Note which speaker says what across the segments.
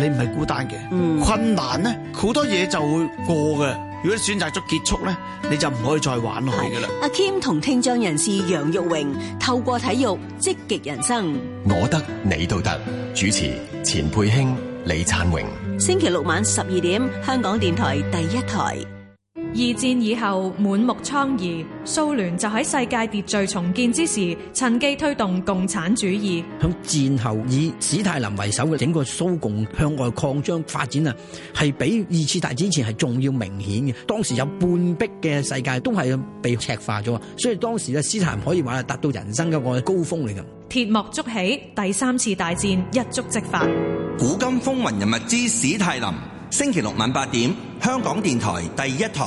Speaker 1: 你唔係孤單嘅。
Speaker 2: 嗯
Speaker 1: 困難咧，好多嘢就會過嘅。如果你選擇咗結束咧，你就唔可以再玩落去噶啦。
Speaker 2: 阿 Kim 同聽障人士楊玉榮透過體育積極人生。
Speaker 3: 我得你都得。主持錢佩卿、李燦榮。
Speaker 2: 星期六晚十二點，香港電台第一台。
Speaker 4: 二戰以後滿目瘡痍，蘇聯就喺世界秩序重建之時，趁機推動共產主義。
Speaker 5: 響戰後以史泰林為首嘅整個蘇共向外擴張發展啊，係比二次大戰之前係仲要明顯嘅。當時有半壁嘅世界都係被赤化咗，所以當時嘅史泰林可以話係達到人生嘅個高峰嚟㗎。
Speaker 4: 鐵幕築起，第三次大戰一觸即發。
Speaker 6: 古今風雲人物之史泰林，星期六晚八點，香港電台第一台。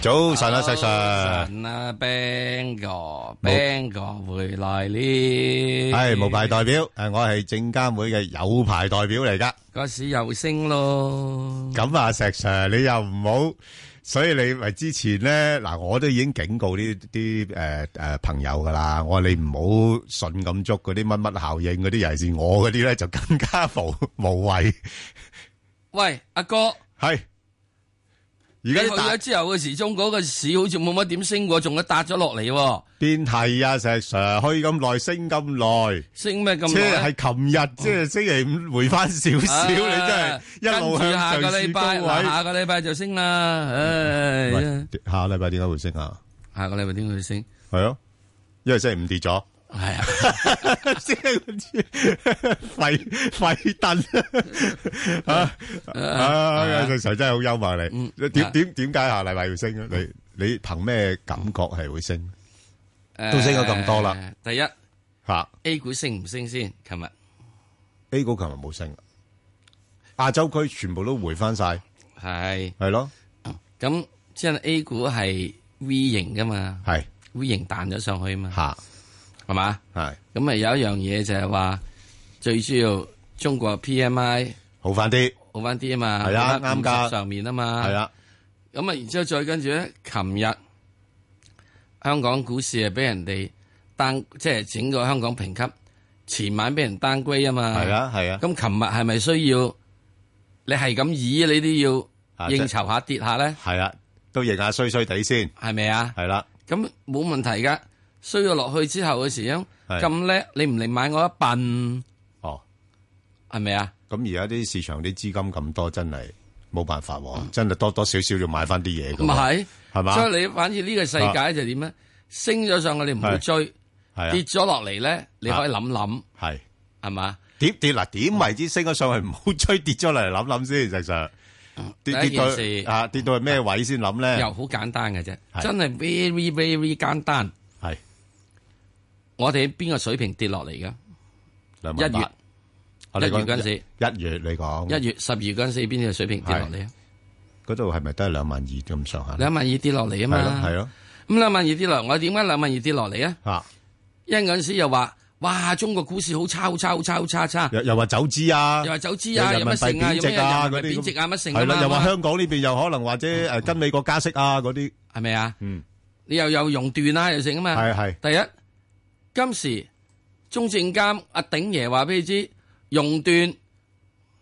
Speaker 7: 早晨啊，石 Sir，
Speaker 8: 神啊，Bang 哥，Bang 哥回來呢？
Speaker 7: 係無牌代表，誒，我係證監會嘅有牌代表嚟噶。
Speaker 8: 個市又升咯，
Speaker 7: 咁啊，石 Sir，你又唔好，所以你咪之前咧，嗱，我都已經警告呢啲誒誒朋友噶啦，我話你唔好信咁足嗰啲乜乜效應嗰啲，尤其是我嗰啲咧就更加無無謂。
Speaker 8: 喂，阿哥，
Speaker 7: 係而
Speaker 8: 而
Speaker 7: 家
Speaker 8: 家去
Speaker 7: 啲大
Speaker 8: 咗之後嘅時鐘，嗰個市好似冇乜點升過，仲一搭咗落嚟喎。
Speaker 7: 邊係啊，石 Sir，去咁耐，升咁耐，
Speaker 8: 升咩咁
Speaker 7: 即
Speaker 8: 耐哦
Speaker 7: 係
Speaker 8: 呢
Speaker 7: 琴日，即係星期五回翻少少，
Speaker 8: À,
Speaker 7: 你真係一路
Speaker 8: 跟住
Speaker 7: 向
Speaker 8: 下
Speaker 7: 上
Speaker 8: 個
Speaker 7: 市
Speaker 8: 禮
Speaker 7: 高
Speaker 8: 拜，嗱
Speaker 7: 位。
Speaker 8: 下個禮拜就升啦，唉，
Speaker 7: 喂下個禮拜點解會升啊？
Speaker 8: 下個禮拜點解會升？
Speaker 7: 係咯，因為星期五跌咗。
Speaker 8: 係啊，
Speaker 7: 即 係廢廢燈啊！啊，石 Sir 真係好幽默你。
Speaker 8: 嗯啊
Speaker 7: 點點點解下禮拜要升啊？你你憑咩感覺係會升？都升咗咁多啦。
Speaker 8: 誒。第一
Speaker 7: 吓
Speaker 8: ，A 股升唔升先？琴日
Speaker 7: A 股琴日冇升，亞洲區全部都回翻晒。
Speaker 8: 係
Speaker 7: 係咯，
Speaker 8: 咁即係 A 股係 V 型噶嘛，
Speaker 7: 係
Speaker 8: V 型彈咗上去嘛，
Speaker 7: 吓
Speaker 8: 係嘛，
Speaker 7: 係
Speaker 8: 咁啊有一樣嘢就係話最主要中國 P M I
Speaker 7: 好翻啲，
Speaker 8: 好翻啲啊嘛，
Speaker 7: 係啊啱㗎
Speaker 8: 50上面啊嘛，
Speaker 7: 係啊，
Speaker 8: 咁啊然之後再跟住咧，琴日香港股市係俾人哋 down，即係整個香港評級前晚俾人 downgrade 啊嘛，
Speaker 7: 係啊係啊
Speaker 8: 咁琴日係咪需要你係咁以你都
Speaker 7: 啊
Speaker 8: 要
Speaker 7: 即係
Speaker 8: 應酬下跌下咧？
Speaker 7: 係啊，都認下衰衰地先，
Speaker 8: 係咪啊？
Speaker 7: 係啦，
Speaker 8: 咁冇問題噶，衰咗落去之後嘅時候
Speaker 7: 係
Speaker 8: 咁叻，你唔嚟買我一笨
Speaker 7: 哦，
Speaker 8: 係咪啊？
Speaker 7: 咁而家啲市場啲資金咁多，真係冇辦法喎，真係多多少少要買翻啲嘢㗎
Speaker 8: 咁
Speaker 7: 喎。
Speaker 8: 係
Speaker 7: 係嘛
Speaker 8: 所以你反而呢個世界就點咧？升咗上去你唔好追，
Speaker 7: 係啊
Speaker 8: 跌咗落嚟咧，你可以諗諗
Speaker 7: 係
Speaker 8: 係嘛？
Speaker 7: 點跌嗱？點為之升咗上去唔好追跌咗嚟諗諗先，石 Sir。跌
Speaker 8: 第一
Speaker 7: 跌到
Speaker 8: 件事
Speaker 7: 啊，跌到係咩位先諗 咧？
Speaker 8: 又好簡單嘅啫
Speaker 7: 係，
Speaker 8: 真係 very very 簡單。
Speaker 7: 係
Speaker 8: 我哋喺邊個水平跌落嚟嘅？
Speaker 7: 兩萬八
Speaker 8: 一月
Speaker 7: 我哋
Speaker 8: 一月
Speaker 7: 講
Speaker 8: 嗰陣時
Speaker 7: 一一月你講
Speaker 8: 一月十二嗰陣時邊個水平跌落嚟啊？
Speaker 7: 嗰度係咪都係兩萬二咁上下？
Speaker 8: 兩萬二跌落嚟啊嘛，
Speaker 7: 係咯
Speaker 8: 咁兩萬二跌落嚟，我點解兩萬二跌落嚟啊？
Speaker 7: 係咯，
Speaker 8: 因為嗰陣時又話，哇，中國股市好差好差好差好差好差
Speaker 7: 嚇，又又話走資啊，
Speaker 8: 又話走資啊
Speaker 7: 又人民幣
Speaker 8: 有乜剩啊
Speaker 7: 貶值啊，
Speaker 8: 有乜
Speaker 7: 嗰
Speaker 8: 人民幣
Speaker 7: 啲
Speaker 8: 貶值啊乜剩啊
Speaker 7: 係啦，
Speaker 8: 嘛
Speaker 7: 又話
Speaker 8: 嘛
Speaker 7: 香港呢邊又可能或者誒跟美國加息啊嗰啲，
Speaker 8: 係咪啊？
Speaker 7: 嗯，
Speaker 8: 你又有熔斷啊，又成啊嘛。
Speaker 7: 係係
Speaker 8: 第一，今時中證監阿鼎爺話俾你知，熔斷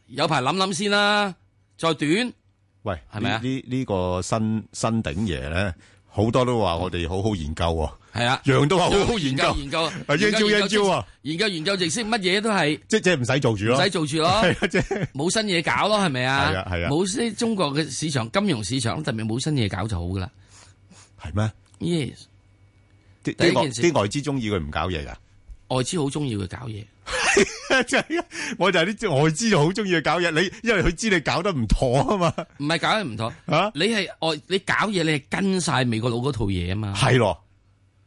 Speaker 8: 有排諗諗先啦，再短。
Speaker 7: 喂，
Speaker 8: 係咪啊
Speaker 7: 呢呢呢個新新鼎爺咧，好多都話我哋好好研究喎，
Speaker 8: 嗯係啊，
Speaker 7: 樣都話好好研究
Speaker 8: 研究
Speaker 7: 啊，應招應招啊，
Speaker 8: 研究研究直先，乜嘢都係
Speaker 7: 即即係唔使做住
Speaker 8: 唔
Speaker 7: 咯，
Speaker 8: 使做住咯，
Speaker 7: 係啊，即係
Speaker 8: 冇新嘢搞咯，係咪啊？
Speaker 7: 係啊係啊
Speaker 8: 冇啲中國嘅市場、金融市場特別冇新嘢搞就好噶啦。
Speaker 7: 係咩？
Speaker 8: Yes，
Speaker 7: 啲
Speaker 8: 第一
Speaker 7: 啲外
Speaker 8: 件事
Speaker 7: 啲外資中意佢唔搞 嘢噶，
Speaker 8: 外資好中意佢搞嘢。
Speaker 7: 即係啊我就係啲外資就好中意佢搞嘢，你因為佢知你搞得唔妥啊嘛，
Speaker 8: 唔係搞得唔妥，
Speaker 7: 啊
Speaker 8: 你係外你搞嘢，你係跟晒美國佬嗰套嘢啊嘛。
Speaker 7: 係咯，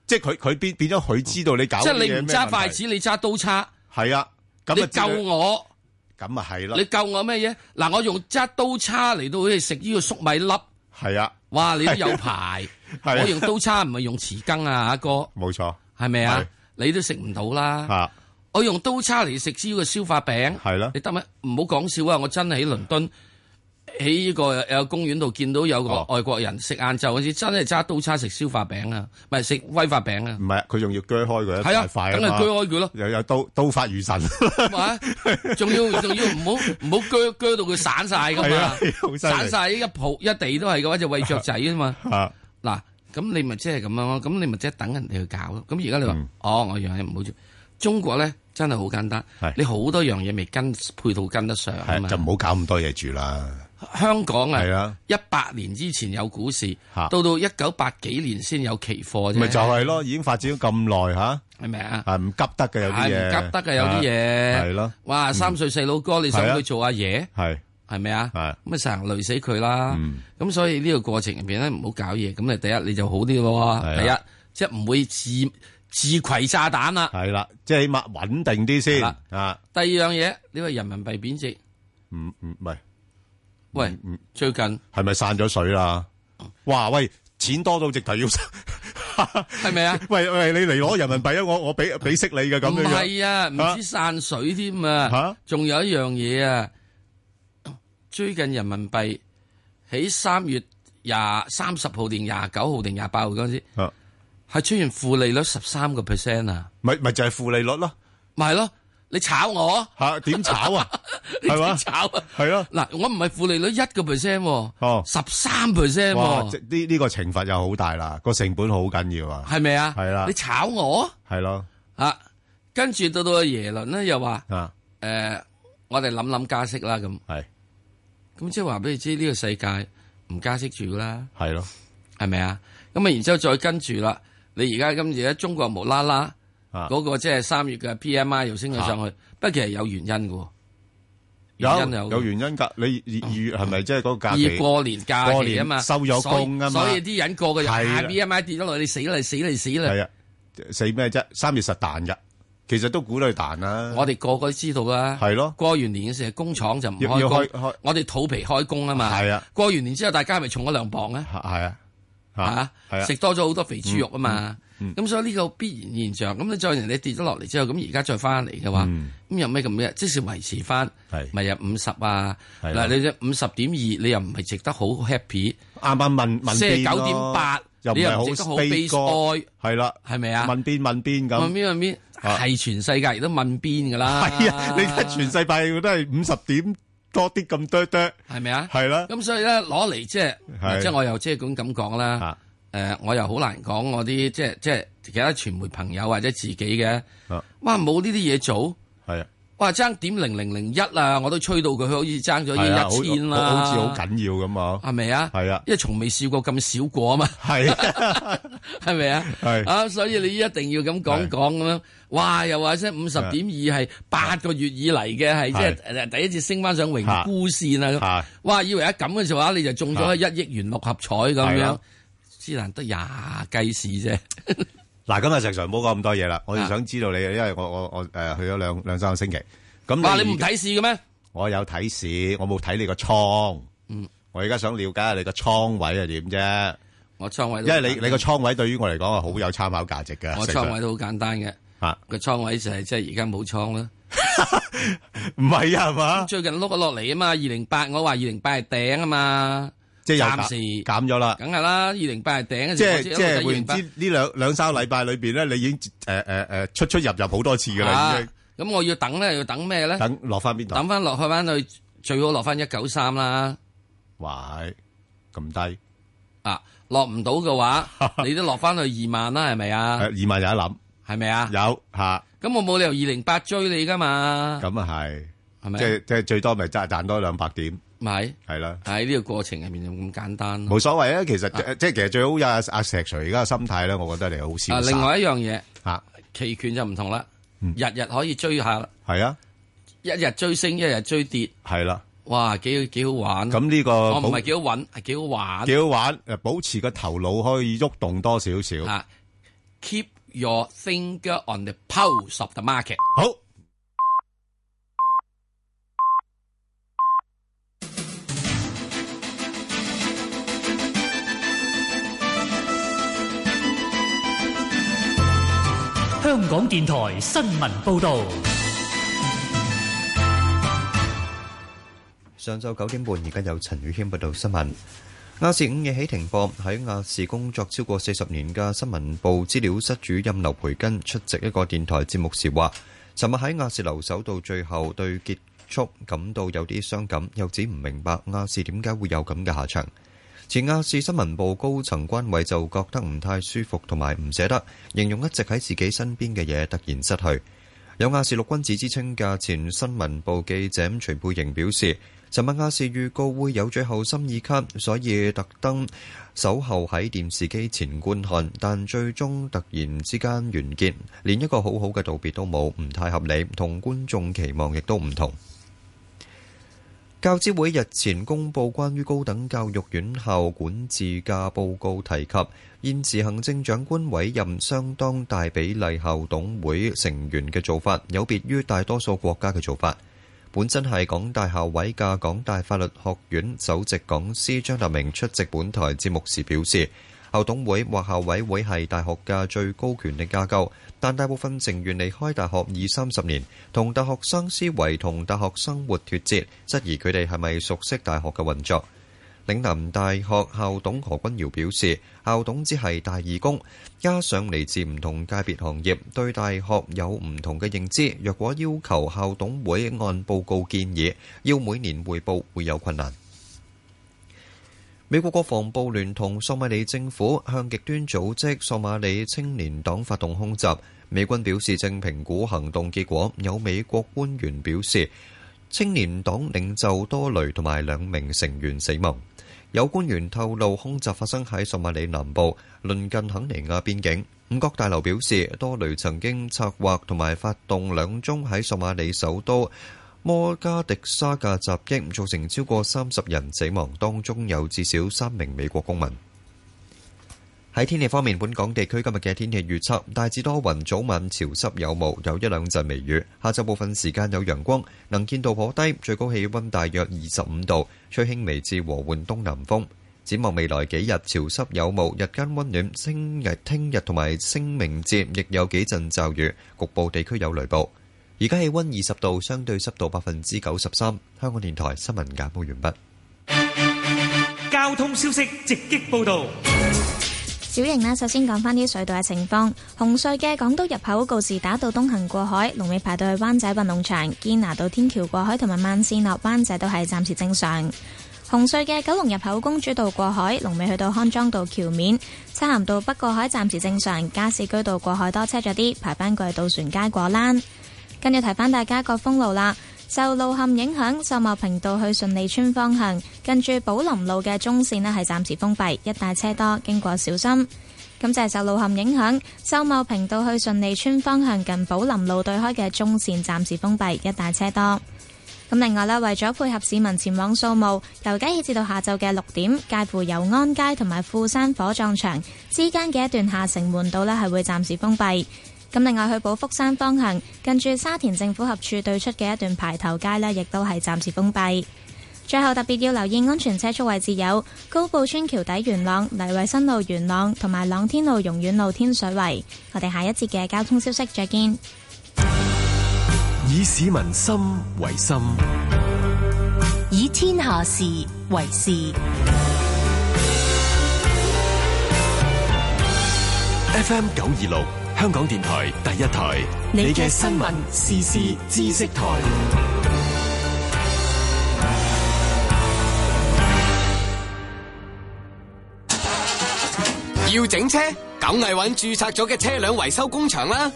Speaker 7: 即係佢佢變變咗佢知道你搞
Speaker 8: 即
Speaker 7: 嘢
Speaker 8: 係你唔
Speaker 7: 咩
Speaker 8: 揸
Speaker 7: 問題
Speaker 8: 筷子，你揸刀叉，
Speaker 7: 係啊，咁
Speaker 8: 你救我，
Speaker 7: 咁啊係啦，
Speaker 8: 你救我咩嘢？嗱，我用揸刀叉嚟到好似食呢個粟米粒，
Speaker 7: 係啊，
Speaker 8: 哇，你都有排，
Speaker 7: 係啊
Speaker 8: 我用刀叉唔係用匙羹啊，阿哥，
Speaker 7: 冇錯，
Speaker 8: 係咪啊？你都食唔到啦，我用刀叉嚟食呢個消化餅，
Speaker 7: 係啦，
Speaker 8: 你得咩？唔好講笑啊！我真係喺倫敦。喺呢個有公園度見到有
Speaker 7: 哦
Speaker 8: 個外國人食晏晝嗰時，真係揸刀叉食消化餅啊，唔係食威化餅啊！
Speaker 7: 唔係佢仲要鋸開佢一
Speaker 8: 係
Speaker 7: 塊
Speaker 8: 啊
Speaker 7: 塊
Speaker 8: 梗係
Speaker 7: 嘛
Speaker 8: 鋸開佢咯，
Speaker 7: 又有刀刀法如神，
Speaker 8: 哇！仲要仲要唔好唔好鋸鋸到佢散晒噶
Speaker 7: 係
Speaker 8: 嘛
Speaker 7: 啊係啊好，犀利
Speaker 8: 散晒一鋪一地都係嘅話就喂雀仔啊嘛。嗱，咁你咪即係咁樣咯，咁你咪即係等人哋去搞咯。咁而家你話
Speaker 7: 嗯
Speaker 8: 哦，我樣嘢唔好做。中國咧真係好簡單，你好多樣嘢未跟配套跟得上啊 嘛
Speaker 7: 係就。唔好搞咁多嘢住啦。
Speaker 8: 香港
Speaker 7: 係啊
Speaker 8: 啊，一百年之前有股市，
Speaker 7: 嚇
Speaker 8: 到到一九八幾年先有期貨啫。
Speaker 7: 咪就係咯，已經發展咗咁耐吓，
Speaker 8: 係咪啊？
Speaker 7: 係唔急得嘅有啲嘢，啊
Speaker 8: 係唔急得嘅有啲嘢
Speaker 7: 係咯，嗯
Speaker 8: 哇！三歲細佬哥，你想
Speaker 7: 係啊
Speaker 8: 佢做阿爺？
Speaker 7: 係嗯
Speaker 8: 係咪啊？咁咪成日累死佢啦。咁所以呢個過程入邊咧，唔好搞嘢。咁你第一你就好啲咯
Speaker 7: 係
Speaker 8: 喎。
Speaker 7: 啊
Speaker 8: 第一即係唔會自自攜炸彈啦。
Speaker 7: 係啦，即係起碼穩定啲先
Speaker 8: 啦
Speaker 7: 啊。
Speaker 8: 第二樣嘢，你話人民幣貶值，
Speaker 7: 唔唔唔係，
Speaker 8: 喂，最近
Speaker 7: 係咪散咗水啦？哇喂，錢多到直頭要， 係
Speaker 8: 咪啊？
Speaker 7: 喂喂，你嚟攞人民幣啊！我我俾俾息你嘅咁
Speaker 8: 唔
Speaker 7: 樣樣。
Speaker 8: 係啊，唔止散水添啊，仲有一樣嘢啊，最近人民幣喺三月廿三十號定廿九號定廿八號嗰陣時，係出現負利率十三個 percent 啊，
Speaker 7: 咪咪就係負利率咯，
Speaker 8: 咪係咯，你炒我
Speaker 7: 吓點炒啊？係嘛
Speaker 8: 你炒啊，
Speaker 7: 係咯，
Speaker 8: 嗱，我唔係負利率一個 percent 喎，
Speaker 7: 哦，
Speaker 8: 十三 percent
Speaker 7: 哇！
Speaker 8: 喎，
Speaker 7: 即呢呢個懲罰又好大啦，個成本好緊要啊。
Speaker 8: 係咪啊？
Speaker 7: 係啦
Speaker 8: 你炒我
Speaker 7: 係咯，
Speaker 8: 啊，跟住到到阿耶倫咧又話。
Speaker 7: 啊，
Speaker 8: 誒、我哋諗諗加息啦，咁
Speaker 7: 係，
Speaker 8: 咁即係話俾你知呢個世界唔加息住啦，
Speaker 7: 係咯，
Speaker 8: 係咪啊？咁啊，然之後再跟住啦，你而家今次咧中國無啦啦
Speaker 7: 啊
Speaker 8: 嗰個即係三月嘅 P M I 又升咗上去，不過其實有原因嘅喎，原
Speaker 7: 有
Speaker 8: 因有
Speaker 7: 啊有原因㗎。你二二月係咪即係嗰個假期？
Speaker 8: 二過年假
Speaker 7: 過
Speaker 8: 期啊
Speaker 7: 年
Speaker 8: 嘛，
Speaker 7: 收咗工啊嘛，
Speaker 8: 所以所以啲人個個就
Speaker 7: 係啦
Speaker 8: P M I 跌咗落去，你死啦你死啦你死啦！
Speaker 7: 係啊，死咩啫？三月實彈㗎，其實都估到佢彈啦。
Speaker 8: 我哋個個都知道啦，
Speaker 7: 係咯，
Speaker 8: 過完年嘅時候工廠就唔
Speaker 7: 要要開
Speaker 8: 開
Speaker 7: 開
Speaker 8: 工，我哋肚皮開工啊嘛。
Speaker 7: 係啊，
Speaker 8: 過完年之後大家係咪重咗兩磅啊？
Speaker 7: 係啊，
Speaker 8: 嚇
Speaker 7: 係啊
Speaker 8: 食多咗好多肥豬肉啊嘛。
Speaker 7: 嗯嗯
Speaker 8: 咁所以呢個必然現象，咁你再人哋跌咗落嚟之後，咁而家再翻嚟嘅話，
Speaker 7: 嗯
Speaker 8: 咁有咩咁嘅？即使維持翻，咪有五十啊？
Speaker 7: 係啦
Speaker 8: 嗱，你只五十點二，你又唔係值得好 happy。
Speaker 7: 啱啱問問
Speaker 8: 四
Speaker 7: 邊
Speaker 8: 九點
Speaker 7: 咯
Speaker 8: 八，
Speaker 7: 又唔
Speaker 8: 你
Speaker 7: 係
Speaker 8: 又唔
Speaker 7: 好
Speaker 8: 值得好
Speaker 7: 悲
Speaker 8: 悲
Speaker 7: 歌
Speaker 8: 哀，
Speaker 7: 係啦，
Speaker 8: 係咪啊？
Speaker 7: 問邊問邊咁
Speaker 8: 問邊問邊，
Speaker 7: 啊
Speaker 8: 係全世界亦都問邊噶啦。
Speaker 7: 係啊， 你睇全世界都係五十點多啲咁多多，
Speaker 8: 係咪啊？
Speaker 7: 係啦，
Speaker 8: 咁所以咧攞嚟即係
Speaker 7: 係，啊
Speaker 8: 即係我又即係咁咁講啦。誒，我又好難講我啲即係即係其他傳媒朋友或者自己嘅。哇，冇呢啲嘢做，
Speaker 7: 啊係啊，
Speaker 8: 哇爭點零零零一啊，我都吹到佢好似爭咗
Speaker 7: 係啊好
Speaker 8: 一千啦，
Speaker 7: 好似好緊要咁啊，
Speaker 8: 係咪啊？
Speaker 7: 係啊，
Speaker 8: 因為從未試過咁少過啊嘛，
Speaker 7: 係
Speaker 8: 係咪啊？
Speaker 7: 係
Speaker 8: 啊，所以你一定要咁講講咁樣，哇！又話即五十點二係八個月以嚟嘅係即係誒第一次升翻上榮枯線啊！哇！以為一咁嘅時候啊你就中咗一億元六合彩咁
Speaker 7: 係
Speaker 8: 樣
Speaker 7: 啊，
Speaker 8: 之難得廿計市啊啫。啊
Speaker 7: 嗱，今日石 Sir 唔好講咁多嘢啦，我哋想知道你，因為我我我誒去咗兩兩三個星期，咁
Speaker 8: 哇！
Speaker 7: 而
Speaker 8: 你唔睇市嘅咩？
Speaker 7: 我有睇市，我冇睇你個倉。嗯，我而家想了解下你個倉位係點啫。
Speaker 8: 我倉位都
Speaker 7: 因為你
Speaker 8: 簡單
Speaker 7: 你個倉位對於我嚟講係好有參考價值嘅。
Speaker 8: 我
Speaker 7: 實際上
Speaker 8: 倉位都好簡單嘅，個倉位就係即係而家冇倉啦。
Speaker 7: 唔係啊，係嘛？
Speaker 8: 最近碌咗落嚟啊嘛，二零八我話二零八係頂啊嘛，
Speaker 7: 即係又
Speaker 8: 暫時
Speaker 7: 減減咗啦。
Speaker 8: 梗係啦，二零八係頂嘅時
Speaker 7: 即
Speaker 8: 候
Speaker 7: 係
Speaker 8: 我知
Speaker 7: 即
Speaker 8: 一路
Speaker 7: 係
Speaker 8: 睇
Speaker 7: 換言
Speaker 8: 208
Speaker 7: 之，呢兩兩三個禮拜裏邊咧，你已經誒誒誒出出入入好多次㗎啦，已經
Speaker 8: 啊咁我要等咧，要等咩咧？
Speaker 7: 等落翻邊度？
Speaker 8: 等翻落去翻去，最好落翻一九三啦。
Speaker 7: 喂，咁低
Speaker 8: 啊，落唔到 嘅話，你都落翻去二萬啦，係咪啊？
Speaker 7: 誒二萬有得諗，
Speaker 8: 係咪啊？
Speaker 7: 有嚇，
Speaker 8: 咁我冇理由二零八追你噶嘛？
Speaker 7: 咁啊係，
Speaker 8: 係咪
Speaker 7: 即係即係最多咪賺賺多兩百點，
Speaker 8: 咪
Speaker 7: 係啦。
Speaker 8: 喺呢個過程入面就咁簡單咯。
Speaker 7: 冇所謂啊，其實即係其實最好有阿阿石 Sir 而家嘅心態咧，我覺得你好瀟灑。
Speaker 8: 啊，另外一樣嘢，
Speaker 7: 嚇
Speaker 8: 期權就唔同啦，日日可以追下啦，
Speaker 7: 嗯係啊，
Speaker 8: 一日追升，一日追跌，
Speaker 7: 係啦，
Speaker 8: 哇，幾幾好玩。
Speaker 7: 咁呢個
Speaker 8: 我唔
Speaker 7: 保
Speaker 8: 係幾好揾，係幾好玩。
Speaker 7: 幾好玩，誒保持個頭腦可以喐動多少少。
Speaker 8: Keep your finger on the pulse of the market。
Speaker 7: 好。
Speaker 9: 香港電台新聞報道。
Speaker 10: 上晝九點半，而家有陳宇軒報道新聞。亞視午夜起停播，喺亞視工作超過四十年嘅新聞部資料室主任劉培根出席一個電台節目時話，尋日喺亞視留守到最後，對結束感到有啲傷感，又指唔明白亞視點解會有咁嘅下場。前亞視新聞部高層關偉就覺得唔太舒服同埋唔捨得，形容一直喺自己身邊嘅嘢突然失去。有亞視六君子之稱嘅前新聞部記者徐佩瑩表示。尋日亞視預告會有最後心意卡，所以特登守候喺電視機前觀看，但最終突然之間完結，連一個好好嘅道別都冇，唔太合理，同觀眾期望亦都唔同。教資會日前公布關於高等教育院校管治嘅報告，提及現時行政長官委任相當大比例校董會成員嘅做法，有別於大多數國家嘅做法。本身係港大校委嘅港大法律學院首席講師張達明出席本台節目時表示，校董會或校委會係大學嘅最高權力架構，但大部分成員離開大學二三十年，同大學生思維同大學生活脱節，質疑佢哋係咪熟悉大學嘅運作。嶺南大學校董何君堯表示，校董只係大義工，加上嚟自唔同界別行業，對大學有唔同嘅認知。若果要求校董會按報告建議，要每年匯報，會有困難。美國國防部聯同索馬里政府向極端組織索馬里青年黨發動空襲，美軍表示正評估行動結果。有美國官員表示，青年黨領袖多雷同埋兩名成員死亡。有官員透露，空襲發生喺索馬里南部，鄰近肯尼亞邊境。五角大樓表示，多雷曾經策劃同埋發動兩宗喺索馬里首都摩加迪沙嘅襲擊，造成超過三十人死亡，當中有至少三名美國公民。喺天氣方面，本港地區今日嘅天氣預測大致多雲，早晚潮濕有霧，有一兩陣微雨。下晝部分時間有陽光，能見度頗低，最高氣温大約二十五度，吹輕微至和緩東南風。展望未來幾日潮濕有霧，日間温暖。星日聽日同埋清明節亦有幾陣驟雨，局部地區有雷暴。而家氣温二十度，相對濕度百分之九十三。香港電台新聞簡報完
Speaker 9: 畢。交通消息直擊報導。
Speaker 11: 小瑩呢，首先講返啲隧道嘅情況。紅隧嘅港島入口告士打道東行過海，龍尾排到去灣仔運動場；堅拿道天橋過海同埋慢線落灣仔都係暫時正常。紅隧嘅九龍入口公主道過海，龍尾去到康莊道橋面；漆咸道北過海暫時正常，加士居道過海多車咗啲，排班過去渡船街果欄。跟住提翻大家個封路啦。受路陷影響，秀茂坪道去順利村方向，近住寶林路嘅中線呢係暫時封閉，一帶車多，經過小心。咁就係受路陷影響，秀茂坪道去順利村方向近寶林路對開嘅中線暫時封閉，一帶車多。咁另外呢，為咗配合市民前往掃墓，由今至到下晝嘅六點，介乎油安街同埋富山火葬場之間嘅一段下城門道呢係會暫時封閉。咁另外去寶福山方向，近住沙田政府合署對出嘅一段排頭街呢，亦都係暫時封閉。最後特別要留意安全車速位置有高埔村橋底元朗、泥圍新路元朗同埋朗天路榕苑路天水圍。我哋下一節嘅交通消息再見。
Speaker 3: 以市民心為心，
Speaker 12: 以天下事為事。
Speaker 3: FM 九二六。香港電台第一台，你嘅新聞時事知識台。
Speaker 13: 要整車，梗係揾註冊咗嘅車輛維修工場啦。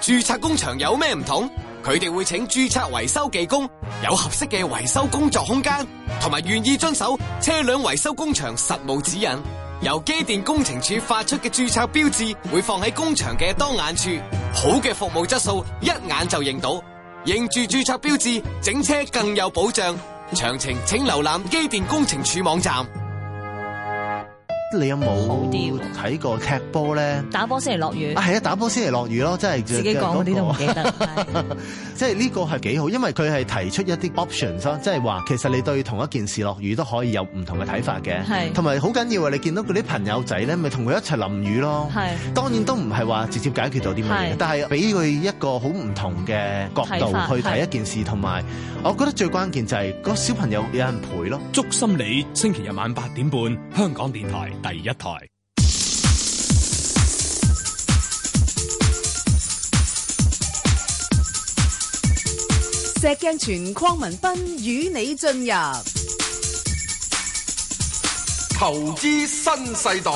Speaker 13: 註冊工場有咩唔同？佢哋會請註冊維修技工，有合適嘅維修工作空間，同埋願意遵守車輛維修工場實務指引。由機電工程署發出嘅註冊標誌會放喺工場嘅當眼處，好嘅服務質素一眼就認到。認住註冊標誌，整車更有保障。詳情請瀏覽機電工程署網站。
Speaker 14: 你有冇睇過踢波咧？
Speaker 15: 打波先嚟落雨。
Speaker 14: 啊，係啊，打波先嚟落雨咯，真係
Speaker 15: 自己講嗰啲都唔記 得。
Speaker 14: 即係呢個係幾好，因為佢係提出一啲 options 啦，即係話其實你對同一件事落雨都可以有唔同嘅睇法嘅。
Speaker 15: 係
Speaker 14: 同埋好緊要啊！你見到嗰啲朋友仔咧，咪同佢一齊淋雨咯。
Speaker 15: 係
Speaker 14: 當然都唔係話直接解決到啲乜嘢
Speaker 15: 係，
Speaker 14: 但係俾佢一個好唔同嘅角
Speaker 15: 睇
Speaker 14: 度
Speaker 15: 法
Speaker 14: 去睇
Speaker 15: 係
Speaker 14: 一件事，同埋我覺得最關鍵就係個小朋友有人陪咯。
Speaker 16: 祝心理星期日晚八點半，香港電台第一台。
Speaker 17: 石鏡泉邝文斌與你進入
Speaker 18: 投資新世代，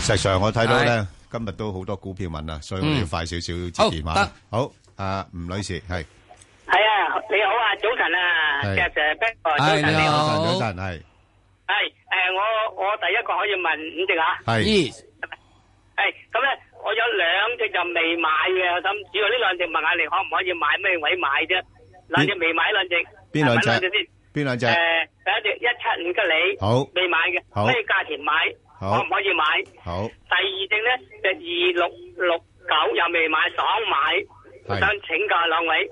Speaker 7: 石Sir，我睇到咧，
Speaker 8: 係。
Speaker 7: 今日都好多股票問啊，所以我
Speaker 8: 嗯。
Speaker 7: 要快少少接
Speaker 8: 好，
Speaker 7: 電話。
Speaker 8: 得。
Speaker 7: 好，啊，吳女士，係。
Speaker 19: 系啊，你好啊，早晨啊，
Speaker 7: 係
Speaker 19: 石 Sir b 早
Speaker 7: 係，
Speaker 19: 晨
Speaker 7: 你好。
Speaker 19: 你好。
Speaker 7: 早晨，係。
Speaker 19: 系诶，我我第一個可以問五隻啊。
Speaker 7: 係
Speaker 19: 系咁咧，我有兩隻就未買嘅，我諗主要呢兩隻問下你可唔可以買咩位買啫？兩隻未買兩隻，
Speaker 7: 邊兩隻
Speaker 19: 買隻先？
Speaker 7: 邊兩隻？
Speaker 19: 诶，第一隻一七五吉利，
Speaker 7: 好
Speaker 19: 未買嘅，
Speaker 7: 好
Speaker 19: 咩價錢買？
Speaker 7: 好
Speaker 19: 可唔可以買？
Speaker 7: 好。
Speaker 19: 第二隻咧就二六六九又未買，爽買，我
Speaker 7: 係
Speaker 19: 想請教兩位，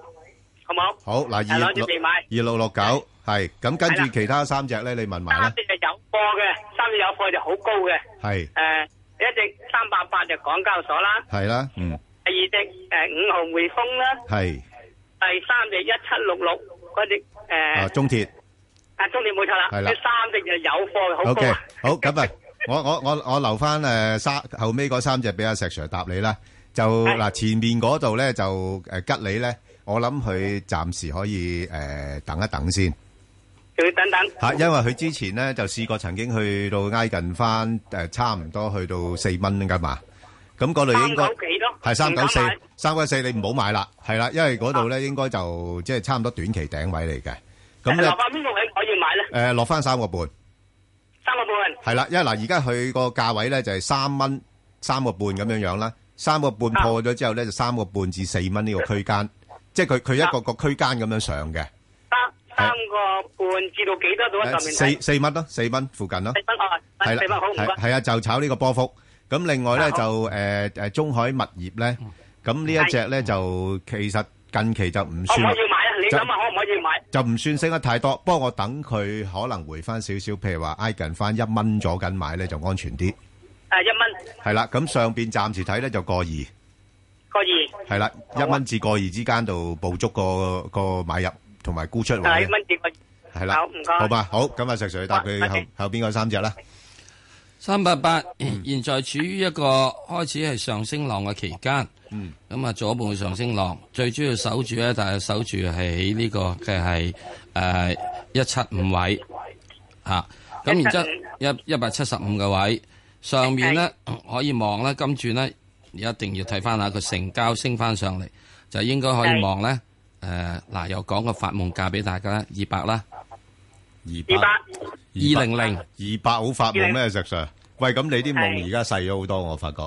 Speaker 19: 好冇？
Speaker 7: 好，嗱，
Speaker 19: 係兩隻
Speaker 7: 26
Speaker 19: 未買。
Speaker 7: 2669，係，咁跟住其他三隻咧，你問埋啦。
Speaker 19: 三隻就有貨嘅，三隻有貨就好高嘅。
Speaker 7: 係，
Speaker 19: 誒、一隻三百八就港交所啦，
Speaker 7: 係啦，嗯，係，
Speaker 19: 第二隻誒、五號匯豐啦，第三隻一七六六嗰隻誒
Speaker 7: 啊，中鐵。
Speaker 19: 啊中年冇錯啦，
Speaker 7: 係
Speaker 19: 呢
Speaker 7: 啦
Speaker 19: 三隻就有貨嘅，好高
Speaker 7: OK，
Speaker 19: 啊！
Speaker 7: 好，咁啊，我-我-我-我留返，誒，三-後尾嗰三隻俾阿石Sir答你啦。就-嗱，前面嗰度呢，就，誒，吉利呢，我諗佢暫時可以，誒，等一等先。
Speaker 19: 仲要等等。
Speaker 7: dạ vâng 嚇，因為佢之前呢，就試過曾經去到挨近返，誒，差唔多去到四蚊㗎嘛。咁嗰度應該-
Speaker 19: 三九幾咯，
Speaker 7: 係，394
Speaker 19: 唔敢買。
Speaker 7: 394你唔好買啦，係啦，因為嗰度呢，應該就即係差唔多短期頂位嚟嘅。咁呢，
Speaker 19: 落翻邊個位可以買咧？
Speaker 7: 誒，落返3.5
Speaker 19: 三個
Speaker 7: 係
Speaker 19: 半。
Speaker 7: 啦，因為嗱，而家佢個價位咧就係三蚊三個半咁樣樣啦，三個半破咗之後咧就三個半至四蚊呢個區間，即係佢佢一個個區間咁樣上嘅，
Speaker 19: 三三個半至到幾多度啊？上面
Speaker 7: 四四蚊咯，四蚊附近咯，
Speaker 19: 四蚊啊，
Speaker 7: 係啦，
Speaker 19: 四蚊好唔
Speaker 7: 係
Speaker 19: 該。
Speaker 7: 係啊，就炒呢個波幅。咁另外咧
Speaker 19: 好
Speaker 7: 就誒誒中海物業咧，咁呢一隻咧就其實近期就唔
Speaker 19: 可唔
Speaker 7: 算
Speaker 19: 可以買啊？你
Speaker 7: 就
Speaker 19: 諗下可唔可以買？
Speaker 7: 就唔算升得太多，不過我等佢可能回翻少少，譬如話挨近翻一蚊左緊買咧就安全啲。
Speaker 19: 誒一蚊
Speaker 7: 係啦，咁上邊暫時睇咧就過二，係
Speaker 19: 個二，
Speaker 7: 啦，一蚊至過二之間度捕捉個個買入同埋沽出
Speaker 19: 啊一
Speaker 7: 位，
Speaker 19: 蚊至個二。
Speaker 7: 係啦，
Speaker 19: 好唔該
Speaker 7: 好嘛，好，咁啊，石 Sir 答佢
Speaker 19: 好
Speaker 7: 後
Speaker 19: 多謝
Speaker 7: 後邊嗰三隻啦，嗯
Speaker 8: 三八八 現在處於一個開始係上升浪嘅期間，
Speaker 7: 嗯，
Speaker 8: 咁啊左半上升浪，最主要守住咧，但係守住係喺呢個嘅係誒一七五位啊，咁然之後一一百七十五嘅位上面咧 可以望咧，今轉咧一定要睇翻下個成交升翻上嚟，就應該可以望咧誒嗱，又講個發夢價俾大家啦，二百啦，
Speaker 7: 二
Speaker 19: 百
Speaker 8: 二零零
Speaker 7: 二百好發夢咩，石 Sir？喂，咁你啲夢而家細咗好多，我發覺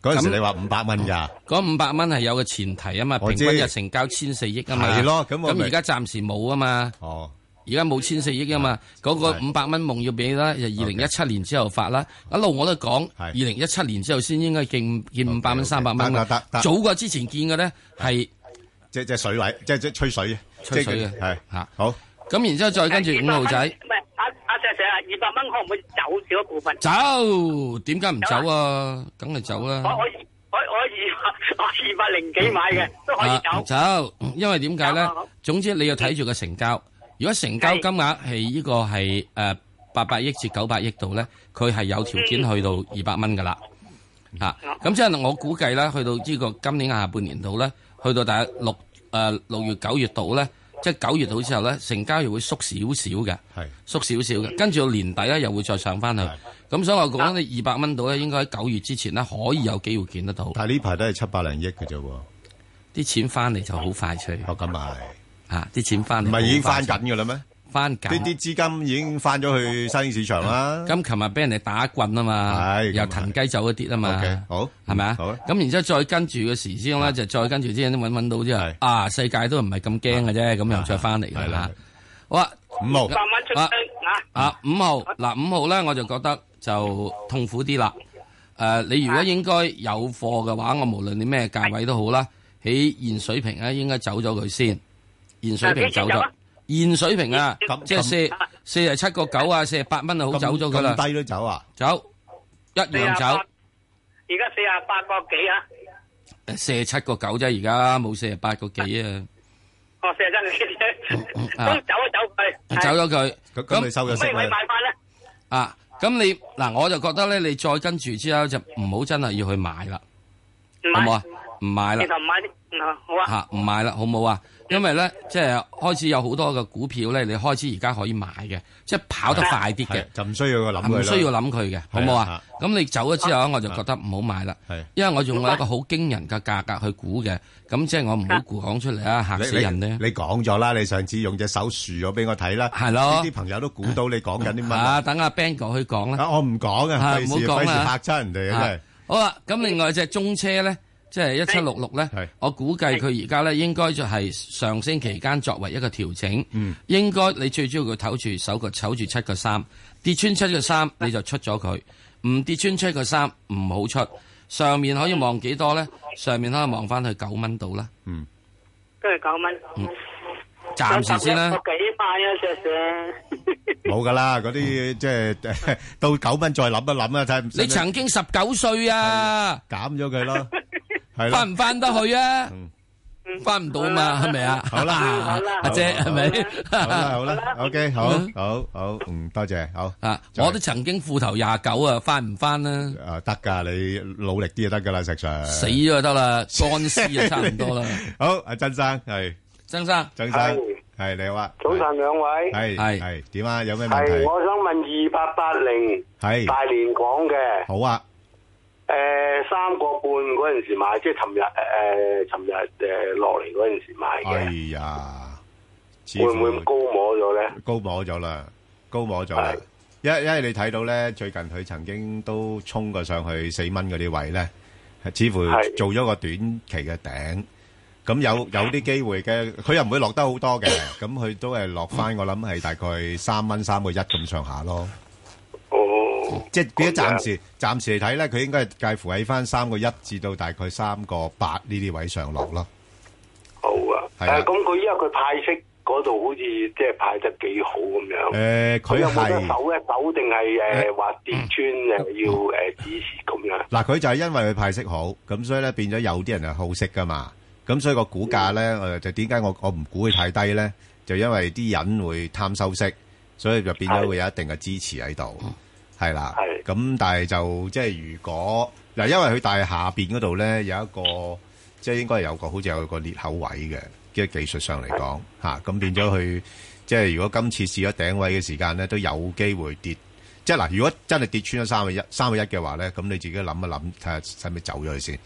Speaker 7: 嗰陣時你話五百蚊咋，
Speaker 8: 嗰五百蚊係有個前提啊嘛，
Speaker 7: 我
Speaker 8: 平
Speaker 7: 知
Speaker 8: 均日成交千四億啊嘛，
Speaker 7: 係咯咁我
Speaker 8: 咁
Speaker 7: 咪
Speaker 8: 而家暫時冇啊嘛，
Speaker 7: 哦，
Speaker 8: 而家冇千四億啊嘛，嗰個五百蚊夢要俾啦，就二零一七年之後發啦，一路我都講二零一七年之後先應該見見五百蚊三百蚊
Speaker 7: 得
Speaker 8: 啊
Speaker 7: 得得
Speaker 8: 早過之前見嘅咧係
Speaker 7: 即即水位，即即吹水，
Speaker 8: 吹水嘅
Speaker 7: 係
Speaker 8: 嚇，
Speaker 7: 好，
Speaker 8: 咁然之後再跟住五號仔
Speaker 19: 唔係阿阿石 Sir 啊，二百蚊可唔可以走少一部分？
Speaker 8: 走，點解唔走啊？梗係走啦
Speaker 19: 我。我二我我二我二百零幾買嘅，都可以走。啊
Speaker 8: 啊走，因為點解咧？總之你要睇住個成交。如果成交金額係呢個係誒八百億至九百億度咧，佢係有條件
Speaker 19: 嗯
Speaker 8: 去到二百蚊噶啦。嚇，啊咁即係我估計咧，去到呢個今年下半年度咧，去到大概六誒六月九月度咧，即係九月度之後咧，成交又會縮少少嘅，
Speaker 7: 係
Speaker 8: 縮少少嘅，跟住到年底咧又會再上翻去。咁所以我講你二百蚊度咧，應該喺九月之前咧可以有機會見得到。
Speaker 7: 但係呢排都係七百零億嘅啫喎，
Speaker 8: 啲錢翻嚟就好快脆。啊
Speaker 7: 哦，咁啊
Speaker 8: 嚇，啲錢翻嚟
Speaker 7: 唔係已經
Speaker 8: 好快脆
Speaker 7: 翻緊㗎啦咩？
Speaker 8: 翻
Speaker 7: 啲啲資金已經翻咗去新興市場啦。
Speaker 8: 咁琴日俾人哋打棍啊嘛，又騰雞走一啲啊嘛
Speaker 7: OK，，好
Speaker 8: 係咪啊？
Speaker 7: 好啊啊
Speaker 8: 咁然之後再跟住嘅時之後咧，就再跟住之後揾揾到之後，啊世界都唔係咁驚嘅啫，咁又
Speaker 7: 啊
Speaker 8: 再翻嚟㗎啦。好啊，五
Speaker 7: 號
Speaker 19: 百蚊出
Speaker 8: 啊
Speaker 19: 聲啊！
Speaker 8: 啊五號嗱五號咧，我就覺得就痛苦啲啦。誒，你如果應該有貨嘅話，我無論你咩價位都好啦，喺現水平咧應該走咗佢先，現水平走
Speaker 19: 啊幾錢走
Speaker 8: 咗
Speaker 19: 啊。
Speaker 8: 現水平啊，即係
Speaker 7: 咁
Speaker 8: 四四十七個九啊，四十八蚊啊，好
Speaker 7: 咁
Speaker 8: 走咗佢啦，
Speaker 7: 咁低都走啊，
Speaker 8: 走一樣走。
Speaker 19: 而家四啊八個幾啊？
Speaker 8: 四十七個九啫，而家冇四十八個幾啊，
Speaker 19: 哦，四啊七幾啫，
Speaker 8: 啊
Speaker 19: 都走一走佢，
Speaker 8: 走咗佢。
Speaker 7: 咁咪收咗息
Speaker 19: 咩位買翻咧？
Speaker 8: 啊，咁你嗱，我就覺得咧，你再跟住之後就唔好真係要去買啦，
Speaker 19: 唔
Speaker 8: 好唔好
Speaker 19: 買
Speaker 8: 啊？唔買啦
Speaker 19: 你。就唔買啲，嗯好啊。
Speaker 8: 吓唔買啦，好唔好啊？因為咧，即係開始有好多嘅股票咧，你開始而家可以買嘅，即係跑得快啲嘅，
Speaker 7: 就唔需要諗佢啦
Speaker 8: 唔需要諗佢嘅，好唔好啊？咁你走咗之後，我就覺得唔好買啦，因為我用一個好驚人嘅價格去估嘅，咁即係我唔好估講出嚟啊，嚇
Speaker 7: 你
Speaker 8: 死人咧！
Speaker 7: 你你講咗啦，你上次用隻手豎咗俾我睇啦，
Speaker 8: 係咯
Speaker 7: 呢啲朋友都估到你講緊啲乜
Speaker 8: 啊，
Speaker 7: 啊。
Speaker 8: 等阿 Bang 哥去講啦。
Speaker 7: 啊我唔講嘅
Speaker 8: 啊
Speaker 7: 費
Speaker 8: 唔
Speaker 7: 事
Speaker 8: 好講
Speaker 7: 費事
Speaker 8: 啦
Speaker 7: 嚇親人哋啊真係。
Speaker 8: 好啦，咁另外只中車咧，即係一七六六咧，我估計佢而家咧應該就係上升期間作為一個調整。嗯，應該你最主要佢唞住手個唞住七個三，跌穿七個
Speaker 7: 啊
Speaker 8: 三你就出咗佢，唔跌穿七個三唔好出。上面可以望幾多咧？上面可以望翻去九蚊度啦。嗯，
Speaker 19: 都係九蚊。
Speaker 8: 暫時先啦
Speaker 19: 我。幾買啊，石 Sir？
Speaker 7: 冇噶啦，嗰啲即係 到九蚊再諗一諗啊，睇
Speaker 8: 你曾經十九歲啊，
Speaker 7: 減咗 佢咯，係啦嗯
Speaker 8: 翻。唔翻得去啊？翻唔到嘛，係咪啊？
Speaker 7: 好啦 好啦
Speaker 8: 阿姐係咪？
Speaker 7: 好啦好 啦，OK，好好好，嗯，多謝，好
Speaker 8: 啊，我都曾經褲頭廿九啊，翻唔翻啦？
Speaker 7: 啊，得噶，你努力啲就得噶啦，石 Sir。
Speaker 8: 死咗就得 啦，乾屍啊，差唔多啦。
Speaker 7: 好，阿曾生係，
Speaker 8: 曾生，
Speaker 7: 曾生係你好啊，
Speaker 20: 早晨兩位，
Speaker 7: 係係點啊？有咩問
Speaker 20: 係
Speaker 7: 題？
Speaker 20: 我想問二八八零
Speaker 7: 係
Speaker 20: 大連港嘅，
Speaker 7: 好啊，
Speaker 20: 誒呃三個半嗰陣時買，即係尋日誒呃尋日誒落嚟嗰陣時買
Speaker 7: 哎
Speaker 20: 嘅，
Speaker 7: 呀，似
Speaker 20: 會
Speaker 7: 乎
Speaker 20: 唔會高摸咗咧？
Speaker 7: 高摸咗啦，高摸咗啦。因因為你睇到咧，最近佢曾經都衝過上去四蚊嗰啲位咧，似乎
Speaker 20: 係
Speaker 7: 做咗個短期嘅頂。咁有有啲機會嘅，佢又唔會落得好多嘅，咁佢都係落翻，我諗係大概三蚊三個一咁上下咯。
Speaker 20: 哦，
Speaker 7: 即係變咗暫時暫時嚟睇咧，佢應該係介乎喺翻三個一至到大概三個八呢啲位上落咯。
Speaker 20: 好啊，
Speaker 7: 係啊
Speaker 20: 誒咁佢因為佢派息嗰度好似即係派得幾好咁樣，
Speaker 7: 誒呃佢
Speaker 20: 有冇得
Speaker 7: 係呃
Speaker 20: 守一守定係誒話跌穿誒要
Speaker 7: 嗯
Speaker 20: 誒指示咁樣？
Speaker 7: 嗱，佢就係因為佢派息好，咁所以咧變咗有啲人係好息噶嘛，咁所以個股價咧，誒就點解我我唔估佢太低咧？就因為啲人會貪收息，所以就變咗會有一定嘅支持喺度，係啦。咁但係就即係如果嗱，因為佢大下邊嗰度咧有一個，即係應該係有個好似有個裂口位嘅，即係技術上嚟講嚇，咁、變咗佢即係如果今次試咗頂位嘅時間咧，都有機會跌。即係嗱，如果真係跌穿咗三個一、三個一嘅話咧，咁你自己諗一諗，睇下使唔使走咗佢先。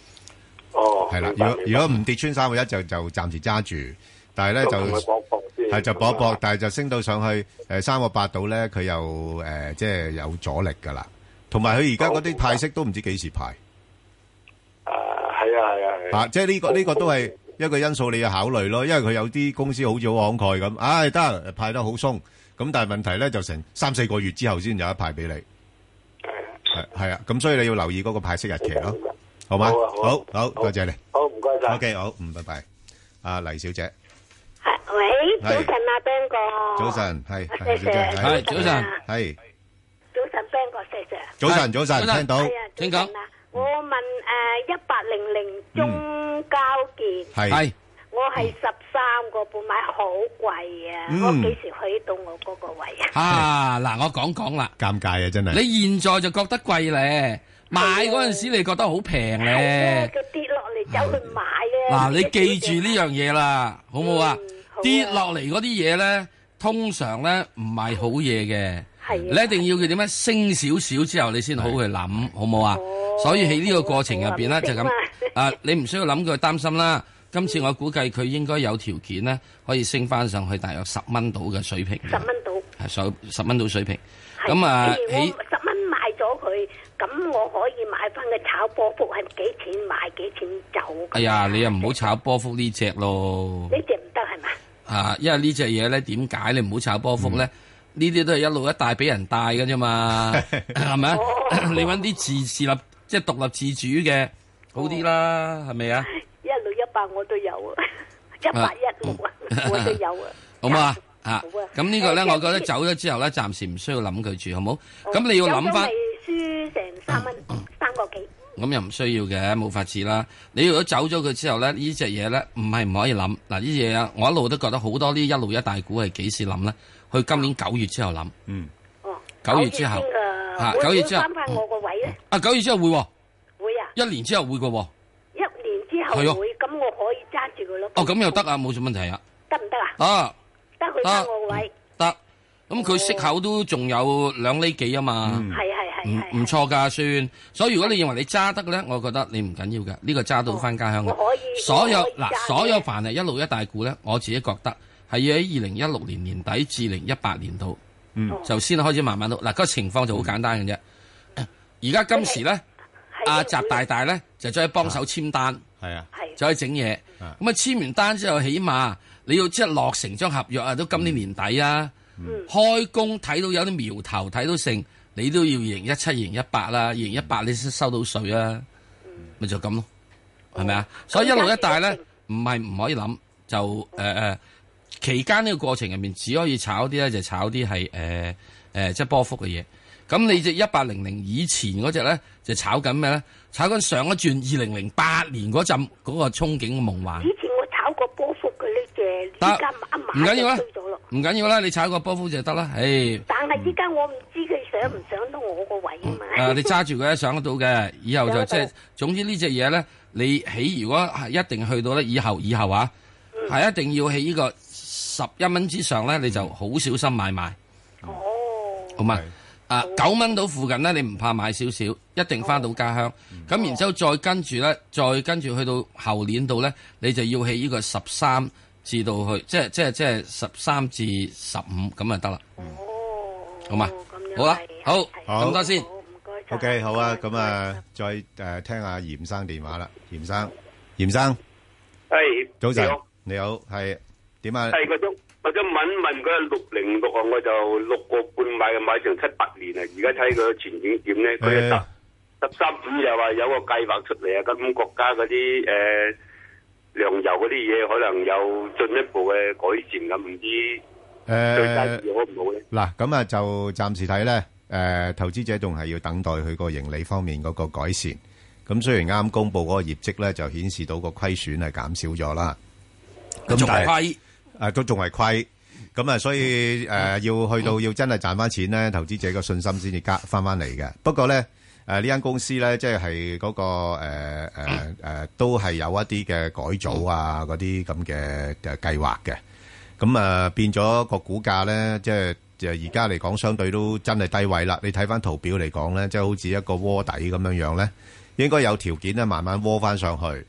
Speaker 20: 哦，
Speaker 7: 係啦，
Speaker 20: 明
Speaker 7: 如
Speaker 20: 白
Speaker 7: 果如果唔跌穿三個一就就暫時揸住，但係咧
Speaker 20: 咁咪搏
Speaker 7: 就
Speaker 20: 一搏先
Speaker 7: 係就搏一搏，但係就升到上去誒三個八度咧，佢又誒即係有阻力㗎啦。同埋佢而家嗰啲派息都唔知幾時派
Speaker 20: 係啊係啊係啊，
Speaker 7: 啊！即係呢個呢個都係一個因素你要考慮咯，因為佢有啲公司好似好慷慨咁，唉得派得好鬆，咁但係問題咧就成三四個月之後先有一派俾你。係係啊，咁所以你要留意嗰個派息日期咯，好嘛？
Speaker 20: 好啊好啊
Speaker 7: 好好多謝你。
Speaker 20: 好唔該晒。
Speaker 7: OK，好，嗯，拜拜。阿黎小姐，
Speaker 21: 喂，
Speaker 7: 係
Speaker 21: 早晨
Speaker 22: à,
Speaker 21: 啊，Ben
Speaker 7: 早。
Speaker 21: 哥。
Speaker 7: 晨，係
Speaker 21: 啊
Speaker 7: 黎小姐，
Speaker 21: 謝謝
Speaker 7: 係
Speaker 21: 早晨啊，
Speaker 7: 係
Speaker 21: 早晨，Ben 哥，謝謝。
Speaker 7: 早晨，早晨，聽到
Speaker 21: 係
Speaker 22: à,
Speaker 21: 啊，早晨啊。我問誒一八零零中交建，
Speaker 7: 係
Speaker 21: 我係十三個半買，好貴
Speaker 22: à,
Speaker 21: 啊！
Speaker 8: 嗯
Speaker 21: 我幾時去到我嗰個位 啊？
Speaker 8: 啊，嗱，我講講啦，
Speaker 7: 尷尬啊，真係。
Speaker 8: 你現在就覺得貴咧，買嗰陣時你覺得好平咧。
Speaker 21: 佢跌落嚟走去買咧。
Speaker 8: 嗱，你記住呢樣嘢啦，好唔好啊？跌落嚟嗰啲嘢咧，通常咧唔係好嘢嘅，你一定要佢點樣升少少之後，你先好去哦 啊諗，好唔好啊？所以喺呢個過程入邊咧，就咁啊，你唔需要諗佢擔心啦。今次我估計佢應該有條件咧，可以升翻上去大約十蚊到嘅水平。
Speaker 22: 十蚊到。
Speaker 8: 係上十蚊到水平。
Speaker 22: 係
Speaker 8: 咁啊，
Speaker 22: 譬
Speaker 8: 喺
Speaker 22: 如我十蚊買咗佢，咁我可以買翻個炒波幅係幾錢買幾錢走？
Speaker 8: 哎呀，你又唔好炒波幅呢只咯。
Speaker 22: 呢只啊唔得係嘛？
Speaker 8: 啊，因為呢只嘢咧，點解你唔好炒波幅咧？呢啲都係一路一帶俾人帶嘅啫 嘛，係
Speaker 22: 哦
Speaker 8: 咪啊？你揾啲自自立即係獨立自主嘅好啲啦，係咪啊？
Speaker 22: 一六一八我都有啊， 一八一六啊，我都有啊。
Speaker 8: 好嘛啊
Speaker 22: 好啊，
Speaker 8: 咁呢個咧，
Speaker 22: 誒哦
Speaker 8: 我覺得走咗之後咧，暫時唔需要諗佢住，好冇？咁你要諗翻，
Speaker 22: 有咗咪輸成三蚊，三個幾？
Speaker 8: 咁又唔需要嘅，冇法子啦。你如果走咗佢之後咧，呢只嘢咧唔係唔可以諗嗱，呢只嘢我一路都覺得好多呢一路一大股係幾時諗咧？去今
Speaker 22: 啊
Speaker 8: 年九月之後諗，嗯，九月之後嚇
Speaker 22: 哦先㗎會唔會
Speaker 8: 九月之後
Speaker 22: 翻翻我個位咧，
Speaker 8: 啊，九月之後會喎，
Speaker 22: 會啊，
Speaker 8: 一年之後會嘅喎。
Speaker 22: 一年之
Speaker 8: 係喎
Speaker 22: 後會，咁我可以揸住佢咯。
Speaker 8: 哦，咁又得啊，冇乜問題啊。
Speaker 22: 得唔得啊？
Speaker 8: 啊，
Speaker 22: 得佢翻我個位，
Speaker 8: 得。咁佢息口都仲有兩厘幾啊嘛，
Speaker 22: 係係係係。
Speaker 8: 唔唔錯㗎算。所以如果你認為你揸得咧，我覺得你唔緊要嘅，呢個揸到翻家鄉嘅。
Speaker 22: 我可以
Speaker 8: 所有
Speaker 22: 我可以揸
Speaker 8: 嗱，
Speaker 22: 嘅
Speaker 8: 所有凡係一路一大股咧，我自己覺得係要喺二零一六年年底至二零一八年度，
Speaker 7: 嗯
Speaker 8: 就先開始慢慢到。嗱，個情況就好簡單嘅啫。
Speaker 7: 嗯
Speaker 8: 而家今時咧，阿習大大咧就再幫手簽單，
Speaker 7: 係啊，
Speaker 8: 再整嘢。咁啊簽完單之後，起碼你要即係落成張合約啊，都今年年底啊，
Speaker 7: 嗯
Speaker 8: 開工睇到有啲苗頭，睇到成，你都要二零一七、二零一八啦，二零一
Speaker 7: 嗯
Speaker 8: 八你先收到税啊，咪就咁咯，係咪啊？所以一路一帶咧，唔係唔可以諗，就誒誒、呃期間呢個過程入面，只可以炒啲咧，就炒啲係誒誒即係波幅嘅嘢。咁你只一八零零以前嗰只咧，就炒緊咩咧？炒緊上一轉二零零八年嗰陣嗰個憧憬嘅夢幻。
Speaker 22: 以前我炒過波幅嘅呢只，
Speaker 8: 得
Speaker 22: 依家一
Speaker 8: 唔緊
Speaker 22: 買
Speaker 8: 要
Speaker 22: 就
Speaker 8: 啦
Speaker 22: 追咗咯。，
Speaker 8: 唔緊要啦，你炒個波幅就得啦。唉，
Speaker 22: 但係依家我唔知佢上唔上到我個位啊嘛。
Speaker 8: 誒你揸住佢上得到嘅，以後就即
Speaker 22: 上得
Speaker 8: 係
Speaker 22: 到
Speaker 8: 總之呢只嘢咧，你起如果係一定去到咧，以後以後啊，係一定要喺呢個十一蚊之上咧，你就好小心買賣。哦，好嘛，啊九蚊到附近咧，你唔怕買少少，一定翻到家鄉。咁然之後再跟住咧，再跟住去到後年度咧，你就要喺呢個十三至到去，即係即係即係十三至十五咁就得啦。哦，好嘛，好啦，好
Speaker 7: 好
Speaker 8: 咁多先。
Speaker 7: OK，好啊，咁啊，再，誒，聽下嚴生電話啦。嚴生，嚴生，早晨。
Speaker 21: 系
Speaker 7: 你好，係，點啊？
Speaker 21: 系嗰種我想問一問嗰六零六啊，我就六個半買嘅，買成七八年啊，而家睇佢前景點咧？佢
Speaker 7: 誒，
Speaker 21: 十三子又話有個計劃出嚟啊，咁國家嗰啲誒糧油嗰啲嘢可能有進一步嘅改善咁，唔知
Speaker 7: 誒，啊
Speaker 21: 對債市好唔好咧？
Speaker 7: 嗱，咁啊，就暫時睇呢，誒，投資者仲係要等待佢個盈利方面嗰個改善。咁雖然啱公佈嗰個業績呢，就顯示到個虧損係減少咗啦。咁
Speaker 8: 仲
Speaker 7: 但係-
Speaker 8: 虧。
Speaker 7: 啊，都仲係虧。咁啊，所以，誒，要去到-要真係賺返錢呢，投資者個信心先至加-返返嚟嘅。不過呢，誒，呢間公司呢，即係係嗰個，誒，誒，誒，都係有一啲嘅改組啊，嗰啲咁嘅，誒，計劃嘅。咁啊變咗個股價咧，即係就而家嚟講，相對都真係低位啦。你睇翻圖表嚟講咧，即係好似一個窩底咁樣樣咧，應該有條件咧慢慢窩翻上去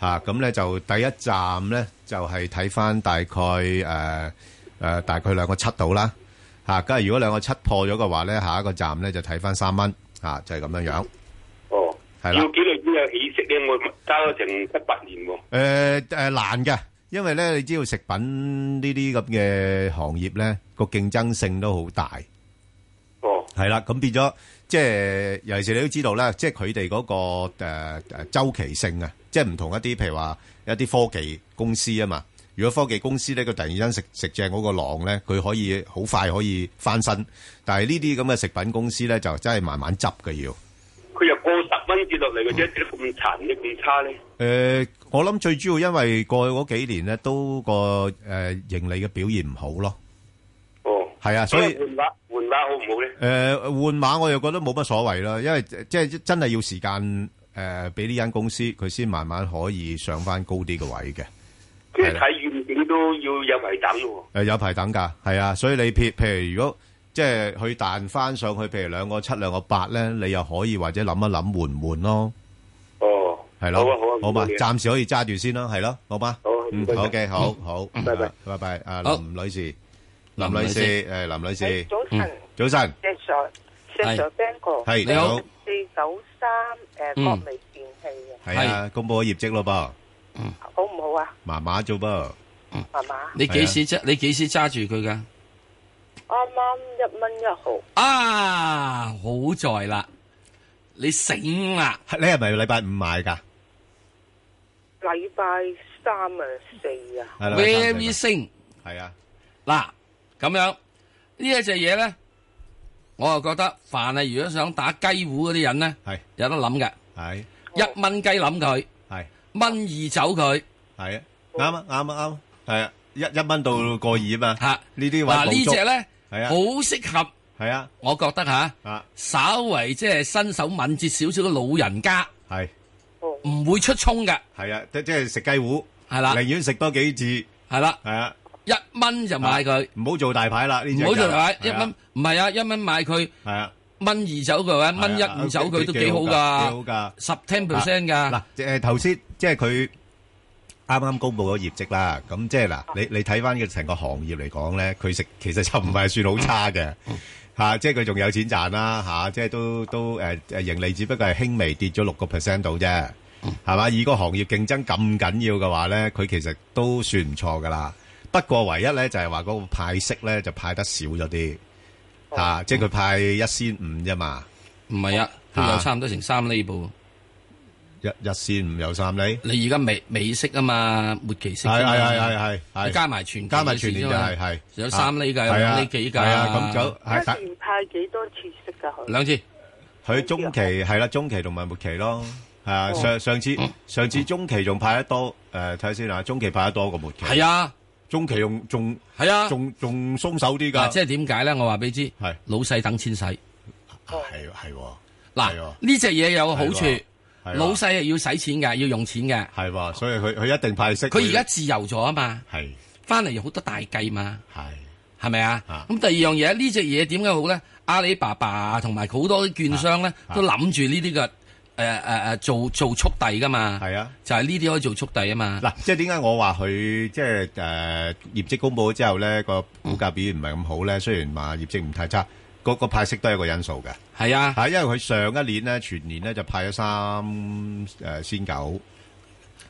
Speaker 7: 嚇。咁、咧就第一站咧就係睇翻大概誒誒、呃大概兩個七度啦嚇。咁、啊、如果兩個七破咗嘅話咧，下一個站咧就睇翻三蚊嚇，就係、咁樣樣。
Speaker 21: 哦，
Speaker 7: 係
Speaker 21: 要
Speaker 7: 啦
Speaker 21: 幾耐先有起色咧？我揸咗成七八年喎。
Speaker 7: 呃誒誒、難嘅，因為咧你知道食品呢啲咁嘅行業咧個競爭性都好大。
Speaker 21: 哦，
Speaker 7: 係啦，咁變咗即係尤其是你都知道啦，即係佢哋嗰個誒、呃、週期性啊，即係唔同一啲譬如話一啲科技公司啊嘛。如果科技公司咧，佢突然間食食正嗰個浪咧，佢可以好快可以翻身。但係呢啲咁嘅食品公司咧，就真係慢慢執嘅要。
Speaker 21: 佢又過十蚊跌落嚟嘅啫，跌得咁殘嘅咁差咧？
Speaker 7: 诶、呃我諗最主要因為過去嗰幾年咧，都個诶盈利嘅表現唔好咯。
Speaker 21: 哦，
Speaker 7: 係啊，所以
Speaker 21: 換馬換馬好唔好咧？
Speaker 7: 诶、換馬我又覺得冇乜所謂啦，因為即係真係要時間诶，俾呢間公司佢先慢慢可以上翻高啲嘅位嘅。
Speaker 21: 即係睇遠景都要有圍等喎。
Speaker 7: 诶、有排等㗎，係啊，所以你譬譬如如果即係佢彈翻上去，譬如兩個七、兩個八咧，你又可以或者諗一諗換唔換咯。
Speaker 21: 哦，
Speaker 7: 係咯，
Speaker 1: 好啊，好啊，
Speaker 7: 好嘛，
Speaker 1: 唔該你啊。
Speaker 7: 暫時可以揸住先啦，係咯，好嗎？嗯，
Speaker 1: 唔該晒。
Speaker 7: 好嘅，好，好，
Speaker 1: 拜拜。
Speaker 7: 拜拜，啊，
Speaker 1: 好。
Speaker 7: 林女士，
Speaker 1: 林
Speaker 7: 林
Speaker 1: 女
Speaker 7: 女士，
Speaker 1: 士。
Speaker 7: 誒，林女士，
Speaker 2: 早晨。
Speaker 7: 嗯，早晨，
Speaker 2: 石 Sir，石
Speaker 7: 係
Speaker 2: Sir Ben 哥，
Speaker 7: 係你好
Speaker 2: 四九三誒
Speaker 7: 嗯
Speaker 2: 國美電器嘅，
Speaker 7: 係啊，公佈咗業績咯噃，
Speaker 2: 好唔好啊？
Speaker 7: 麻麻啫噃，
Speaker 2: 麻麻，
Speaker 8: 你幾時揸？你幾時揸住佢噶？
Speaker 2: 啱啱一蚊一毫，
Speaker 8: 啊，好在啦，你醒啦！
Speaker 7: 你係咪禮拜五買㗎？
Speaker 2: 禮拜三啊四啊，
Speaker 7: 係啦，
Speaker 8: Very 升
Speaker 7: 係啊，
Speaker 8: 嗱咁樣呢一隻嘢咧，我又覺得凡係如果想打雞糊嗰啲人咧，
Speaker 7: 係
Speaker 8: 有得諗嘅，
Speaker 7: 係
Speaker 8: 一蚊雞諗佢，
Speaker 7: 係
Speaker 8: 蚊二走佢，
Speaker 7: 係啊，啱啊，啱啊，啱啊，係啊，一-一蚊到過二啊嘛，呢啲位
Speaker 8: 嗱呢
Speaker 7: 捕捉，
Speaker 8: 只咧
Speaker 7: 係啊，
Speaker 8: 好適合，
Speaker 7: 係啊，
Speaker 8: 我覺得吓，稍為即係新手敏捷少少嘅老人家，
Speaker 7: 係
Speaker 8: 唔會出衝嘅，
Speaker 7: 係啊，即-即係食雞糊，
Speaker 8: 係啦。
Speaker 7: 寧願食多幾次，係啊，
Speaker 8: 一蚊就買佢。
Speaker 7: 啊唔好做大牌啦，呢隻
Speaker 8: 唔好做
Speaker 7: 就，
Speaker 8: 係
Speaker 7: 係啊，
Speaker 8: 一蚊，唔係啊，一蚊買佢，蚊二走佢或者蚊一
Speaker 7: 係啊，
Speaker 8: 五走佢
Speaker 7: 幾
Speaker 8: 都
Speaker 7: -幾
Speaker 8: 幾好
Speaker 7: 好㗎，
Speaker 8: 㗎，
Speaker 7: 幾好㗎。
Speaker 8: 十 ten percent 㗎。啊
Speaker 7: 嗱，誒，頭先即係佢啱啱公布咗業績啦，咁即係嗱，你-你睇返佢成個行業嚟講呢，佢食- 其實就唔係算好差嘅，
Speaker 8: 嗯
Speaker 7: 嚇，即係佢仲有錢賺啦，嚇，即係都-都，誒，誒，盈利只不過係輕微跌咗6%度啫，
Speaker 8: 嗯哦
Speaker 7: 係嘛？以個行業競爭咁緊要嘅話呢，佢其實都算唔錯㗎啦。不過唯一呢，就係話嗰個派息呢，就派得少咗啲，嚇，即係佢派一仙五啫嘛。
Speaker 8: 啊佢有
Speaker 7: 嚇。
Speaker 8: 差唔多成三厘噃。
Speaker 7: 一一線唔有三厘，
Speaker 8: 你而家美美息啊嘛，末期息
Speaker 7: 係
Speaker 8: 㗎嘛
Speaker 7: 係係係係
Speaker 8: 你加埋全
Speaker 7: 加埋全年就係
Speaker 8: 嘅時啫嘛
Speaker 7: 係
Speaker 8: 有三厘㗎，有
Speaker 7: 係啊
Speaker 8: 兩厘幾㗎，
Speaker 7: 係啊咁就係但
Speaker 2: 一年派幾多次息㗎佢？
Speaker 8: 兩次。
Speaker 7: 佢中期係啦，中期同埋末期咯，係啊，
Speaker 8: 哦
Speaker 7: 上上次上次中期仲派得多，誒睇下先啊，中期派得多過末期，
Speaker 8: 係啊，
Speaker 7: 中期用仲
Speaker 8: 係啊，
Speaker 7: 仲仲鬆手啲
Speaker 8: 嗱，
Speaker 7: 㗎，
Speaker 8: 即係點解咧？我話俾你知，
Speaker 7: 係
Speaker 8: 老細等錢使。係
Speaker 7: 係喎，
Speaker 8: 嗱呢只嘢有好處
Speaker 7: 係喎係喎，啊
Speaker 8: 老細係要使錢㗎，要用錢㗎。
Speaker 7: 係喎，所以佢佢一定派息，
Speaker 8: 佢而家自由咗啊嘛，
Speaker 7: 係
Speaker 8: 翻嚟有好多大計嘛，
Speaker 7: 係
Speaker 8: 係咪啊？咁第二樣嘢呢只嘢點解好咧？阿里巴巴同埋好多啲券商咧
Speaker 7: 啊
Speaker 8: 都諗住呢啲嘅誒誒誒做做速遞噶嘛，
Speaker 7: 係啊，
Speaker 8: 就係呢啲可以做速遞啊嘛。
Speaker 7: 嗱，即係點解我話佢即係誒業績公佈咗之後咧，個股價表現唔係咁好咧？雖然話業績唔太差，個個派息都係一個因素嘅。
Speaker 8: 係啊，
Speaker 7: 係因為佢上一年咧全年咧就派咗三誒先九，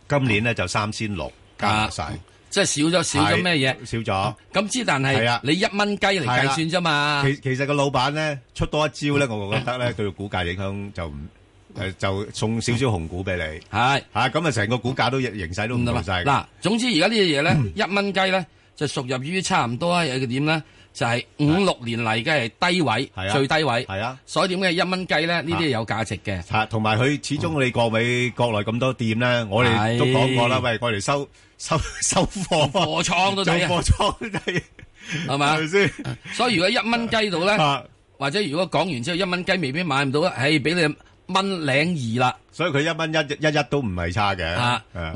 Speaker 7: 今年咧就三先六加埋曬，
Speaker 8: 即係少咗少咗咩嘢？
Speaker 7: 少咗。
Speaker 8: 咁之但
Speaker 7: 係
Speaker 8: 係
Speaker 7: 啊
Speaker 8: 你一蚊雞嚟計算啫嘛。
Speaker 7: 其其實個老闆咧出多一招咧，我覺得 咧對個股價影響就唔誒就送少少紅股俾你。
Speaker 8: 係
Speaker 7: 嚇咁啊，成個股價都形勢都唔
Speaker 8: 唔得
Speaker 7: 同
Speaker 8: 啦
Speaker 7: 曬。
Speaker 8: 嗱，總之而家呢樣嘢咧，一蚊雞咧就屬入於差唔多係點咧，就係五六年嚟嘅係低位，
Speaker 7: 啊
Speaker 8: 最低位。
Speaker 7: 係啊，
Speaker 8: 所以點解一蚊雞咧呢啲係有價值嘅。
Speaker 7: 吓，同埋佢始終你國美國內咁多店咧，我哋都講過啦，喂，我哋收收 收貨，
Speaker 8: 貨倉都睇啊
Speaker 7: 做貨倉都睇，
Speaker 8: 係嘛？
Speaker 7: 係咪先？
Speaker 8: 所以如果一蚊雞到
Speaker 7: 啊
Speaker 8: 咧，或者如果講完之後一蚊雞未必買唔到咧，唉，俾你蚊零二啦。
Speaker 7: 所以佢一蚊一一一都唔係差嘅，
Speaker 8: 啊
Speaker 7: 啊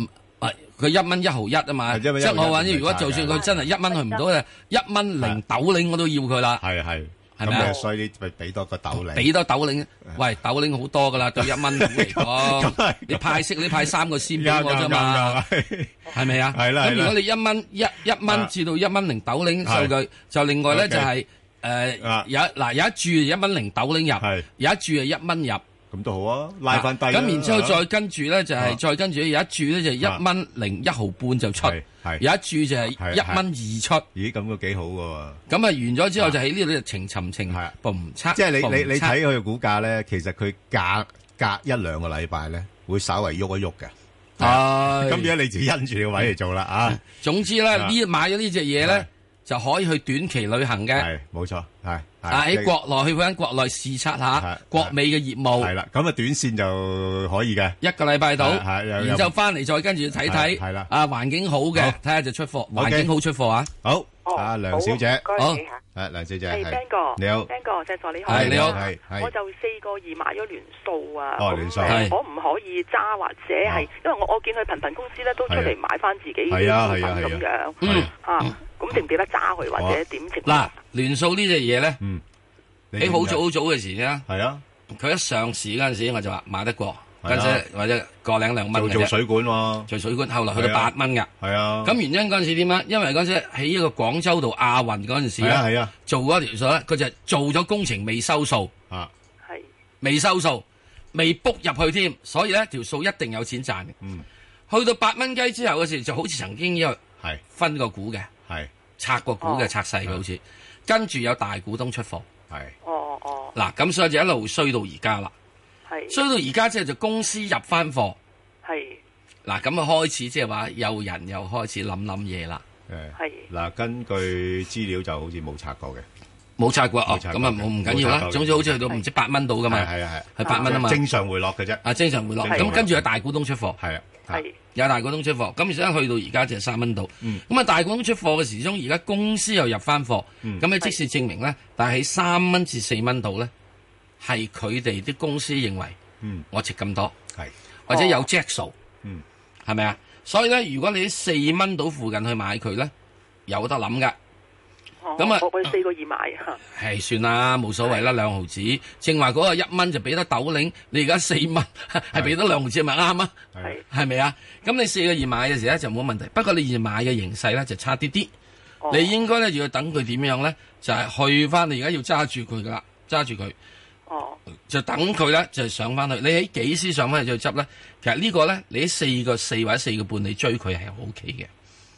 Speaker 8: 佢一蚊一毫一啊嘛，即
Speaker 7: 一蚊一毫
Speaker 8: 係
Speaker 7: 一
Speaker 8: 我話
Speaker 7: 唔係
Speaker 8: 如果就算
Speaker 7: 差
Speaker 8: 佢
Speaker 7: 嘅
Speaker 8: 真係一蚊去唔到咧，一蚊零豆領我都要佢啦。
Speaker 7: 係係，
Speaker 8: 係
Speaker 7: 咁
Speaker 8: 咪啊
Speaker 7: 啊，所以你咪俾多個豆你，
Speaker 8: 俾多豆領，喂豆領好多噶啦，對一蚊股嚟
Speaker 7: 咁
Speaker 8: 講
Speaker 7: 係，
Speaker 8: 你派息你派三個先俾
Speaker 7: 啱
Speaker 8: 我啫嘛，，
Speaker 7: 啱啱啱
Speaker 8: 係咪啊？
Speaker 7: 係啦啊
Speaker 8: 咁
Speaker 7: 係啦
Speaker 8: 如果你一蚊一一蚊至到一蚊零豆領
Speaker 7: 係
Speaker 8: 收據，就另外咧
Speaker 7: OK 啊
Speaker 8: 就係誒有一嗱有一注一蚊零豆領入，有一注係一蚊入。
Speaker 7: 咁都好啊，拉翻低啦。
Speaker 8: 咁然之後再跟住咧就
Speaker 7: 啊
Speaker 8: 係再跟住有一注咧就一蚊零一毫半就出，有一注就係
Speaker 7: 係
Speaker 8: 一蚊二出。
Speaker 7: 咦，咁都幾好嘅喎。
Speaker 8: 咁啊完咗之後就喺呢度就情沉情唔測，
Speaker 7: 即係你你你
Speaker 8: 嘭
Speaker 7: 睇
Speaker 8: 嚓
Speaker 7: 佢嘅股價咧，其實佢隔隔一兩個禮拜咧，會稍微喐一喐嘅。
Speaker 8: 係
Speaker 7: 咁而家你自己因住個位嚟做啦啊！
Speaker 8: 總之咧，
Speaker 7: 啊
Speaker 8: 呢買咗呢只嘢咧，就可以去短期旅行嘅。係
Speaker 7: 冇錯，係
Speaker 8: 喺
Speaker 7: 係
Speaker 8: 國內去翻國內視察下國美嘅業務。
Speaker 7: 係啦，咁啊短線就可以嘅，
Speaker 8: 一個禮拜到，
Speaker 7: 係係有有
Speaker 8: 然之後翻嚟再跟住
Speaker 7: 係
Speaker 8: 睇
Speaker 7: 係
Speaker 8: 睇
Speaker 7: 啦，
Speaker 8: 啊環境好嘅
Speaker 7: 好，
Speaker 8: 睇下就出貨。
Speaker 7: OK
Speaker 8: 環境好出貨啊！
Speaker 7: 好，阿梁小姐，
Speaker 5: 好唔該你嚇
Speaker 7: 啊梁小姐，
Speaker 5: 係
Speaker 7: 係
Speaker 5: Ben 哥，
Speaker 7: 你好，
Speaker 5: ，Ben 哥，石 Sir 你好，
Speaker 7: 係你好係係
Speaker 5: 我就四個二買咗聯數啊，
Speaker 7: 哦
Speaker 5: 咁
Speaker 7: 聯數哦
Speaker 5: 誒
Speaker 7: 係
Speaker 5: 可唔可以揸或者係，因為我我見佢頻頻公司咧都出嚟買翻自己
Speaker 8: 係啊係啊
Speaker 5: 啲股份咁
Speaker 8: 係
Speaker 5: 樣，
Speaker 8: 嗯
Speaker 5: 啊，咁值唔值得揸佢或
Speaker 8: 好啊
Speaker 7: 哦
Speaker 5: 者點值？
Speaker 8: 嗱，聯數呢隻嘢咧，
Speaker 7: 嗯，
Speaker 8: 你好早好早嘅時咧，
Speaker 7: 係啊，啊
Speaker 8: 佢一上市嗰陣時我就話買得過，嗰陣時或者個零兩蚊嘅啫
Speaker 7: 做做水管喎，
Speaker 8: 做水管後來去到八蚊㗎。
Speaker 7: 係啊，
Speaker 8: 咁原因嗰陣時點啊？因為嗰陣時喺呢個廣州度亞運嗰陣時
Speaker 7: 係啊係啊，
Speaker 8: 做嗰條數咧，佢就做咗工程未收數，
Speaker 7: 啊
Speaker 5: 係
Speaker 8: 未收數，未 book 入去添，所以咧條數一定有錢賺嘅。
Speaker 7: 嗯，
Speaker 8: 去到八蚊雞之後嘅時，就好似曾經有
Speaker 7: 係
Speaker 8: 分個股嘅，
Speaker 7: 係
Speaker 8: 拆個股嘅拆細嘅好似，跟住有大股東出貨。
Speaker 7: 係
Speaker 5: 哦哦，
Speaker 8: 嗱，咁所以就一路衰到而家啦，
Speaker 5: 係
Speaker 8: 衰到而家之後就公司入翻貨。
Speaker 5: 係
Speaker 8: 嗱，咁啊開始即係話有人又開始諗諗嘢啦。
Speaker 5: 係
Speaker 7: 嗱，根據資料就好似冇拆過嘅，
Speaker 8: 冇拆過
Speaker 7: 哦，
Speaker 8: 咁啊冇唔緊要啦，總之好似去到唔知八蚊到噶嘛，
Speaker 7: 係啊
Speaker 8: 係八蚊啊嘛，
Speaker 7: 正常回落嘅啫，
Speaker 8: 啊正常回落，
Speaker 7: 正常
Speaker 8: 咁跟住有大股東出貨，
Speaker 7: 係啊，
Speaker 5: 係
Speaker 8: 有大股東出貨，咁而家去到而家就係三蚊度，
Speaker 7: 嗯
Speaker 8: 咁啊大股東出貨嘅時鐘，而家公司又入翻貨，
Speaker 7: 嗯
Speaker 8: 咁啊即使證明咧，但係喺三蚊至四蚊度咧，係佢哋啲公司認為
Speaker 7: 嗯
Speaker 8: 我值咁多，
Speaker 7: 係
Speaker 8: 或者有
Speaker 7: 哦
Speaker 8: jack 數，
Speaker 7: 嗯
Speaker 8: 係咪啊？所以咧，如果你喺四蚊度附近去買佢咧，有得諗噶。咁啊
Speaker 5: 哦我我四個二買啊嚇，
Speaker 8: 係算啦，冇所 謂啦，兩毫子。正話嗰個一蚊就俾得豆領，你 而家四蚊係俾得兩毫子，咪啱啊？
Speaker 5: 係
Speaker 8: 係咪啊？咁你四個二買嘅時咧就冇問題，不過你二買嘅形勢咧就差啲啲。
Speaker 5: 哦
Speaker 8: 你應該咧要等佢點樣咧，就係、去翻你而家要揸住佢噶啦，揸住佢
Speaker 5: 哦
Speaker 8: 就等佢咧就上翻去。你喺幾時上翻去再執咧？其實呢個咧，你喺四個四或者四個半你追佢係 O K 嘅。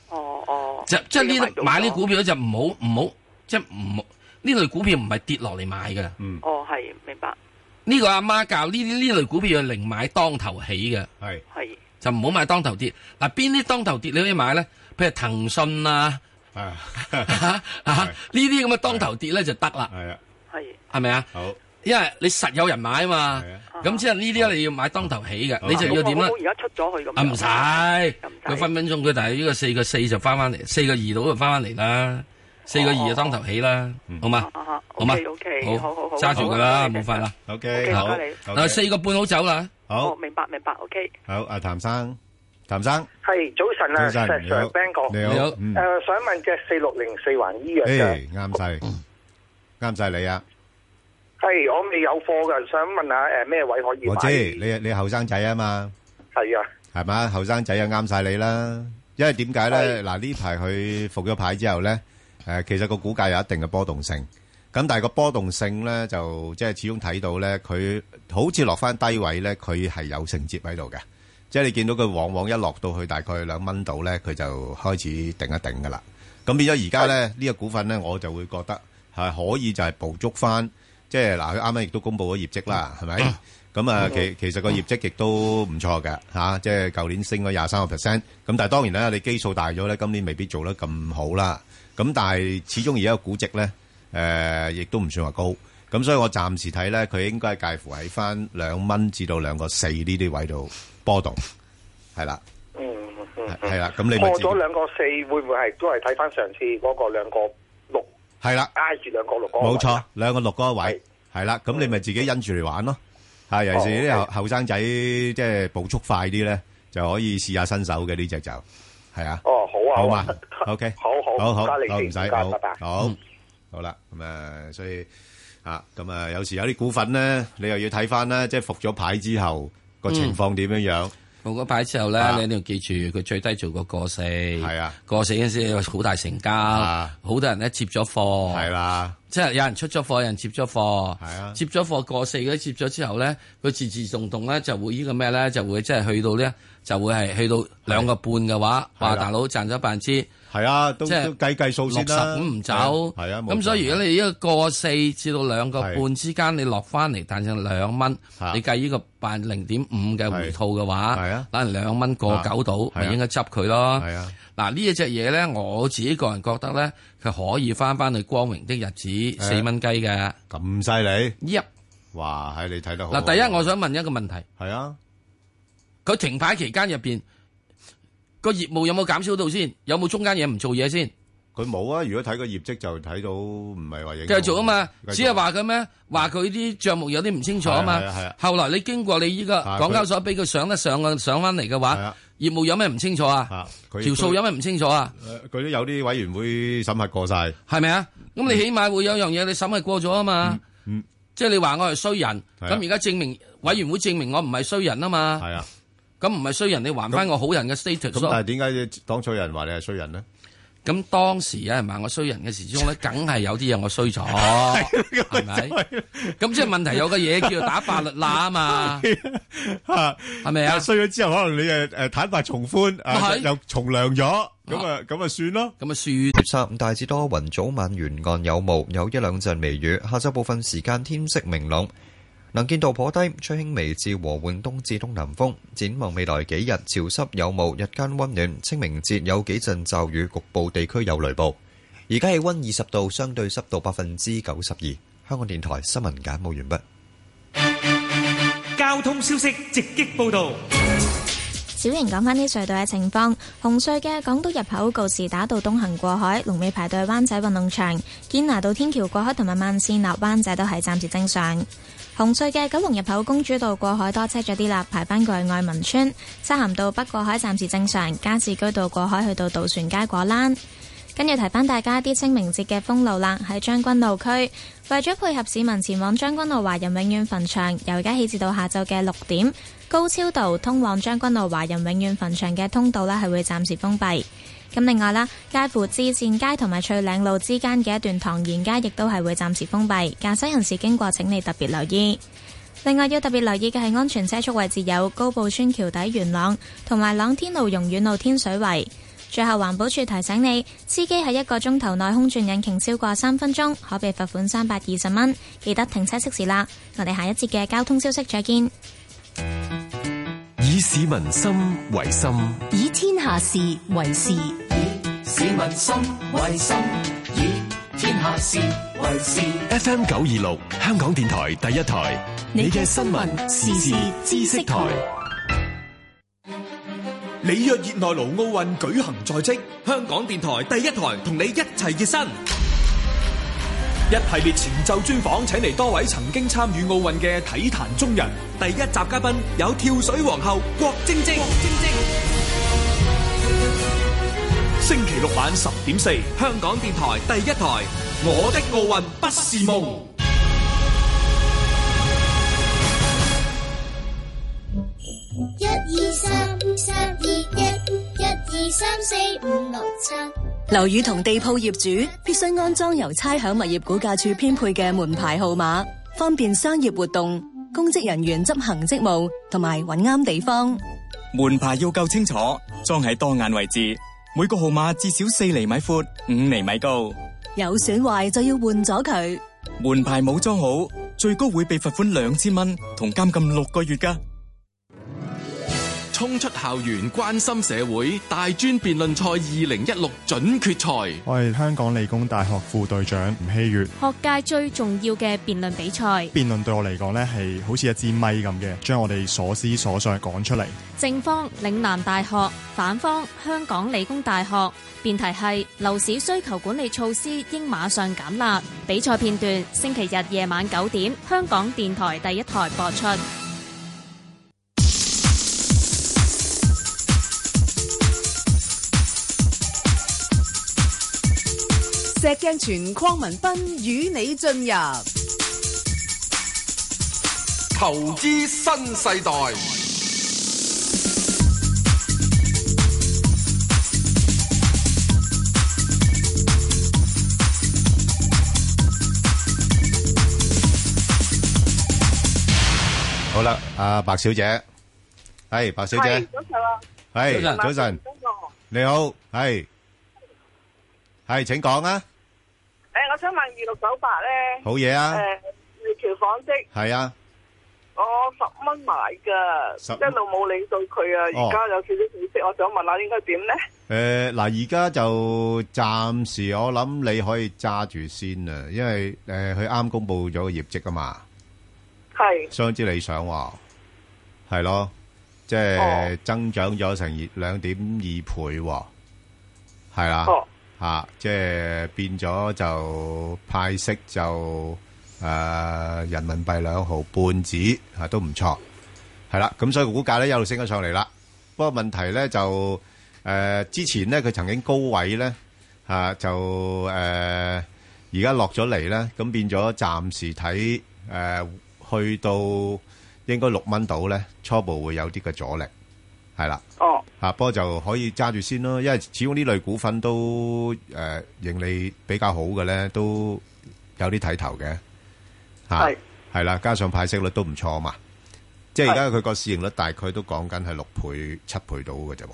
Speaker 5: 哦哦，
Speaker 8: 就即係呢度買呢股票就唔好唔好，即係唔好呢類股票唔係跌落嚟買嘅。
Speaker 7: 嗯，
Speaker 5: 哦係明白，
Speaker 8: 呢個阿媽教呢啲呢類股票要寧買當頭起嘅，
Speaker 7: 係
Speaker 5: 係
Speaker 8: 就唔好買當頭跌。嗱，邊啲當頭跌你可以買咧？譬如騰訊啊，
Speaker 7: 啊
Speaker 8: 啊呢啲咁嘅當頭跌咧就得啦。
Speaker 7: 係啊，
Speaker 5: 係
Speaker 8: 係咪啊？
Speaker 7: 好，
Speaker 8: 因為你實有人買啊嘛。咁即係呢啲你要買當頭起嘅，你就要點咧
Speaker 5: 我？而家出咗去咁樣，
Speaker 8: 啊唔使，佢分分鐘佢但係呢個四個四就翻翻嚟，四個二度就翻翻嚟啦，四個二就當頭起啦，好嘛？
Speaker 5: 啊
Speaker 8: 好嘛
Speaker 5: OK，OK，好好好
Speaker 8: 揸住佢啦，冇法啦。
Speaker 7: OK，
Speaker 5: OK，
Speaker 7: 好
Speaker 5: 唔該你
Speaker 8: 嗱，四個半好走啦。
Speaker 7: 好
Speaker 5: 哦明白明白，OK。
Speaker 7: 好，阿譚生，譚生，
Speaker 4: 系早晨啊，
Speaker 7: 早晨
Speaker 4: 石
Speaker 7: 你好
Speaker 4: Sir Bang 哥，
Speaker 7: 你好你好嗯
Speaker 4: 誒想問只四六零四環醫藥嘅，
Speaker 7: 誒啱晒，啱晒你啊！
Speaker 4: 係我未有貨嘅，想問下誒咩位可以買？
Speaker 7: 我知你你後生仔啊嘛，
Speaker 4: 係啊，
Speaker 7: 係嘛？後生仔啊啱晒你啦，因為點解咧？嗱呢排佢復咗牌之後咧，誒其實個股價有一定嘅波動性，咁但係個波動性咧就即係始終睇到咧，佢好似落翻低位咧，佢係有承接喺度嘅，即係你見到佢往往一落到去大概兩蚊度咧，佢就開始定一定噶啦。咁變咗而家咧呢個股份咧，我就會覺得係可以就係捕捉翻，即係嗱，佢啱啱亦都公布咗業績啦，係咪？咁啊，其其實個業績亦都唔錯嘅嚇，啊即係舊年升咗廿三個 percent。咁但係當然啦，你基數大咗咧，今年未必做得咁好啦。咁但係始終而家個估值咧，誒、亦都唔算話高。咁所以我暫時睇咧，佢應該介乎喺翻兩蚊至到兩個四呢啲位度波動，係啦，
Speaker 4: 嗯嗯，
Speaker 7: 係啦。咁你咪
Speaker 4: 過
Speaker 7: 自己
Speaker 4: 咗兩個四，會唔會係都係睇翻上次嗰個兩個六
Speaker 7: 係啦。
Speaker 4: 挨住兩個六嗰個位啊
Speaker 7: 冇錯，兩個六嗰個位係啦，咁你咪自己因住嚟玩咯。係，尤其是啲後後生仔，即係捕捉快啲咧，就可以試下新手嘅呢只就係啊。
Speaker 4: 哦，好啊，
Speaker 7: 好
Speaker 4: 啊
Speaker 7: 嘛，OK，
Speaker 4: 好好
Speaker 7: 好好，
Speaker 4: 唔該你
Speaker 7: 好
Speaker 4: 先
Speaker 7: 唔使，
Speaker 4: 唔該
Speaker 7: 好
Speaker 4: 拜拜，
Speaker 7: 好好啦，咁啊，所以啊，咁啊，有時有啲股份咧，你又要睇翻咧，即係復咗牌之後個情況點樣樣。
Speaker 8: 報嗰牌之後咧，
Speaker 7: 啊
Speaker 8: 你一定要記住佢最低做過過四，係
Speaker 7: 啊，
Speaker 8: 過四嗰陣時有好大成交，好多人咧接咗貨，
Speaker 7: 係啦，
Speaker 8: 即係有人出咗貨，有人接咗貨，係
Speaker 7: 啊，
Speaker 8: 接咗貨過四嗰啲接咗之後咧，佢自自動動咧就會呢個咩咧，就會即係去到咧就會係去到兩個半嘅話，
Speaker 7: 係啦
Speaker 8: 哇大佬賺咗百分之
Speaker 7: 係啊，都
Speaker 8: 即係
Speaker 7: 都計計數先啦
Speaker 8: 六十五唔走，
Speaker 7: 係啊冇錯
Speaker 8: 咁所以如果你呢個過四至到兩個半之間，你落翻嚟，但剩兩蚊，你計呢個百零點五嘅回吐嘅話，可能兩蚊過九到，
Speaker 7: 啊係啊
Speaker 8: 咪應該執佢咯。
Speaker 7: 係啊
Speaker 8: 嗱呢一隻嘢咧，我自己個人覺得咧，佢可以翻翻去光榮的日子
Speaker 7: 係啊
Speaker 8: 四蚊雞嘅。
Speaker 7: 咁犀
Speaker 8: 利？Yep，
Speaker 7: 哇，係你睇得好。
Speaker 8: 嗱，第一我想問一個問題，
Speaker 7: 係啊，
Speaker 8: 佢停牌期間入邊個業務有冇減少到先？有冇中間嘢唔做嘢先？
Speaker 7: 佢冇啊！如果睇個業績就睇到唔係話影響
Speaker 8: 繼續啊嘛，
Speaker 7: 繼續
Speaker 8: 只係話佢咩？話佢啲帳目有啲唔清楚啊嘛
Speaker 7: 係啊係啊係啊。
Speaker 8: 後來你經過你呢個
Speaker 7: 啊
Speaker 8: 港交所俾佢上得上嘅上翻嚟嘅話，業務有咩唔清楚啊？
Speaker 7: 佢
Speaker 8: 條數有咩唔清楚啊？
Speaker 7: 誒佢都有啲委員會審核過晒，嗯
Speaker 8: 係咪啊？咁你起碼會有樣嘢你審核過咗啊嘛。即係你話我係衰人，
Speaker 7: 係
Speaker 8: 咁
Speaker 7: 啊
Speaker 8: 而家證明委員會證明我唔係衰人啊嘛。係啊，咁唔係衰人，你還翻我好人嘅 status
Speaker 7: 咁
Speaker 8: 咯
Speaker 7: 但係點解當初有人話你係衰人咧？
Speaker 8: 咁當時有人話我衰人嘅時鐘 咧，梗係有啲嘢我衰咗，係咪？咁即係問題有個嘢叫做打法律罅 啊嘛，
Speaker 7: 吓
Speaker 8: 係咪啊？
Speaker 7: 衰咗之後，可能你誒誒坦白從寬，啊
Speaker 8: 係
Speaker 7: 又從良咗，咁啊咁啊算咯。
Speaker 8: 咁啊算。
Speaker 10: 三大致多雲，早晚沿岸有霧，有一兩陣微雨。下晝部分時間天色明朗，能見度頗低，吹輕微至和緩東至東南風。展望未來幾日潮濕有霧，日間温暖。清明節有幾陣驟雨，局部地區有雷暴。而家氣温二十度，相對濕度百分之九十二。香港電台新聞簡報完畢。
Speaker 9: 交通消息直擊報道。
Speaker 11: 小瑩講返啲隧道嘅情況，紅隧嘅港島入口告士打道東行過海，龍尾排隊灣仔運動場；堅拿道天橋過海同埋慢線落灣仔都係暫時正常。紅隧嘅九龍入口公主道過海多車咗啲啦，排返過去愛民村；漆咸道北過海暫時正常，加士居道過海去到渡船街果欄。跟住提翻大家啲清明節嘅封路啦，喺將軍澳區，為咗配合市民前往將軍澳華人永遠墳場，由而家起至到下晝嘅六點，高超道通往將軍澳華人永遠墳場嘅通道呢係會暫時封閉。咁另外啦，介乎至善街同埋翠嶺路之間嘅一段唐賢街亦都係會暫時封閉，駕駛人士經過請你特別留意。另外要特別留意嘅係安全車速位置有高埔村橋底元朗同埋朗天路榕苑路天水圍。最後，環保署提醒你，司機喺一個鐘頭內空轉引擎超過三分鐘，可被罰款三百二十蚊。記得停車熄匙啦！我哋下一節嘅交通消息再見。
Speaker 3: 以市民心為心，
Speaker 12: 以天下事為事，
Speaker 6: 市民心為心，以天下事為事。
Speaker 3: FM 九二六，香港電台第一台，你嘅新聞時事知識台，
Speaker 23: 里約熱內盧奧運舉行在即，香港電台第一台同你一齊熱身。一系列前奏專訪請嚟多位曾經參與奧運嘅體壇中人。第一集嘉賓有跳水皇后郭晶晶。星期六晚十點四，香港電台第一台，我的奧運不是夢。
Speaker 24: 一二三，三二一，一二三四五六七。
Speaker 25: 樓宇同地鋪業主必須安裝由差餉物業估價處編配嘅門牌號碼，方便商業活動、公職人員執行職務同埋揾啱地方。
Speaker 26: 门牌要够清楚，装喺當眼位置，每個號碼至少四厘米闊、五厘米高。
Speaker 25: 有損壞就要換咗佢。
Speaker 26: 門牌冇裝好，最高會被罰款兩千蚊同監禁六個月㗎。
Speaker 18: 衝出校園，關心社會。大專辯論賽二零一六準決賽，
Speaker 27: 我係香港理工大學副隊長吳希月。
Speaker 28: 學界最重要嘅辯論比賽，
Speaker 27: 辯論對我嚟講呢係好似一支咪咁嘅，將我哋所思所想講出嚟。
Speaker 28: 正方嶺南大學，反方香港理工大學。辯題係樓市需求管理措施應馬上減辣。比賽片段星期日夜晚九點，香港電台第一台播出。
Speaker 17: 石鏡泉邝文斌與你進入
Speaker 18: 投資新世代。
Speaker 7: 好啦，阿白小姐，係白小姐，
Speaker 29: 早晨啊，
Speaker 7: 係早晨，你好，係係，請講啊，
Speaker 29: 誒，我想問二六九八咧，
Speaker 7: 好嘢啊
Speaker 29: 誒，粵橋紡織，
Speaker 7: 係啊，
Speaker 29: 我十蚊買噶，
Speaker 7: 十
Speaker 29: 一路冇理到佢啊，
Speaker 7: 哦
Speaker 29: 而家有少少信息，我想問下應該點咧？
Speaker 7: 诶，嗱、而家就暫時我諗你可以揸住先啊，因為诶佢啱公布咗個業績啊嘛，
Speaker 29: 係
Speaker 7: 相之理想喎，係咯，即係增長咗成兩點二倍喎，係啦，
Speaker 29: 哦
Speaker 7: 吓、即係變咗就派息就诶、呃人民幣兩毫半紙啊，都唔錯。係啦，咁所以個股價咧一路升咗上嚟啦。不過問題咧就誒、呃之前咧佢曾經高位咧嚇、啊就誒而家落咗嚟咧，咁變咗暫時睇誒、呃去到應該六蚊到咧，初步會有啲嘅阻力，係啦。
Speaker 29: 哦，
Speaker 7: 啊，不過就可以揸住先咯，因為始終呢類股份都誒、呃盈利比較好嘅咧，都有啲睇頭嘅。嚇
Speaker 29: 係
Speaker 7: 係啦，加上派息率都唔錯嘛，即係而家佢個市盈率大概都講緊係六倍、七倍到嘅啫喎。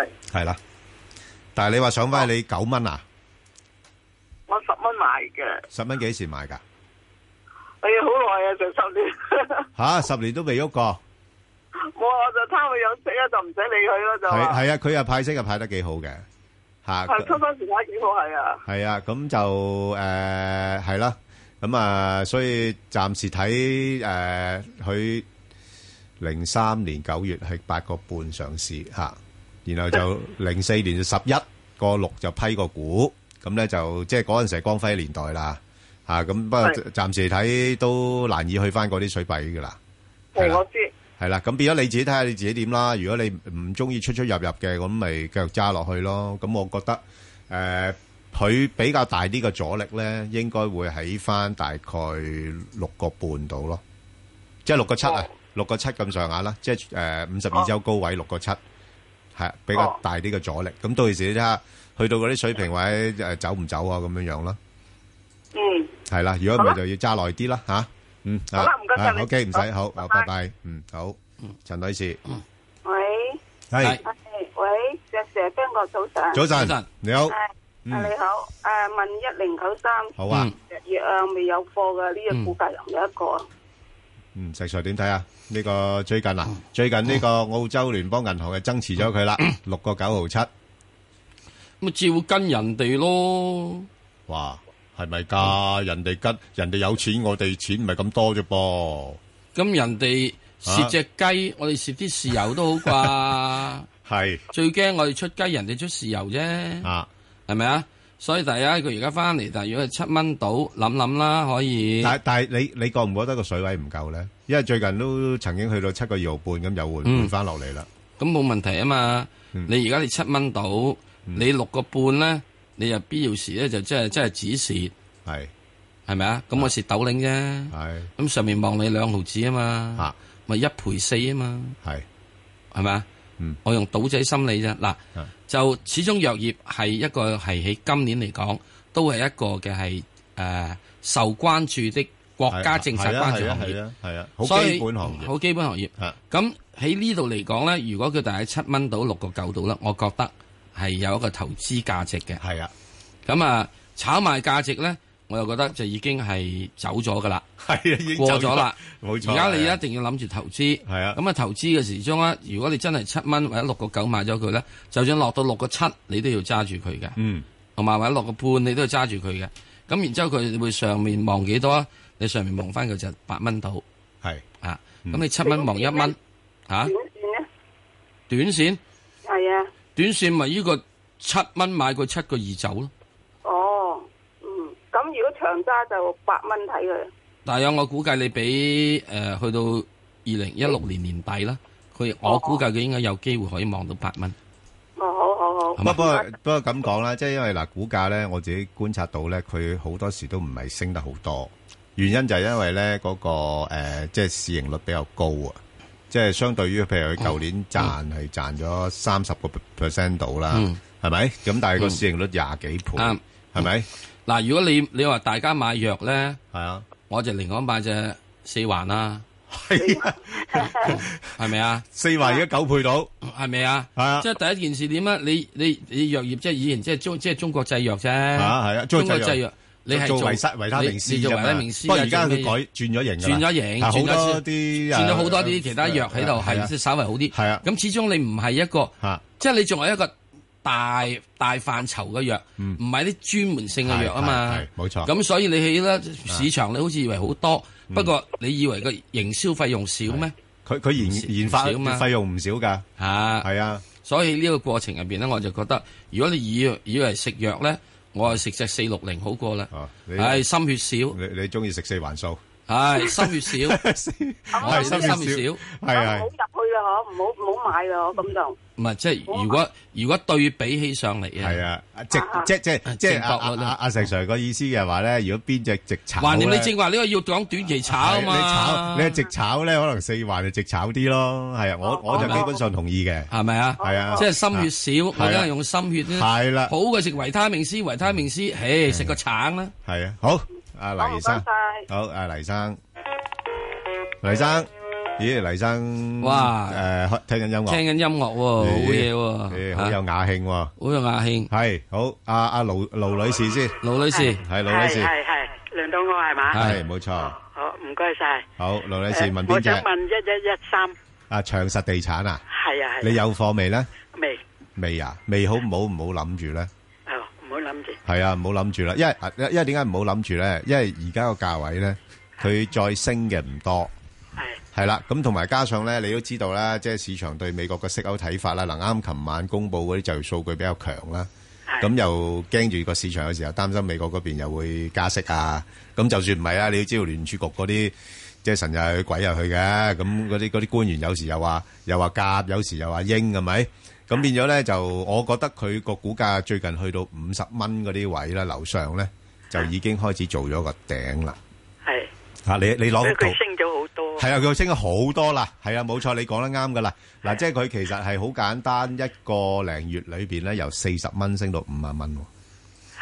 Speaker 29: 係
Speaker 7: 係啦，但係你話上翻你九蚊啊，
Speaker 29: 我十蚊買嘅，
Speaker 7: 十蚊幾時買㗎？
Speaker 29: 哎呀，好耐啊，成十年，
Speaker 7: 吓、十年都未喐過。
Speaker 29: 我我就貪佢有息啊，就唔使理佢啦，就
Speaker 7: 係
Speaker 29: 話
Speaker 7: 係啊，佢又派息又派得幾好嘅吓，
Speaker 29: 係初初時睇幾好係啊，
Speaker 7: 係啊，咁就诶係啦，咁啊，所以暫時睇诶佢零三年九月係八個半上市吓、然後就零四年就十一個六就批個股，咁咧就即係嗰陣時係光輝年代啦吓，咁、不過
Speaker 29: 係
Speaker 7: 暫時睇都難以去翻嗰啲水位噶啦。係
Speaker 29: 係
Speaker 7: 啦
Speaker 29: 我知，
Speaker 7: 系啦，咁變咗你自己睇下你自己點啦。如果你唔中意出出入入嘅，咁咪繼續揸落去咯。咁我覺得诶，佢、比較大啲嘅阻力咧，應該會喺翻大概六個半度咯，即係六個七啊，六個七咁上下啦，即係诶五十二周高位六個七，係比較大啲嘅阻力。咁到時你睇下去到嗰啲水平位诶走唔走啊咁樣樣啦。
Speaker 29: 嗯，
Speaker 7: 係啦，如果唔係就要揸耐啲啦吓。嗯，
Speaker 29: 好啦唔該晒
Speaker 7: 啊
Speaker 29: 你
Speaker 7: OK，唔使，
Speaker 29: 好
Speaker 7: 好，好拜拜。嗯，好，陳女士，
Speaker 1: 喂，
Speaker 7: 係
Speaker 1: 喂，石 Sir，边個早晨？
Speaker 7: 早晨，你好
Speaker 1: 係。
Speaker 7: 嗯
Speaker 1: 啊你好，诶，问一零九三，
Speaker 7: 好啊嗯
Speaker 1: 日月啊未有貨嘅呢只股價又有一個，
Speaker 7: 嗯，石 Sir 點睇啊？呢個最近啊，最近呢個澳洲聯邦銀行係增持咗 佢啦，六個九毫七。
Speaker 8: 咪照跟人哋咯。
Speaker 7: 哇，係咪㗎？人哋跟人哋有錢，我哋錢唔係咁多啫噃。
Speaker 8: 咁人哋
Speaker 7: 啊
Speaker 8: 蝕只雞，我哋蝕啲豉油都 好
Speaker 7: 啩。系
Speaker 8: 最驚我哋出雞，人哋出豉油啫。
Speaker 7: 啊，
Speaker 8: 係咪啊？所以大家佢而家翻嚟，但係如果係七蚊到，諗諗啦，可以。
Speaker 7: 但但係你你覺唔覺得個水位唔夠咧？因為最近都曾經去到七個二毫半咁，又回回
Speaker 8: 嗯
Speaker 7: 翻落嚟啦。嗯
Speaker 8: 咁冇問題啊嘛。你而家你七蚊到，你六個半咧，你又必要時咧就即係即係止蝕。
Speaker 7: 係
Speaker 8: 係咪啊？咁我蝕豆領啫。
Speaker 7: 係
Speaker 8: 咁上面望你兩毫子啊嘛。咪一賠四啊嘛。
Speaker 7: 係嗯
Speaker 8: 係咪啊？我用賭仔心理啫。嗱，
Speaker 7: 啊
Speaker 8: 就始終藥業係一個係喺今年嚟講，都係一個嘅係誒受關注的國家政策
Speaker 7: 係啊
Speaker 8: 關注行
Speaker 7: 係
Speaker 8: 業
Speaker 7: 啊。係啊，好
Speaker 8: 所以
Speaker 7: 基本行業。啊
Speaker 8: 好基本行業。咁喺呢度嚟講咧，如果佢大概七蚊到六個九到啦，我覺得係有一個投資價值嘅。
Speaker 7: 係啊，
Speaker 8: 咁啊，炒賣價值咧，我又覺得就已經係走咗噶啦，
Speaker 7: 係啊，已經
Speaker 8: 過
Speaker 7: 走
Speaker 8: 咗啦，
Speaker 7: 冇錯
Speaker 8: 而家你
Speaker 7: 係啊
Speaker 8: 一定要諗住投資。
Speaker 7: 係啊，
Speaker 8: 咁啊，投資嘅時鐘咧，如果你真係七蚊或者六個九買咗佢咧，就算落到六個七，你都要揸住佢嘅。
Speaker 7: 嗯，
Speaker 8: 同埋或者落個半，你都要揸住佢嘅。咁然之後佢會上面望幾多？啊你上面望翻佢就八蚊到。
Speaker 7: 係嗯
Speaker 8: 啊，咁你七蚊望一蚊，嚇
Speaker 1: 短線咧
Speaker 8: 短線
Speaker 1: 係啊，
Speaker 8: 短線咪呢個七蚊買佢七個二走咯。
Speaker 1: 哦，嗯，咁如果長揸就八蚊睇佢，
Speaker 8: 大約我估計你俾誒、呃去到二零一六年年底啦，佢我估計佢應該有機會可以望到八蚊。
Speaker 1: 哦，好好好，
Speaker 7: 不不過不過咁講啦，即係因為嗱，股價咧，我自己觀察到咧，佢好多時都唔係升得好多，原因就係因為咧嗰、個、呃、即係市盈率比較高啊，即係相對於譬如佢舊年賺係賺咗三十個 percent 到啦
Speaker 8: 嗯，
Speaker 7: 係
Speaker 8: 啊
Speaker 7: 咪、咁但係個市盈率廿幾倍，
Speaker 8: 啱
Speaker 7: 係咪？
Speaker 8: 嗱，如果你你話大家買藥咧，
Speaker 7: 係啊，
Speaker 8: 我就另外買隻四環啦，
Speaker 7: 係啊，
Speaker 8: 係咪啊？
Speaker 7: 四環而家九倍到，
Speaker 8: 係咪啊？
Speaker 7: 係啊
Speaker 8: 即係第一件事點啊？你你你藥業即係以前即係中即係中國製藥啫，
Speaker 7: 啊係啊，中
Speaker 8: 中
Speaker 7: 國
Speaker 8: 國
Speaker 7: 製
Speaker 8: 製藥
Speaker 7: 藥。
Speaker 8: 你係
Speaker 7: 做維他維他命 C
Speaker 8: 你你做
Speaker 7: 啫
Speaker 8: 維他
Speaker 7: 嘛
Speaker 8: 命 C 啊。
Speaker 7: 不過而家
Speaker 8: 做
Speaker 7: 佢
Speaker 8: 咩
Speaker 7: 改轉咗型㗎啦
Speaker 8: 轉咗型，
Speaker 7: 係好
Speaker 8: 轉咗
Speaker 7: 多
Speaker 8: 先
Speaker 7: 啲
Speaker 8: 轉咗
Speaker 7: 誒
Speaker 8: 好多啲其他藥喺度，
Speaker 7: 誒係啊
Speaker 8: 係即係稍為好啲。
Speaker 7: 係啊，
Speaker 8: 咁始終你唔係一個
Speaker 7: 嚇，
Speaker 8: 即係你仲係一個大大範疇嘅藥，唔係啲專門性嘅藥啊嘛。
Speaker 7: 嗯係係係冇錯啊嗯
Speaker 8: 咁所以你喺咧市場，你好似以為好多，不過你以為個營銷費用少咩？
Speaker 7: 佢佢研研發費用唔少㗎。
Speaker 8: 嚇，
Speaker 7: 係啊。
Speaker 8: 所以呢個過程入邊咧，我就覺得，如果你以以為食藥咧，我係食隻四六零好過啦。
Speaker 7: 哦你
Speaker 8: 係心血少，
Speaker 7: 你你中意食四環素？
Speaker 8: 係心血少，
Speaker 7: 係
Speaker 8: 我係心
Speaker 7: 心
Speaker 8: 血
Speaker 7: 血
Speaker 8: 少
Speaker 7: 少，係係
Speaker 1: 入去啊，可唔唔好唔好買啦，我咁就。
Speaker 8: 唔係，即係如果如果對比起上嚟啊，
Speaker 7: 係啊，直即即即
Speaker 8: 正確啊率
Speaker 7: 阿阿阿石 Sir 個意思嘅話咧，如果邊只直炒
Speaker 8: 橫掂
Speaker 7: 咧
Speaker 8: 你正話呢個要講短期炒啊
Speaker 7: 係你
Speaker 8: 嘛
Speaker 7: 炒，你係直炒咧，可能四環就直炒啲咯，係啊，我我就基本上同意嘅，
Speaker 8: 哦係咪啊？
Speaker 7: 係啊，
Speaker 8: 即係心血少，我梗係用心血啦。
Speaker 7: 係啦嗯
Speaker 8: 好嘅食維他命 C，維他命 C，唉，食個橙啦。
Speaker 7: 係啊，好，阿黎生，好，阿黎生，黎生，咦，黎生，
Speaker 8: 哇
Speaker 7: 誒，開聽緊音樂，
Speaker 8: 聽緊音樂喎，好
Speaker 7: 咦
Speaker 8: 嘢喎，
Speaker 7: 好有雅興喎，好
Speaker 8: 有雅興，
Speaker 7: 係好，阿阿盧盧女士先，
Speaker 8: 盧女士
Speaker 7: 係盧女士，
Speaker 2: 係係輪到我係嘛？
Speaker 7: 係冇錯，
Speaker 2: 好唔該晒。
Speaker 7: 好，盧
Speaker 19: Ờ,
Speaker 7: 女士問
Speaker 2: 我
Speaker 7: 邊
Speaker 2: 想
Speaker 7: 只？
Speaker 2: 問一一一三，
Speaker 7: 啊，長實地產啊，
Speaker 2: 係啊係。
Speaker 7: 你有貨未咧？
Speaker 2: 未？
Speaker 7: 未啊，未好唔好唔好諗住咧？
Speaker 2: 哦，
Speaker 19: Ờ,
Speaker 2: 唔好諗住。
Speaker 7: 係啊，唔好諗住啦，因為因為點解唔好諗住咧？因為而家個價位咧，佢再升嘅唔多。係啦，咁同埋加上咧，你都知道啦，即係市場對美國嘅息口睇法啦。嗱，啱琴晚公布嗰啲就業數據比較強啦，咁又驚住個市場有時候擔心美國嗰邊又會加息啊。咁就算唔係啦，你都知道聯儲局嗰啲即係神又去鬼又去嘅，咁嗰啲嗰啲官員有時又話又話鴿，有時又話鷹，係咪？咁變咗咧就，我覺得佢個股價最近去到五十蚊嗰啲位啦，樓上咧就已經開始做咗個頂啦。
Speaker 2: 係。
Speaker 7: 啊，你你攞
Speaker 2: 因為
Speaker 7: 幅圖
Speaker 2: 佢。升咗好多。
Speaker 7: 係啊，佢升咗好多啦，係啊，冇錯，你講得啱噶啦。嗱，即係佢其實係好簡單，一個零月裏邊咧，由四十蚊升到五啊蚊喎，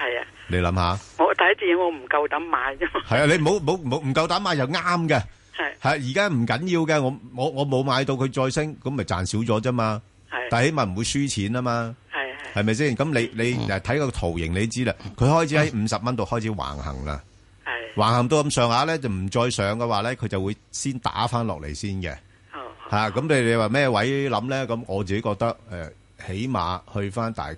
Speaker 2: 係啊，
Speaker 19: à.
Speaker 7: 你諗下。
Speaker 2: 我第一次我唔夠膽買啫嘛。
Speaker 7: 係啊，你唔好唔好唔好唔夠膽買就啱嘅。
Speaker 2: 係
Speaker 7: 係而家唔緊要嘅，我我我冇買到佢再升，咁咪賺少咗啫嘛。
Speaker 2: 係
Speaker 7: 但係起碼唔會輸錢啊嘛。
Speaker 2: 係
Speaker 7: 係咪先？咁你
Speaker 2: 嗯
Speaker 7: 你誒睇個圖形你知啦，佢開始喺五十蚊度開始橫行啦。
Speaker 2: 係
Speaker 7: 橫行到咁上下咧，就唔再上嘅話咧，佢就會先打翻落嚟先嘅。
Speaker 2: 哦
Speaker 7: 嚇，咁你你話咩位諗咧？咁我自己覺得誒，起碼去翻大概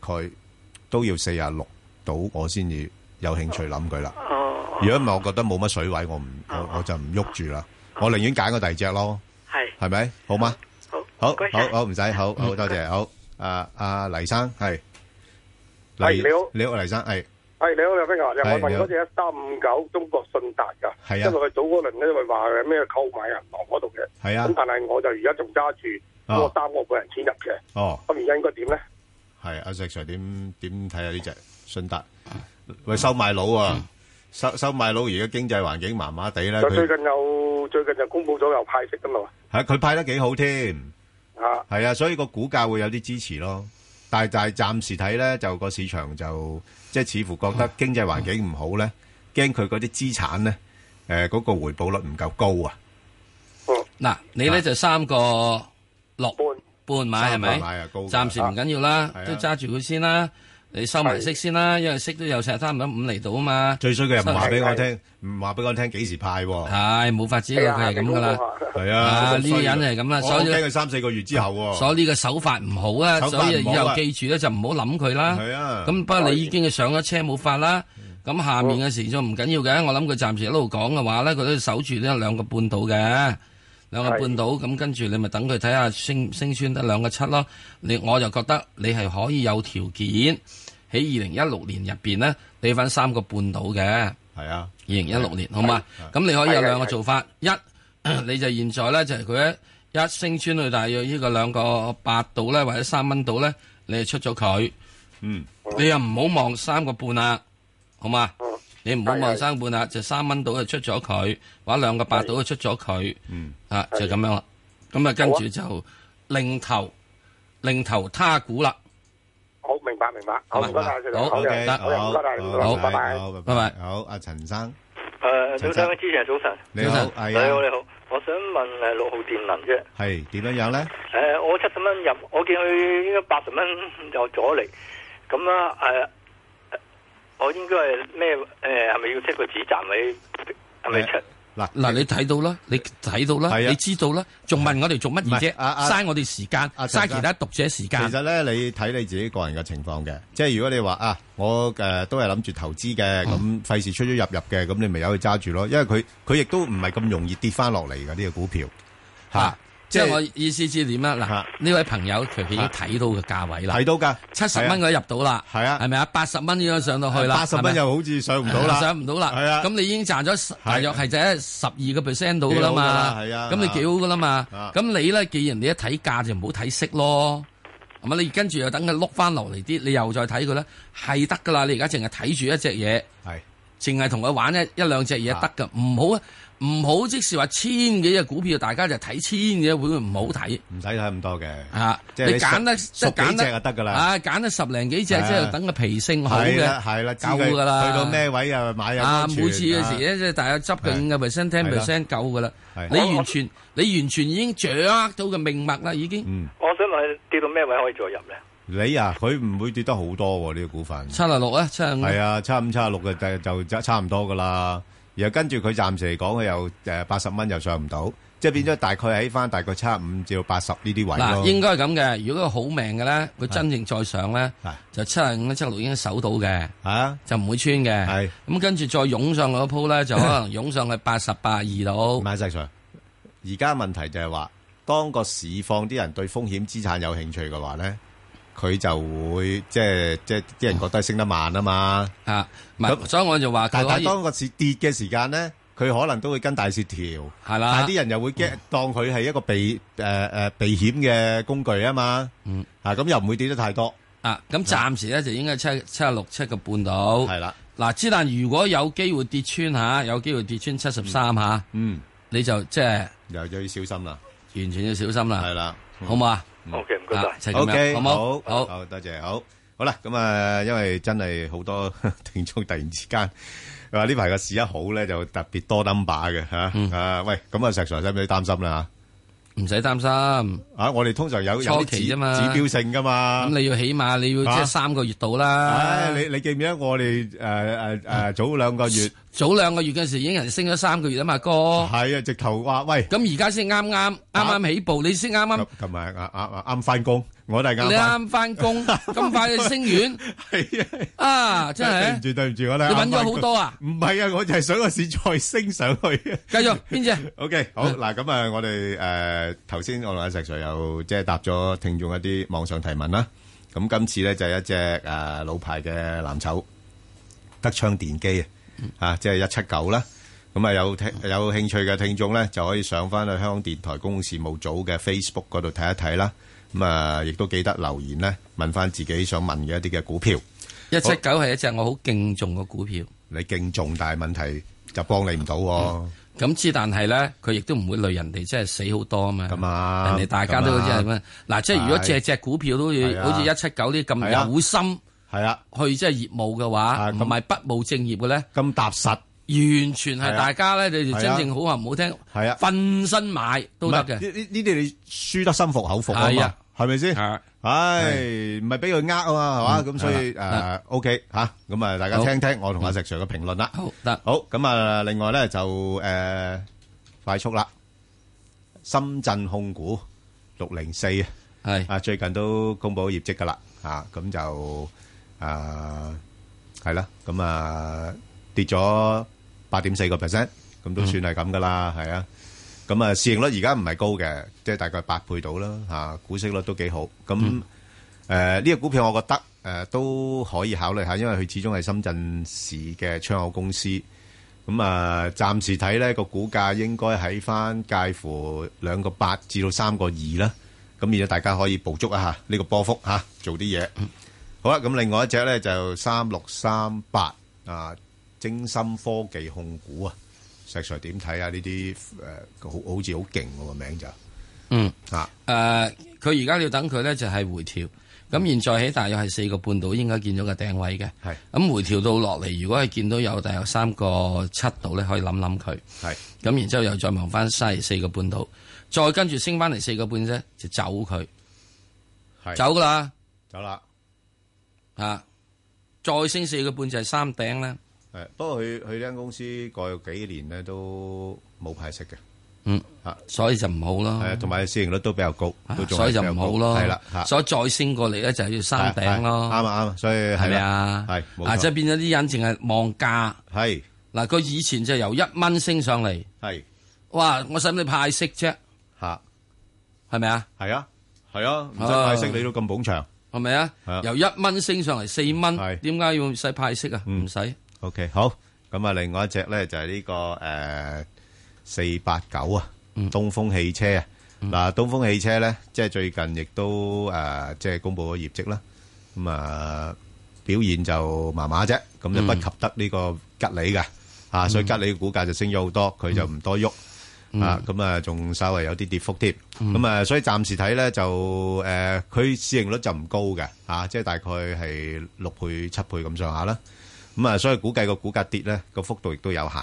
Speaker 7: 都要四啊六到，我先至有興趣諗佢啦。
Speaker 2: 哦，
Speaker 7: 如果唔係，我覺得冇乜水位，我唔我我就唔喐住啦。
Speaker 2: 哦
Speaker 7: 我寧願揀個第二隻咯，
Speaker 2: 係
Speaker 7: 係咪？好嗎？好
Speaker 2: 唔該
Speaker 7: 好
Speaker 2: 晒
Speaker 7: 好，唔使好好多謝好。啊啊，黎生係，
Speaker 4: 係你好
Speaker 7: 你好，黎生係。
Speaker 4: 係啊你好，梁冰華，
Speaker 7: 係
Speaker 4: 我問
Speaker 7: 你好
Speaker 4: 嗰隻一三五九中國信達㗎，
Speaker 7: 係啊
Speaker 4: 因為佢早嗰輪咧，因為話咩購買銀行嗰度嘅，
Speaker 7: 係啊
Speaker 4: 咁但係我就而家仲揸住，
Speaker 7: 啊
Speaker 4: 咁我三個個人錢入嘅，
Speaker 7: 哦。
Speaker 4: 咁而家應該點咧？
Speaker 7: 係阿石 Sir 點點睇下呢只信達？喂，收買佬啊，收收買佬而家經濟環境麻麻地啦，
Speaker 4: 就最
Speaker 7: 佢
Speaker 4: 近又最近就公布咗又派息㗎嘛，
Speaker 7: 係佢派得幾好添，
Speaker 4: 啊
Speaker 7: 係啊，所以個股價會有啲支持咯。但係但係暫時睇咧，就個市場就即係似乎覺得經濟環境唔好咧，驚佢嗰啲資產咧，誒、嗰、個回報率唔夠高啊。
Speaker 8: 嗱，你咧就三個六半買係咪
Speaker 7: 三個買啊高？㗎
Speaker 8: 暫時唔緊要啦
Speaker 7: 係啊，
Speaker 8: 都揸住佢先啦。你收埋息先啦，因為息都有成差唔多五厘到啊嘛。
Speaker 7: 最衰佢又唔話俾我
Speaker 8: 收埋息
Speaker 7: 聽，唔話俾我聽幾時派喎。
Speaker 8: 係冇法子
Speaker 4: 啊
Speaker 8: 㗎，佢係咁噶啦。
Speaker 7: 係
Speaker 8: 啊
Speaker 7: 啊，
Speaker 8: 呢啲人係咁啦，
Speaker 7: 我
Speaker 8: 所以
Speaker 7: 我驚佢三四個月之後喎。
Speaker 8: 所以呢個手法唔好啊，
Speaker 7: 手法唔好啊
Speaker 8: 所以以後記住咧就唔好諗佢啦。
Speaker 7: 係啊
Speaker 8: 咁不過你已經上咗車冇法啦。咁下面嘅時就唔緊要嘅，我諗佢暫時一路講嘅話咧，佢都守住呢兩個半島嘅。兩個半島咁，跟住你咪等佢睇下升升穿得兩個七咯。你我就覺得你係可以有條件喺二零一六年入邊咧，你翻三個半島嘅。
Speaker 7: 係啊，
Speaker 8: 二零一六年好嘛？咁你可以有兩個做法，一 你就現在咧就係佢一一升穿去大約呢個兩個八度咧，或者三蚊度咧，你就出咗佢。
Speaker 7: 嗯，
Speaker 8: 你又唔好望三個半啊，好嘛？你唔好望三個半啊，就三蚊度就出咗佢，或者兩個八度就出咗佢。
Speaker 7: 嗯，
Speaker 8: 啊就咁樣啦。咁啊，跟住就另投另投他股啦。
Speaker 4: 好明白明白，好唔
Speaker 7: 啊
Speaker 4: 該晒，謝謝
Speaker 8: 好
Speaker 4: 好嘅，
Speaker 8: 得
Speaker 4: 好嘅唔該晒，唔該
Speaker 7: ờ,
Speaker 4: 晒
Speaker 8: 好
Speaker 4: 拜拜。
Speaker 7: 好，
Speaker 8: 拜拜。
Speaker 7: 好，阿陳生，
Speaker 19: Ờ,
Speaker 13: 诶，早
Speaker 7: 陳生
Speaker 13: 晨，之前早晨，
Speaker 7: 你好
Speaker 13: 早晨
Speaker 7: 係
Speaker 13: 你
Speaker 7: 啊
Speaker 13: 好，你好，我想問诶六號電能啫，
Speaker 7: 係點樣樣咧？
Speaker 13: 诶，我七十蚊入，我見佢應該八十蚊就咗嚟，咁啦，诶，我應該係咩？诶，係咪要 set 個止賺位？係咪出？
Speaker 7: 嗱啊
Speaker 8: 嗱，你睇到啦，你睇到啦，你知道啦，仲問我哋做乜嘢啫？
Speaker 7: 唔係啊啊
Speaker 8: 嘥我哋時間，
Speaker 7: 阿陳
Speaker 8: 嘥
Speaker 7: 生
Speaker 8: 其他讀者時
Speaker 7: 其
Speaker 8: 間。
Speaker 7: 實咧，你睇你自己個人嘅情況嘅，即係如果你話啊，我誒、呃都係諗住投資嘅，
Speaker 8: 嗯
Speaker 7: 咁費事出出入入嘅，咁你咪由佢揸住咯，因為佢佢亦都唔係咁容易跌翻落嚟嘅呢個股票嚇。
Speaker 8: 即係我意思知點啊？嗱，呢位朋友佢已經睇到個價位啦，
Speaker 7: 睇到㗎，啊
Speaker 8: 七十蚊佢入到啦，
Speaker 7: 係啊，
Speaker 8: 係咪啊？八十蚊已經上到去啦，
Speaker 7: 八十
Speaker 8: 係
Speaker 7: 蚊
Speaker 8: 咪啊
Speaker 7: 又好似上唔到啦，
Speaker 8: 上唔到啦，
Speaker 7: 係啊
Speaker 8: 咁你已經賺咗十大約係就係十二個 percent 到㗎啦嘛，
Speaker 7: 幾好㗎啦係啊
Speaker 8: 咁你幾好㗎啦嘛，
Speaker 7: 啊
Speaker 8: 咁你咧既然你一睇價就唔好睇息咯，係咪？你跟住又等佢碌翻落嚟啲，你又再睇佢咧，係得㗎啦。你而家淨係睇住一隻嘢，
Speaker 7: 係
Speaker 8: 淨係同佢玩一一兩隻嘢得㗎，唔好啊！唔好即是話千幾隻股票，大家就睇千幾隻股票，唔好睇。
Speaker 7: 唔使睇咁多嘅，
Speaker 8: 啊，
Speaker 7: 即
Speaker 8: 你
Speaker 7: 係你
Speaker 8: 揀得
Speaker 7: 熟
Speaker 8: 即係
Speaker 7: 熟幾
Speaker 8: 揀
Speaker 7: 隻就得㗎啦
Speaker 8: 啊，揀得十零幾隻
Speaker 7: 係啊
Speaker 8: 即係等個皮升好嘅，
Speaker 7: 係啦係啦知
Speaker 8: 夠
Speaker 7: 佢
Speaker 8: 㗎啦。
Speaker 7: 去到咩位啊買啊
Speaker 8: 啊，
Speaker 7: 安
Speaker 8: 每
Speaker 7: 全
Speaker 8: 次嘅時咧，即係大約執佢五個 percent、ten
Speaker 7: 係啦
Speaker 8: percent 夠㗎啦。
Speaker 7: 係
Speaker 8: 你完全你完全已經掌握到嘅命脈啦，已
Speaker 7: 嗯
Speaker 8: 經。
Speaker 13: 我想問跌到咩位可以再入咧？
Speaker 7: 你啊，佢唔會跌得好多喎，呢個股份。
Speaker 8: 七啊六啊，七啊五。
Speaker 7: 係啊，七五七六嘅就就就差唔多噶啦。然後跟住佢暫時嚟講，佢又誒八十蚊又上唔到，即係變咗大概喺翻大概七五至到八十呢啲位
Speaker 8: 嗱，
Speaker 7: 咯。
Speaker 8: 應該係咁嘅。如果佢好命嘅咧，佢真正再上咧，就七十五、七六已經守到嘅，
Speaker 7: 啊，
Speaker 8: 就唔會穿嘅。
Speaker 7: 係
Speaker 8: 咁跟住再湧上嗰鋪咧，就可 能湧上去八十八二度。
Speaker 7: 買晒上。而家問題就係話，當個市況啲人對風險資產有興趣嘅話咧，佢就會即係即係啲人覺得升得慢啊嘛。
Speaker 8: 啊，咁所以我就話
Speaker 7: 但
Speaker 8: 佢可
Speaker 7: 但
Speaker 8: 以
Speaker 7: 當個市跌嘅時間咧，佢可能都會跟大市調。
Speaker 8: 係啦嗯
Speaker 7: 但係啲人又會驚當佢係一個避誒誒避險嘅工具啊嘛。
Speaker 8: 嗯。
Speaker 7: 啊，咁又唔會跌得太多。
Speaker 8: 啊，咁暫時咧就應該七七六七個半到。係
Speaker 7: 啦。
Speaker 8: 嗱，之但如果有機會跌穿下，有機會跌穿七十三下，
Speaker 7: 嗯，
Speaker 8: 你就即係
Speaker 7: 又又要小心啦，
Speaker 8: 完全要小心啦。
Speaker 7: 係啦，
Speaker 8: 好唔好啊
Speaker 7: 嗯
Speaker 8: ？OK，
Speaker 7: 唔該晒
Speaker 8: 就係
Speaker 7: O
Speaker 8: 咁
Speaker 7: K，
Speaker 8: 樣，好冇？
Speaker 7: 好，好，多謝，好，好啦，咁啊，因為真係好多 聽眾突然之間話呢排個市一好咧，就特別多 number 嘅吓，啊，喂，咁啊，石 Sir 使唔使擔心啦
Speaker 8: 吓？唔使擔心，
Speaker 7: 啊，我哋通常有有啲
Speaker 8: 初
Speaker 7: 指
Speaker 8: 期啫嘛，
Speaker 7: 指標性噶嘛，
Speaker 8: 咁你要起碼你要
Speaker 7: 啊
Speaker 8: 即係三個月到啦
Speaker 7: 唉，。你你記唔記得我哋誒誒誒早兩個月
Speaker 8: 早兩個月嘅時已經人升咗三個月啊嘛，哥。
Speaker 7: 係啊，直頭話喂。
Speaker 8: 咁而家先啱啱啱啱起步，你先啱啱
Speaker 7: 同埋啱啱啱翻工，我都係啱
Speaker 8: 你
Speaker 7: 返
Speaker 8: 啱翻工，咁快就升完，
Speaker 7: 係
Speaker 8: 啊，真係。
Speaker 7: 對唔住對唔住，我咧
Speaker 8: 你揾咗好多啊？
Speaker 7: 唔係啊，我就係想個市再升上去。繼
Speaker 8: 續邊只
Speaker 7: ？OK，好嗱，咁啊，我哋誒頭先我同阿石 Sir 又即係答咗聽眾一啲網上提問啦。咁今次咧就係一隻誒老牌嘅藍籌德昌電機啊，啊，即係一七九啦。咁啊，有聽有興趣嘅聽眾咧，就可以上翻去香港電台公共事務組嘅 Facebook 嗰度睇一睇啦。咁啊，亦都記得留言咧，問翻自己想問嘅一啲嘅股票。
Speaker 8: 一七九係一隻我好敬重嘅股票。
Speaker 7: 你敬重，但係問題就幫你唔到喎。
Speaker 8: 咁之但係咧，佢亦都唔會累人哋，即係死好多啊嘛。咁
Speaker 7: 啊
Speaker 8: 人哋大家都
Speaker 7: 咁
Speaker 8: 即
Speaker 7: 啊
Speaker 8: 係咩？嗱，即係如果
Speaker 7: 係
Speaker 8: 隻隻股票都
Speaker 7: 係
Speaker 8: 要
Speaker 7: 啊
Speaker 8: 好似一七九啲
Speaker 7: 係啊
Speaker 8: 咁有心，
Speaker 7: 係啊，
Speaker 8: 去即係業務嘅話，唔係不務正業嘅咧，
Speaker 7: 咁踏實，
Speaker 8: 完全
Speaker 7: 係
Speaker 8: 係
Speaker 7: 啊
Speaker 8: 大家咧，你哋
Speaker 7: 係
Speaker 8: 真
Speaker 7: 啊
Speaker 8: 正好話唔好聽，
Speaker 7: 係啊
Speaker 8: 瞓身買都得
Speaker 7: 唔係呢
Speaker 8: 嘅。
Speaker 7: 呢呢啲你輸得心服口服啊
Speaker 8: 係
Speaker 7: 嘛
Speaker 8: 啊，
Speaker 7: 係咪先？唉，唔係俾佢呃啊嘛，係嘛？
Speaker 8: 嗯
Speaker 7: 咁所以
Speaker 8: 係
Speaker 7: 誒
Speaker 8: 啦
Speaker 7: ，OK 嚇，咁啊，大家
Speaker 8: 好
Speaker 7: 聽聽我同阿石 Sir 嘅評論啦。好
Speaker 8: 得，
Speaker 7: 好咁啊，另外咧就誒快速啦，深圳控股六零四啊，
Speaker 8: 係
Speaker 7: 啊，最近都公布業績噶啦，嚇咁就誒係啦，咁啊跌咗八點四個 percent，咁都算係咁噶啦，係啊。咁啊，市盈率而家唔係高嘅，即係大概八倍到啦，嚇股息率都幾好。咁誒呢個股票我覺得誒、都可以考慮下，因為佢始終係深圳市嘅窗口公司。咁啊，暫時睇呢個股價應該喺翻介乎兩個八至到三個二啦。咁而家大家可以捕捉一下呢個波幅嚇、做啲嘢。好啦，咁另外一隻咧就三六三八啊，精深科技控股啊，石 Sir 點睇啊？呢啲誒好好似好勁喎個名就
Speaker 8: 嗯
Speaker 7: 啊，
Speaker 8: 誒，佢而家要等佢咧就係回調。咁現在喺大約係四個半度應該見咗個頂位嘅。
Speaker 7: 嗯係
Speaker 8: 咁回調到落嚟，如果係見到有大約三個七度咧，可以諗諗佢。
Speaker 7: 係
Speaker 8: 咁然之後又再望翻西四個半度，再跟住升翻嚟四個半啫，就走佢，
Speaker 7: 係
Speaker 8: 走噶啦
Speaker 7: 走啦。
Speaker 8: 啊！再升四個半就係三頂啦。
Speaker 7: 誒，不過佢佢呢間公司過去幾年咧都冇派息嘅，
Speaker 8: 嗯，
Speaker 7: 啊，
Speaker 8: 所以就唔好咯。
Speaker 7: 係啊，同埋市盈率都比較高，都仲係
Speaker 8: 啊所以就唔好咯。
Speaker 7: 比較高係啦嚇
Speaker 8: 所以再升過嚟咧就要三頂咯。
Speaker 7: 係係啱啊啱啊所以係啦
Speaker 8: 係咪啊？
Speaker 7: 係冇錯
Speaker 8: 啊，即係變咗啲人淨係望價。
Speaker 7: 係
Speaker 8: 嗱，佢以前就由一蚊升上嚟。
Speaker 7: 係
Speaker 8: 哇！我使唔使派息啫？
Speaker 7: 嚇
Speaker 8: 係咪啊？
Speaker 7: 係啊，係啊，唔使派息你都咁捧場，
Speaker 8: 係咪啊？由一蚊升上嚟四蚊，點解要使派息啊？唔使。
Speaker 7: OK，好，咁啊，另外一隻咧就係呢個誒四八九啊，東風汽車啊。嗱，東風汽車咧，即係最近亦都誒，即係公布咗業績啦。咁啊，表現就麻麻啫，咁就不及得呢個吉利嘅啊，所以吉利嘅股價就升咗好多，佢就唔多喐啊。咁啊，仲稍為有啲跌幅添。咁啊，所以暫時睇咧就誒，佢市盈率就唔高嘅啊，即係大概係六倍七倍咁上下啦。咁啊，所以估計個股價跌咧個幅度亦都有限。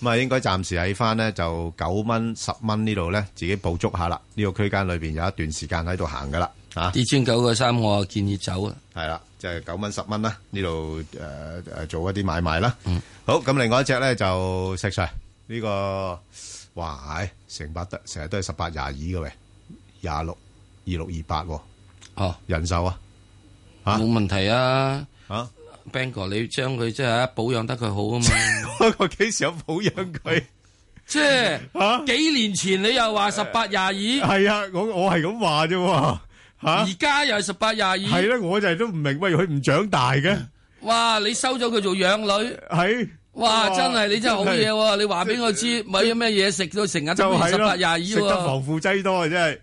Speaker 7: 咁啊，應該暫時喺翻咧就九蚊、十蚊呢度咧，自己捕捉下啦。呢個區間裏邊有一段時間喺度行噶啦，嚇。
Speaker 8: 跌穿九個三，我建議走啊。
Speaker 7: 係啦，就係九蚊、十蚊啦，呢度誒誒做一啲買賣啦。好，咁另外一隻咧就石 Sir 呢個，哇！成百得成日都係十八廿二嘅喂，廿六二六二八喎。
Speaker 8: 哦，
Speaker 7: 人壽啊，
Speaker 8: 嚇冇問題啊，
Speaker 7: 嚇。
Speaker 8: Bang 哥，你將佢即係保養得佢好啊 嘛！
Speaker 7: 我幾時有保養佢？
Speaker 8: 即係幾年前你又話十八廿二，
Speaker 7: 係啊，我我係咁話啫，吓
Speaker 8: 而家又係十八廿二，
Speaker 7: 係啦，我就係都唔明，喂，佢唔長大嘅。
Speaker 8: 嗯哇！你收咗佢做養女，
Speaker 7: 係
Speaker 8: 哇！真係你真係好嘢喎！你話俾我知，咪有咩嘢食到成日都十八廿二喎？
Speaker 7: 食得防腐劑多啊，真係。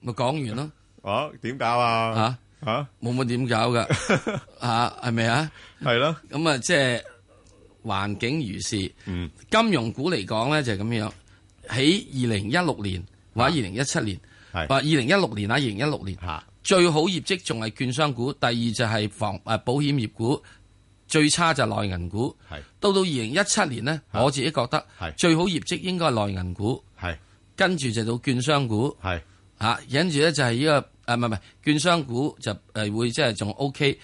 Speaker 8: 咪講完咯。
Speaker 7: 哦，點搞啊？
Speaker 8: 吓！
Speaker 7: 吓，
Speaker 8: 冇乜點搞噶， 吓係咪啊？
Speaker 7: 係咯，
Speaker 8: 咁啊，即係環境如是。嗯，金融股嚟講咧就係咁樣，喺二零一六年或者二零一七年，或二零一六年啊，二零一六年最好業績仲係券商股，第二就係房誒保險業股，最差就係內銀股。
Speaker 7: 係
Speaker 8: 到到二零一七年呢，我自己覺得最好業績應該係內銀股，
Speaker 7: 係
Speaker 8: 跟住就到券商股，
Speaker 7: 係
Speaker 8: 吓，跟住咧就係呢個。誒唔係唔係，券商股就誒會即係仲 O K，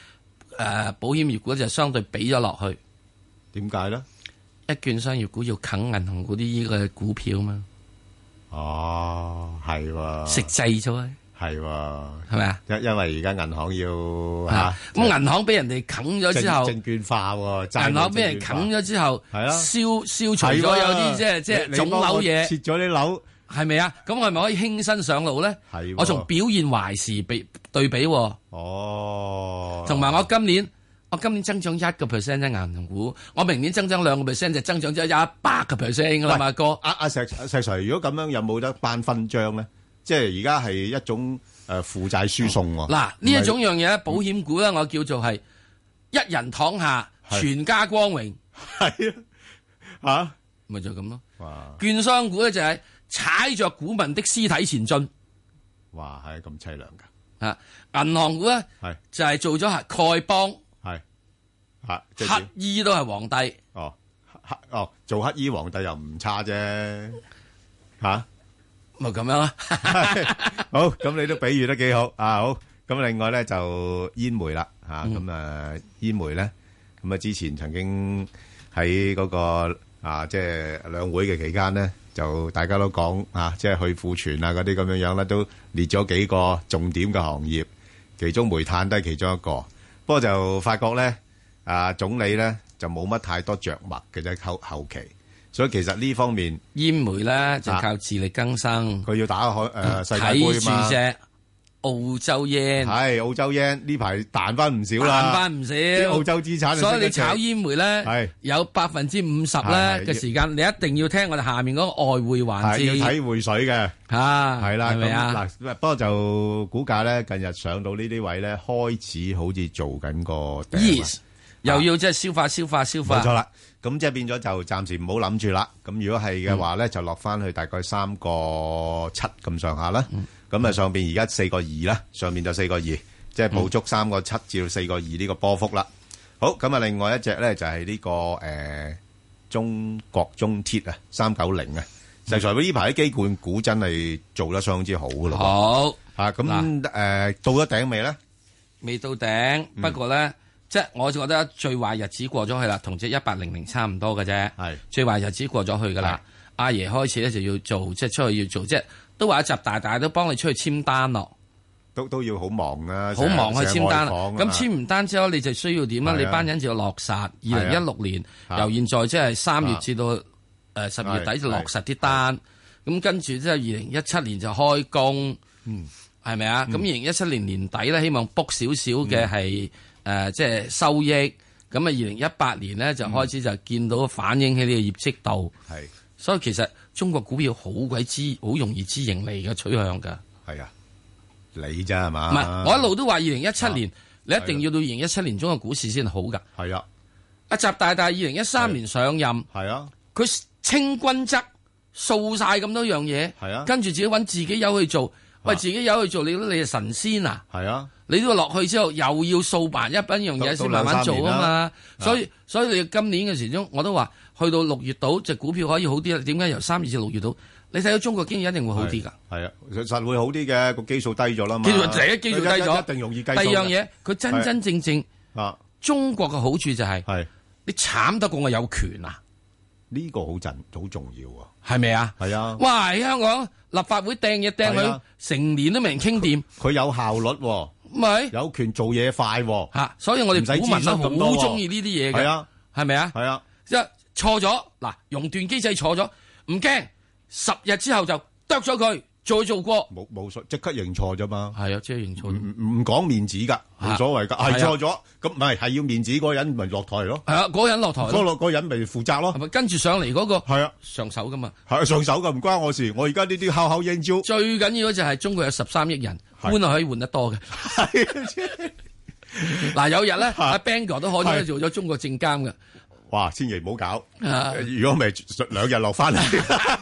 Speaker 8: 誒保險業股就相對俾咗落去。
Speaker 7: 點解咧？
Speaker 8: 一券商業股要啃銀行股啲依個股票嘛。
Speaker 7: 哦，係喎，
Speaker 8: 食滯咗啊！
Speaker 7: 係喎，
Speaker 8: 係咪啊？
Speaker 7: 因因為而家銀行要
Speaker 8: 嚇
Speaker 7: 嚇，
Speaker 8: 咁銀行俾人哋啃咗之後，
Speaker 7: 證券化喎，債務
Speaker 8: 銀行俾人啃咗之後，
Speaker 7: 係啦啊
Speaker 8: 消消除
Speaker 7: 係
Speaker 8: 咗
Speaker 7: 喎
Speaker 8: 有啲即係即係
Speaker 7: 你你
Speaker 8: 腫
Speaker 7: 幫我
Speaker 8: 瘤嘢，
Speaker 7: 切咗啲樓，
Speaker 8: 係咪啊？咁我係咪可以輕身上路咧？
Speaker 7: 係喎
Speaker 8: 我從表現壞事比對比喎。
Speaker 7: 哦，
Speaker 8: 同埋我今年我今年增長一個 percent 啫，銀行股，我明年增長兩個 percent 就增長咗一百個 percent 噶啦嘛，哥。
Speaker 7: 阿阿石阿石 Sir，如果咁樣有冇得頒勳章咧？即係而家係一種誒負債輸送喎。
Speaker 8: 嗱，呢一種樣嘢咧，保險股咧，我叫做係一人躺下，
Speaker 7: 係
Speaker 8: 全家光榮。
Speaker 7: 係啊，嚇，
Speaker 8: 咪就咁咯。
Speaker 7: 哇
Speaker 8: 券商股咧就係踩着股民的屍體前進。
Speaker 7: 哇，係咁凄涼㗎。
Speaker 8: 啊，銀行股咧
Speaker 7: 係
Speaker 8: 就係做咗係丐幫，
Speaker 7: 係嚇，啊即係
Speaker 8: 乞衣都係皇帝。
Speaker 7: 哦黑哦，做乞衣皇帝又唔差啫 嚇。
Speaker 8: 咪咁樣啦。
Speaker 7: 好，咁你都比喻得幾好啊！好，咁另外咧就煙煤啦嚇，
Speaker 8: 嗯
Speaker 7: 咁啊煙煤咧，咁啊之前曾經喺嗰個啊即係兩會嘅期間咧，就大家都講啊，即係去庫存啊嗰啲咁樣樣咧，都列咗幾個重點嘅行業，其中煤炭都係其中一個。不過就發覺咧，啊總理咧就冇乜太多着墨嘅啫，後後期，所以其實呢方面啊
Speaker 8: 煙煤咧就靠自力更生，嗯
Speaker 7: 佢要打開誒世界
Speaker 8: 睇
Speaker 7: 盃
Speaker 8: 住
Speaker 7: 啊嘛。
Speaker 8: 隻澳洲 yen
Speaker 7: 係澳洲 yen 呢排彈翻唔少啦，
Speaker 8: 賺翻唔少。
Speaker 7: 啲澳洲資產就
Speaker 8: 所以
Speaker 7: 升
Speaker 8: 你
Speaker 7: 得
Speaker 8: 炒
Speaker 7: 正
Speaker 8: 煙煤咧
Speaker 7: 係，
Speaker 8: 有百分之五十咧
Speaker 7: 係
Speaker 8: 嘅時間，你一定要聽我哋下面嗰個外匯環
Speaker 7: 係要睇
Speaker 8: 節。
Speaker 7: 匯水嘅，
Speaker 8: 啊
Speaker 7: 係啦，
Speaker 8: 係咪啊
Speaker 7: 咁嗱，不過就股價咧近日上到呢啲位咧，開始好似做緊個頂啦
Speaker 8: Yes，又要即係消化、消化、消化。
Speaker 7: 冇錯啦，。咁即係變咗就暫時唔好諗住啦。咁如果係嘅話咧，就落翻去大概三個七咁上下啦。咁啊上邊而家四個二啦，上面就四個二，即係捕捉三個七至到四個二呢個波幅啦。好，咁啊另外一隻咧就係呢個誒中國中鐵啊，三九零啊，實在呢排啲基管股真係做得相當之好噶咯。
Speaker 8: 好
Speaker 7: 啊，咁誒到咗頂未嗯咧？
Speaker 8: 未到頂，不過咧，即係我就覺得最壞日子過咗去啦，同只一八零零差唔多嘅啫。
Speaker 7: 係
Speaker 8: 最壞日子過咗去噶啦，阿爺開始咧就要做，即係出去要做，即係都話一集大大都幫你出去簽單咯。
Speaker 7: 都都要好忙啊，
Speaker 8: 好忙去簽單啦。咁簽
Speaker 7: 簽
Speaker 8: 完單之後，你就需要點啊？
Speaker 7: 啊係啊
Speaker 8: 你班人就要落實。二零一六年
Speaker 7: 啊
Speaker 8: 由現在即係三月至到呃誒十月底
Speaker 7: 係
Speaker 8: 就落實啲單。咁跟住之後，二零一七年就開工。
Speaker 7: 嗯，嗯
Speaker 8: 係咪啊？咁二零一七年年底咧，希望 book 少少嘅係誒，即係收益。咁啊，二零一八年咧就開始就見到反映喺呢個業績度。
Speaker 7: 係，
Speaker 8: 所以其實中國股票好鬼知，好容易知盈利嘅取向㗎。
Speaker 7: 係啊，你咋係嘛？啊
Speaker 8: 唔係，我一路都話二零一七年，你一定要到二零一七年中國股市先好㗎。
Speaker 7: 係啊，
Speaker 8: 阿習大大二零一三年上任，
Speaker 7: 係啊，
Speaker 8: 佢清君側掃晒咁多樣嘢，
Speaker 7: 係啊，
Speaker 8: 跟住自己揾自己友去做，喂，自己友去做，你都你係神仙啊？
Speaker 7: 係啊，
Speaker 8: 你都落去之後又要掃埋一班樣嘢先慢慢做啊嘛。所以所以你今年嘅時鐘我都話，去到六月度隻股票可以好啲啦。點解由三月至六月度？你睇到中國經濟一定會好啲㗎。
Speaker 7: 係啊，實會好啲嘅，個基數低咗啦嘛。
Speaker 8: 基數第一基數低咗，
Speaker 7: 一定容易
Speaker 8: 第
Speaker 7: 計
Speaker 8: 二
Speaker 7: 數嘅。
Speaker 8: 樣嘢，佢真真正正
Speaker 7: 啊，
Speaker 8: 中國嘅好處就
Speaker 7: 係
Speaker 8: 你慘得過我有權啊！
Speaker 7: 呢個好陣好重要啊，
Speaker 8: 係咪啊？
Speaker 7: 係啊，
Speaker 8: 哇！喺香港立法會掟嘢掟
Speaker 7: 係
Speaker 8: 佢
Speaker 7: 啊，
Speaker 8: 成年都未人傾掂，
Speaker 7: 佢有效率喎，
Speaker 8: 咪
Speaker 7: 有權做嘢快喎，
Speaker 8: 嚇，所以我哋股民都好中意呢啲嘢嘅，
Speaker 7: 係啊，
Speaker 8: 係咪啊？
Speaker 7: 係啊，
Speaker 8: 即係錯咗嗱，熔斷機制錯咗，唔驚，十日之後就剁咗佢，再做過，
Speaker 7: 冇冇所即刻認錯啫嘛，
Speaker 8: 係啊，即係認錯，
Speaker 7: 唔唔講面子㗎，冇所謂㗎，係錯咗，咁唔係係要面子嗰個人咪落台 咯，
Speaker 8: 係啊，嗰個人落台咯，
Speaker 7: 嗰落嗰個人咪負責咯，係
Speaker 8: 咪跟住上嚟嗰個
Speaker 7: 係啊
Speaker 8: 上手㗎嘛？
Speaker 7: 係啊上手㗎，唔關我事，我而家呢啲敲敲應招，
Speaker 8: 最緊要就係中國有十三億人，換係可以換得多嘅。嗱，有 日咧，阿 Bang 哥都可以做咗中國證監嘅。
Speaker 7: 哇，千祈唔好搞，
Speaker 8: 啊
Speaker 7: 如果唔係兩日落翻嚟，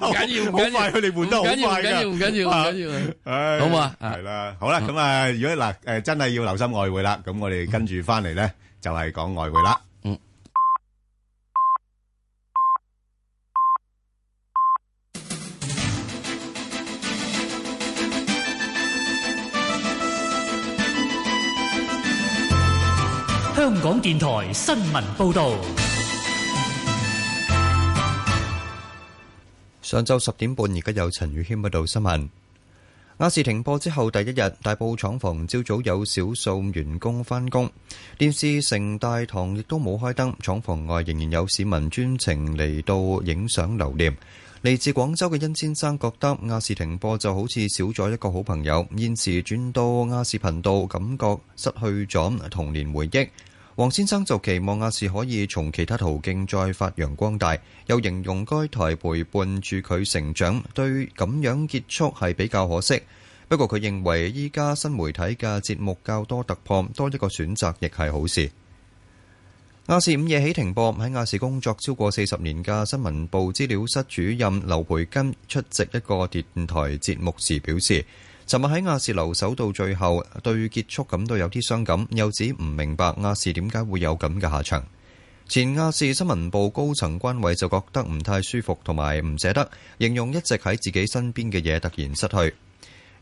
Speaker 8: 唔緊要，唔
Speaker 7: 好
Speaker 8: 緊要
Speaker 7: 快佢哋換得好快
Speaker 8: 唔緊要，唔緊要，唔緊要，唔緊要。
Speaker 7: 唉，
Speaker 8: 好嘛
Speaker 7: 係啦，好啦，咁啊，如果嗱，誒，真係要留心外匯啦，咁我哋跟住返嚟呢，就係講外匯啦。
Speaker 9: 香港電台新聞報導，
Speaker 10: 上晝十點半，而家有陳宇軒報道新聞。亞視停播之後第一日，大埔廠房朝早有少數員工返工，電視城大堂亦都冇開燈，廠房外仍然有市民專程嚟到影相留念。嚟自廣州嘅殷先生覺得亞視停播就好似少咗一個好朋友，現時轉到亞視頻道，感覺失去咗童年回憶。黃先生就期望亞視可以從其他途徑再發揚光大，又形容該台陪伴住佢成長，對咁樣結束係比較可惜。不過佢認為依家新媒體嘅節目較多突破，多一個選擇亦係好事。亞視午夜起停播，喺亞視工作超過四十年嘅新聞部資料室主任劉培根出席一個電台節目時表示，尋日喺亞視留守到最後，對結束感到有啲傷感，又指唔明白亞視點解會有咁嘅下場。前亞視新聞部高層關偉就覺得唔太舒服同埋唔捨得，形容一直喺自己身邊嘅嘢突然失去。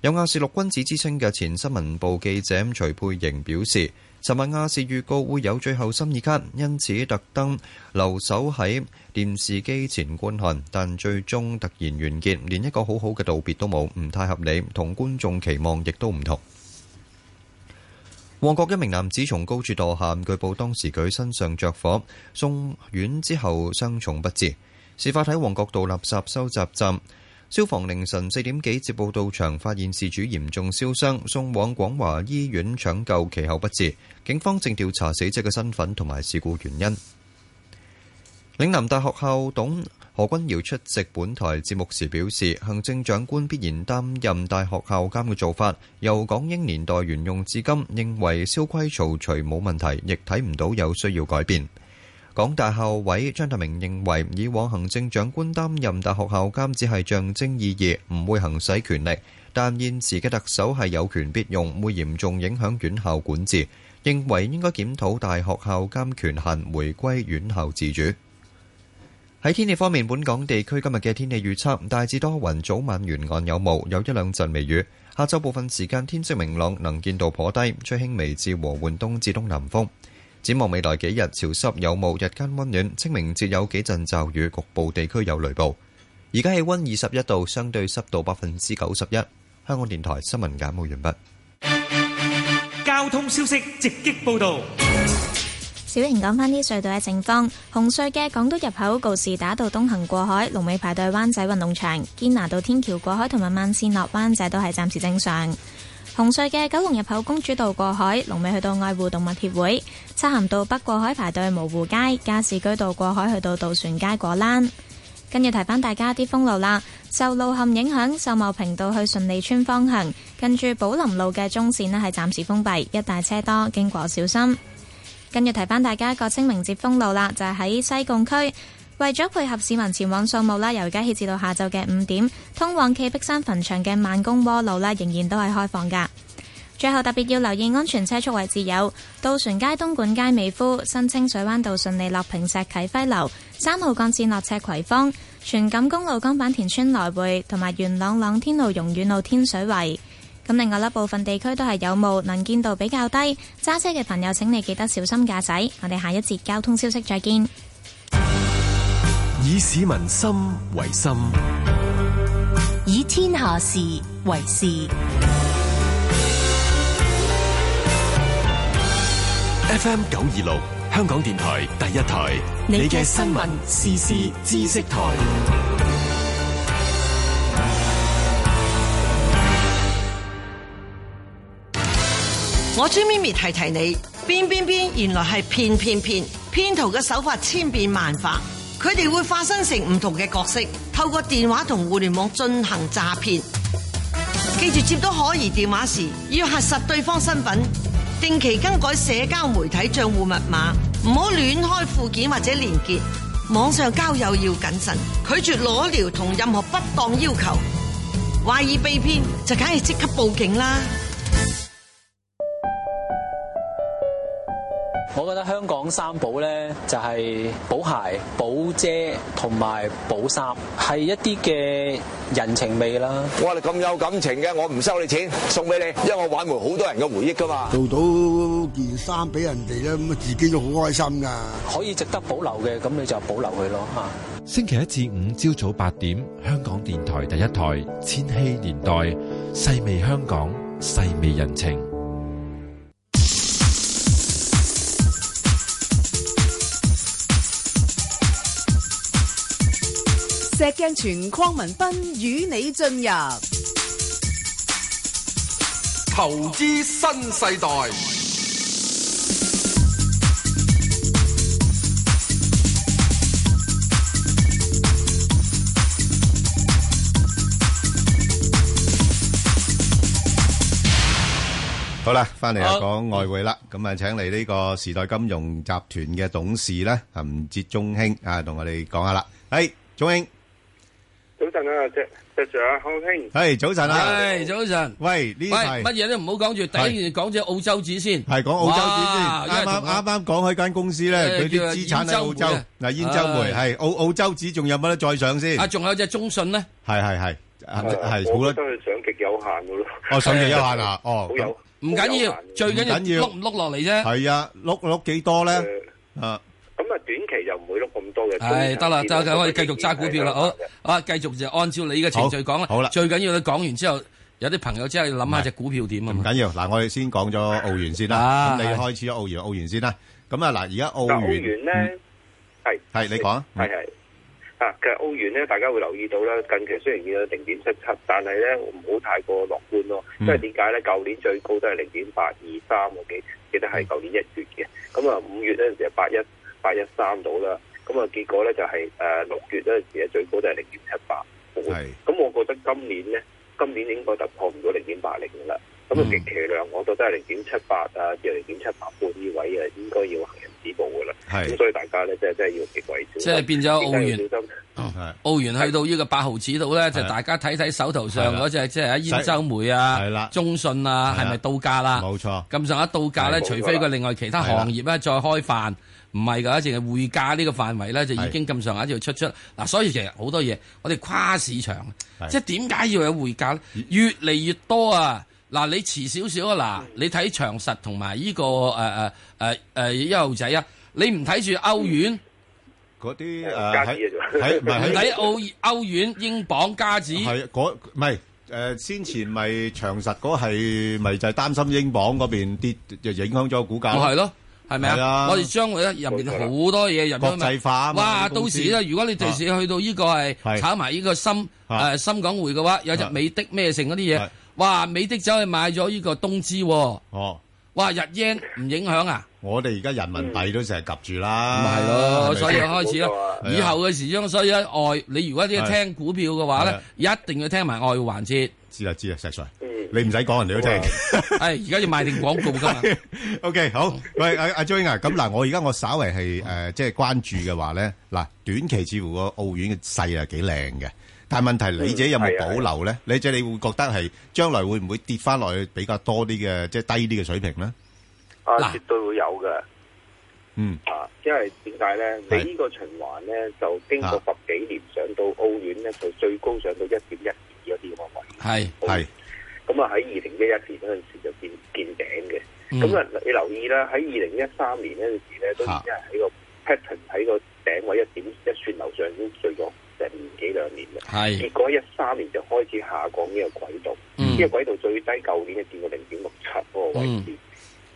Speaker 10: 有亞視六君子之稱嘅前新聞部記者徐佩瑩表示，尋日亞視預告會有最後心意卡，因此特登留守喺電視機前觀看，但最終突然完結，連一個好好嘅道別都冇，唔太合理，同觀眾期望亦都唔同。旺角一名男子從高處墮下，據報當時佢身上着火，送院之後傷重不治。事發喺旺角道垃圾收集站，消防凌晨四點幾接報到場，發現事主嚴重燒傷，送往廣華醫院搶救，其後不治。警方正調查死者嘅身份同埋事故原因。嶺南大學校董何君堯出席本台節目時表示，行政長官必然擔任大學校監嘅做法，由港英年代沿用至今，認為蕭規曹隨冇問題，亦睇唔到有需要改變。港大校委張達明認為，以往行政長官擔任大學校監只係象徵意義，唔會行使權力。但現時嘅特首係有權必用，會嚴重影響院校管治，認為應該檢討大學校監權限，回歸院校自主。喺天氣方面，本港地區今日嘅天氣預測大致多雲，早晚沿岸有霧，有一兩陣微雨。下晝部分時間天色明朗，能見度頗低，吹輕微至和緩東至東南風。展望未來幾日潮濕有霧，日間温暖。清明節有幾陣驟雨，局部地區有雷暴。而家氣温二十一度，相對濕度百分之九十一。香港電台新聞簡報完畢。
Speaker 9: 交通消息直擊報導。
Speaker 11: 小瑩講返啲隧道嘅情況，紅隧嘅港島入口告士打道東行過海，龍尾排隊灣仔運動場；堅拿道天橋過海同埋慢線落灣仔都係暫時正常。紅隧嘅九龍入口公主道過海，龍尾去到愛護動物協會；漆咸道北過海排隊蕪湖街，加士居道過海去到渡船街果欄。跟住提翻大家啲封路啦，受路陷影響，秀茂坪道去順利村方向，近住寶林路嘅中線呢係暫時封閉，一大車多，經過小心。跟住提翻大家一個清明節封路啦，就係、是、喺西貢區。為咗配合市民前往掃墓啦，由而家起至到下晝嘅五點，通往暨碧山墳場嘅慢工窩路啦，仍然都係開放噶。最後特別要留意安全車速位置有渡船街、東莞街、美孚、新清水灣道、順利落坪石、啟輝樓、三號幹線落赤葵芳、荃錦公路江板田村來回，同埋元朗朗天路、榕苑路、天水圍。咁另外啦，部分地區都係有霧，能見度比較低，揸車嘅朋友請你記得小心駕駛。我哋下一節交通消息再見。
Speaker 3: 以市民心為心，
Speaker 12: 以天下事為事。
Speaker 3: FM 九二六，香港電台第一台，你嘅新聞、時事、知識台。
Speaker 30: 我朱咪咪提提你，變變變，原來係騙騙騙，騙徒嘅手法千變萬化。佢哋會化身成唔同嘅角色，透過電話同互聯網進行詐騙。記住接到可疑電話時，啊要核實對方身份，定期更改社交媒體帳戶密碼，唔好亂開附件或者連結。網上交友要謹慎，拒絕裸聊同任何不當要求。懷疑被騙就梗係即刻報警啦！
Speaker 23: 我覺得香港三寶咧就係補鞋、補遮同埋補衫，係一啲嘅人情味啦。
Speaker 31: 我哋咁有感情嘅，我唔收你錢，送俾你，因為我挽回好多人嘅回憶噶嘛。
Speaker 19: 做到件衫俾人哋咧，咁自己都好開心噶。
Speaker 23: 可以值得保留嘅，咁你就保留佢咯嚇。
Speaker 15: 星期一至五朝早八點，香港電台第一台《千禧年代》，細味香港，細味人情。
Speaker 17: 石鏡泉鄺民彬與你進入
Speaker 18: 投資新世代。
Speaker 7: 好啦，翻嚟又講外匯啦，咁啊請嚟呢個時代金融集團嘅董事咧，吳哲中興啊，同我哋講下啦。誒，中興，
Speaker 21: 早晨啊，石石 Sir 啊，康興，
Speaker 7: 係早晨啊，
Speaker 8: 係早晨。
Speaker 7: 喂，呢
Speaker 8: 喂，乜嘢都唔好講住，第一件講隻澳洲紙先，
Speaker 7: 係講澳洲紙先。啱啱啱啱講開間公司咧，佢啲資產喺澳洲，嗱兗州煤係澳澳洲紙，仲有冇得再上先？
Speaker 8: 啊，仲有隻中信咧，
Speaker 7: 係係係係好
Speaker 21: 啦，真係上極有限噶咯。
Speaker 7: 哦，上極有限啊，哦。
Speaker 8: 唔緊要，最緊要碌唔碌落嚟啫。
Speaker 7: 係啊，碌碌幾多咧？啊，
Speaker 21: 咁啊，短期就唔會碌 咁多嘅。
Speaker 8: 係得啦，得啦，可以繼續揸股票啦。好，啊，繼續就按照你嘅程序講啦。
Speaker 7: 好啦，
Speaker 8: 最緊要你講完之後，有啲朋友真係諗下隻股票點啊。
Speaker 7: 唔緊要，嗱，我哋先講咗澳元先啦。咁你開始咗澳元，澳元先啦。咁啊，嗱，而家澳元。嗯
Speaker 21: 澳元咧，係
Speaker 7: 係你講啊。
Speaker 21: 係係。啊，其實澳元咧，大家會留意到啦。近期雖然見到零點七七，但係咧唔好太過樂觀咯。
Speaker 7: 嗯
Speaker 21: 因為點解咧？舊年最高都係零點八二三，我記記得
Speaker 7: 嗯
Speaker 21: 係舊年一月嘅。咁啊，五月嗰陣時係八一八一三到啦。咁啊，結果咧就係誒六月嗰陣時咧最高都係零點七八半。咁我覺得今年咧，今年應該突破唔到零點八零㗎啦。咁啊，極其量我覺得係零點七八啊，至零點七八半呢位啊，應該要行人止步㗎啦。咁所以大家咧，即係真係要極為小心。
Speaker 8: 即係變咗澳元，
Speaker 21: 哦、
Speaker 8: 澳元去到呢個八毫子度咧，就大家睇睇手頭上嗰隻，即係喺兗州煤啊、中信啊，係咪到價啦？
Speaker 7: 冇錯。
Speaker 8: 咁上下到價咧，除非佢另外其他行業咧再開飯，唔係㗎，淨係匯價呢個範圍咧就已經咁上下就出出。嗱，所以其實好多嘢，我哋跨市場，即係點解要有匯價咧？越嚟越多啊！嗱，你遲少少啊！嗱，你睇長實同埋呢個呃誒誒誒誒一號仔啊！你唔睇住歐元
Speaker 7: 嗰啲誒喺喺唔係
Speaker 8: 睇澳歐元、英鎊、加紙
Speaker 7: 係嗰唔係誒先前咪長實嗰係咪就係擔心英鎊嗰邊跌，就影響咗股價
Speaker 8: 哦咪係咯。係咪
Speaker 7: 係啊
Speaker 8: 啊？我哋將會咧入面好多嘢入咗
Speaker 7: 國際化啊嘛啲
Speaker 8: 哇！
Speaker 7: 公
Speaker 8: 到
Speaker 7: 司啊
Speaker 8: 時咧，如果你第時去到呢個係
Speaker 7: 係啊
Speaker 8: 炒埋呢個深誒深港匯嘅話，有隻美的咩成嗰啲嘢，哇！美的走去買咗呢個東芝喎，
Speaker 7: 哦，
Speaker 8: 哇！日 yen 唔影響啊！嗯
Speaker 7: 我哋而家人民幣都成日及住啦，
Speaker 8: 咪係咯，
Speaker 7: 係咪
Speaker 8: 所以
Speaker 7: 先
Speaker 8: 開始
Speaker 7: 啊
Speaker 8: 咧，以後嘅時鐘，所以咧外，你如果你要
Speaker 7: 係
Speaker 8: 聽股票嘅話咧，一定要聽埋外匯環節。
Speaker 7: 知啊知啊，石 Sir，你唔使講，人哋都 聽。
Speaker 8: 係而家要賣定廣告㗎嘛。
Speaker 7: OK，好，喂，阿阿 Joey 啊，咁嗱，我而家我稍為係誒，即係關注嘅話咧，嗱，短期似乎個澳元嘅勢係幾靚嘅，但係問題你自己有冇保留咧？你即係你會覺得係將來會唔會跌翻落去比較多啲嘅，即係低啲嘅水平咧？
Speaker 21: 啊，絕對會有嘅。
Speaker 7: 嗯，
Speaker 21: 啊，因為點解咧？你呢個循環咧，就經過十幾年上到澳元咧，就最高上到一點一二嗰啲咁嘅位。
Speaker 8: 係
Speaker 7: 係
Speaker 21: 咁啊喺二零一一年嗰陣時就見見頂嘅。
Speaker 8: 嗯
Speaker 21: 咁啊、你留意啦，喺二零一三年嗰陣時咧，都已經係喺個 pattern 喺個頂位一點一算樓上已經碎咗成年幾兩年嘅。
Speaker 8: 係嗯
Speaker 21: 結果一三年就開始下降呢個軌道，呢、個軌道最低舊年就見過零點六七嗰個位置。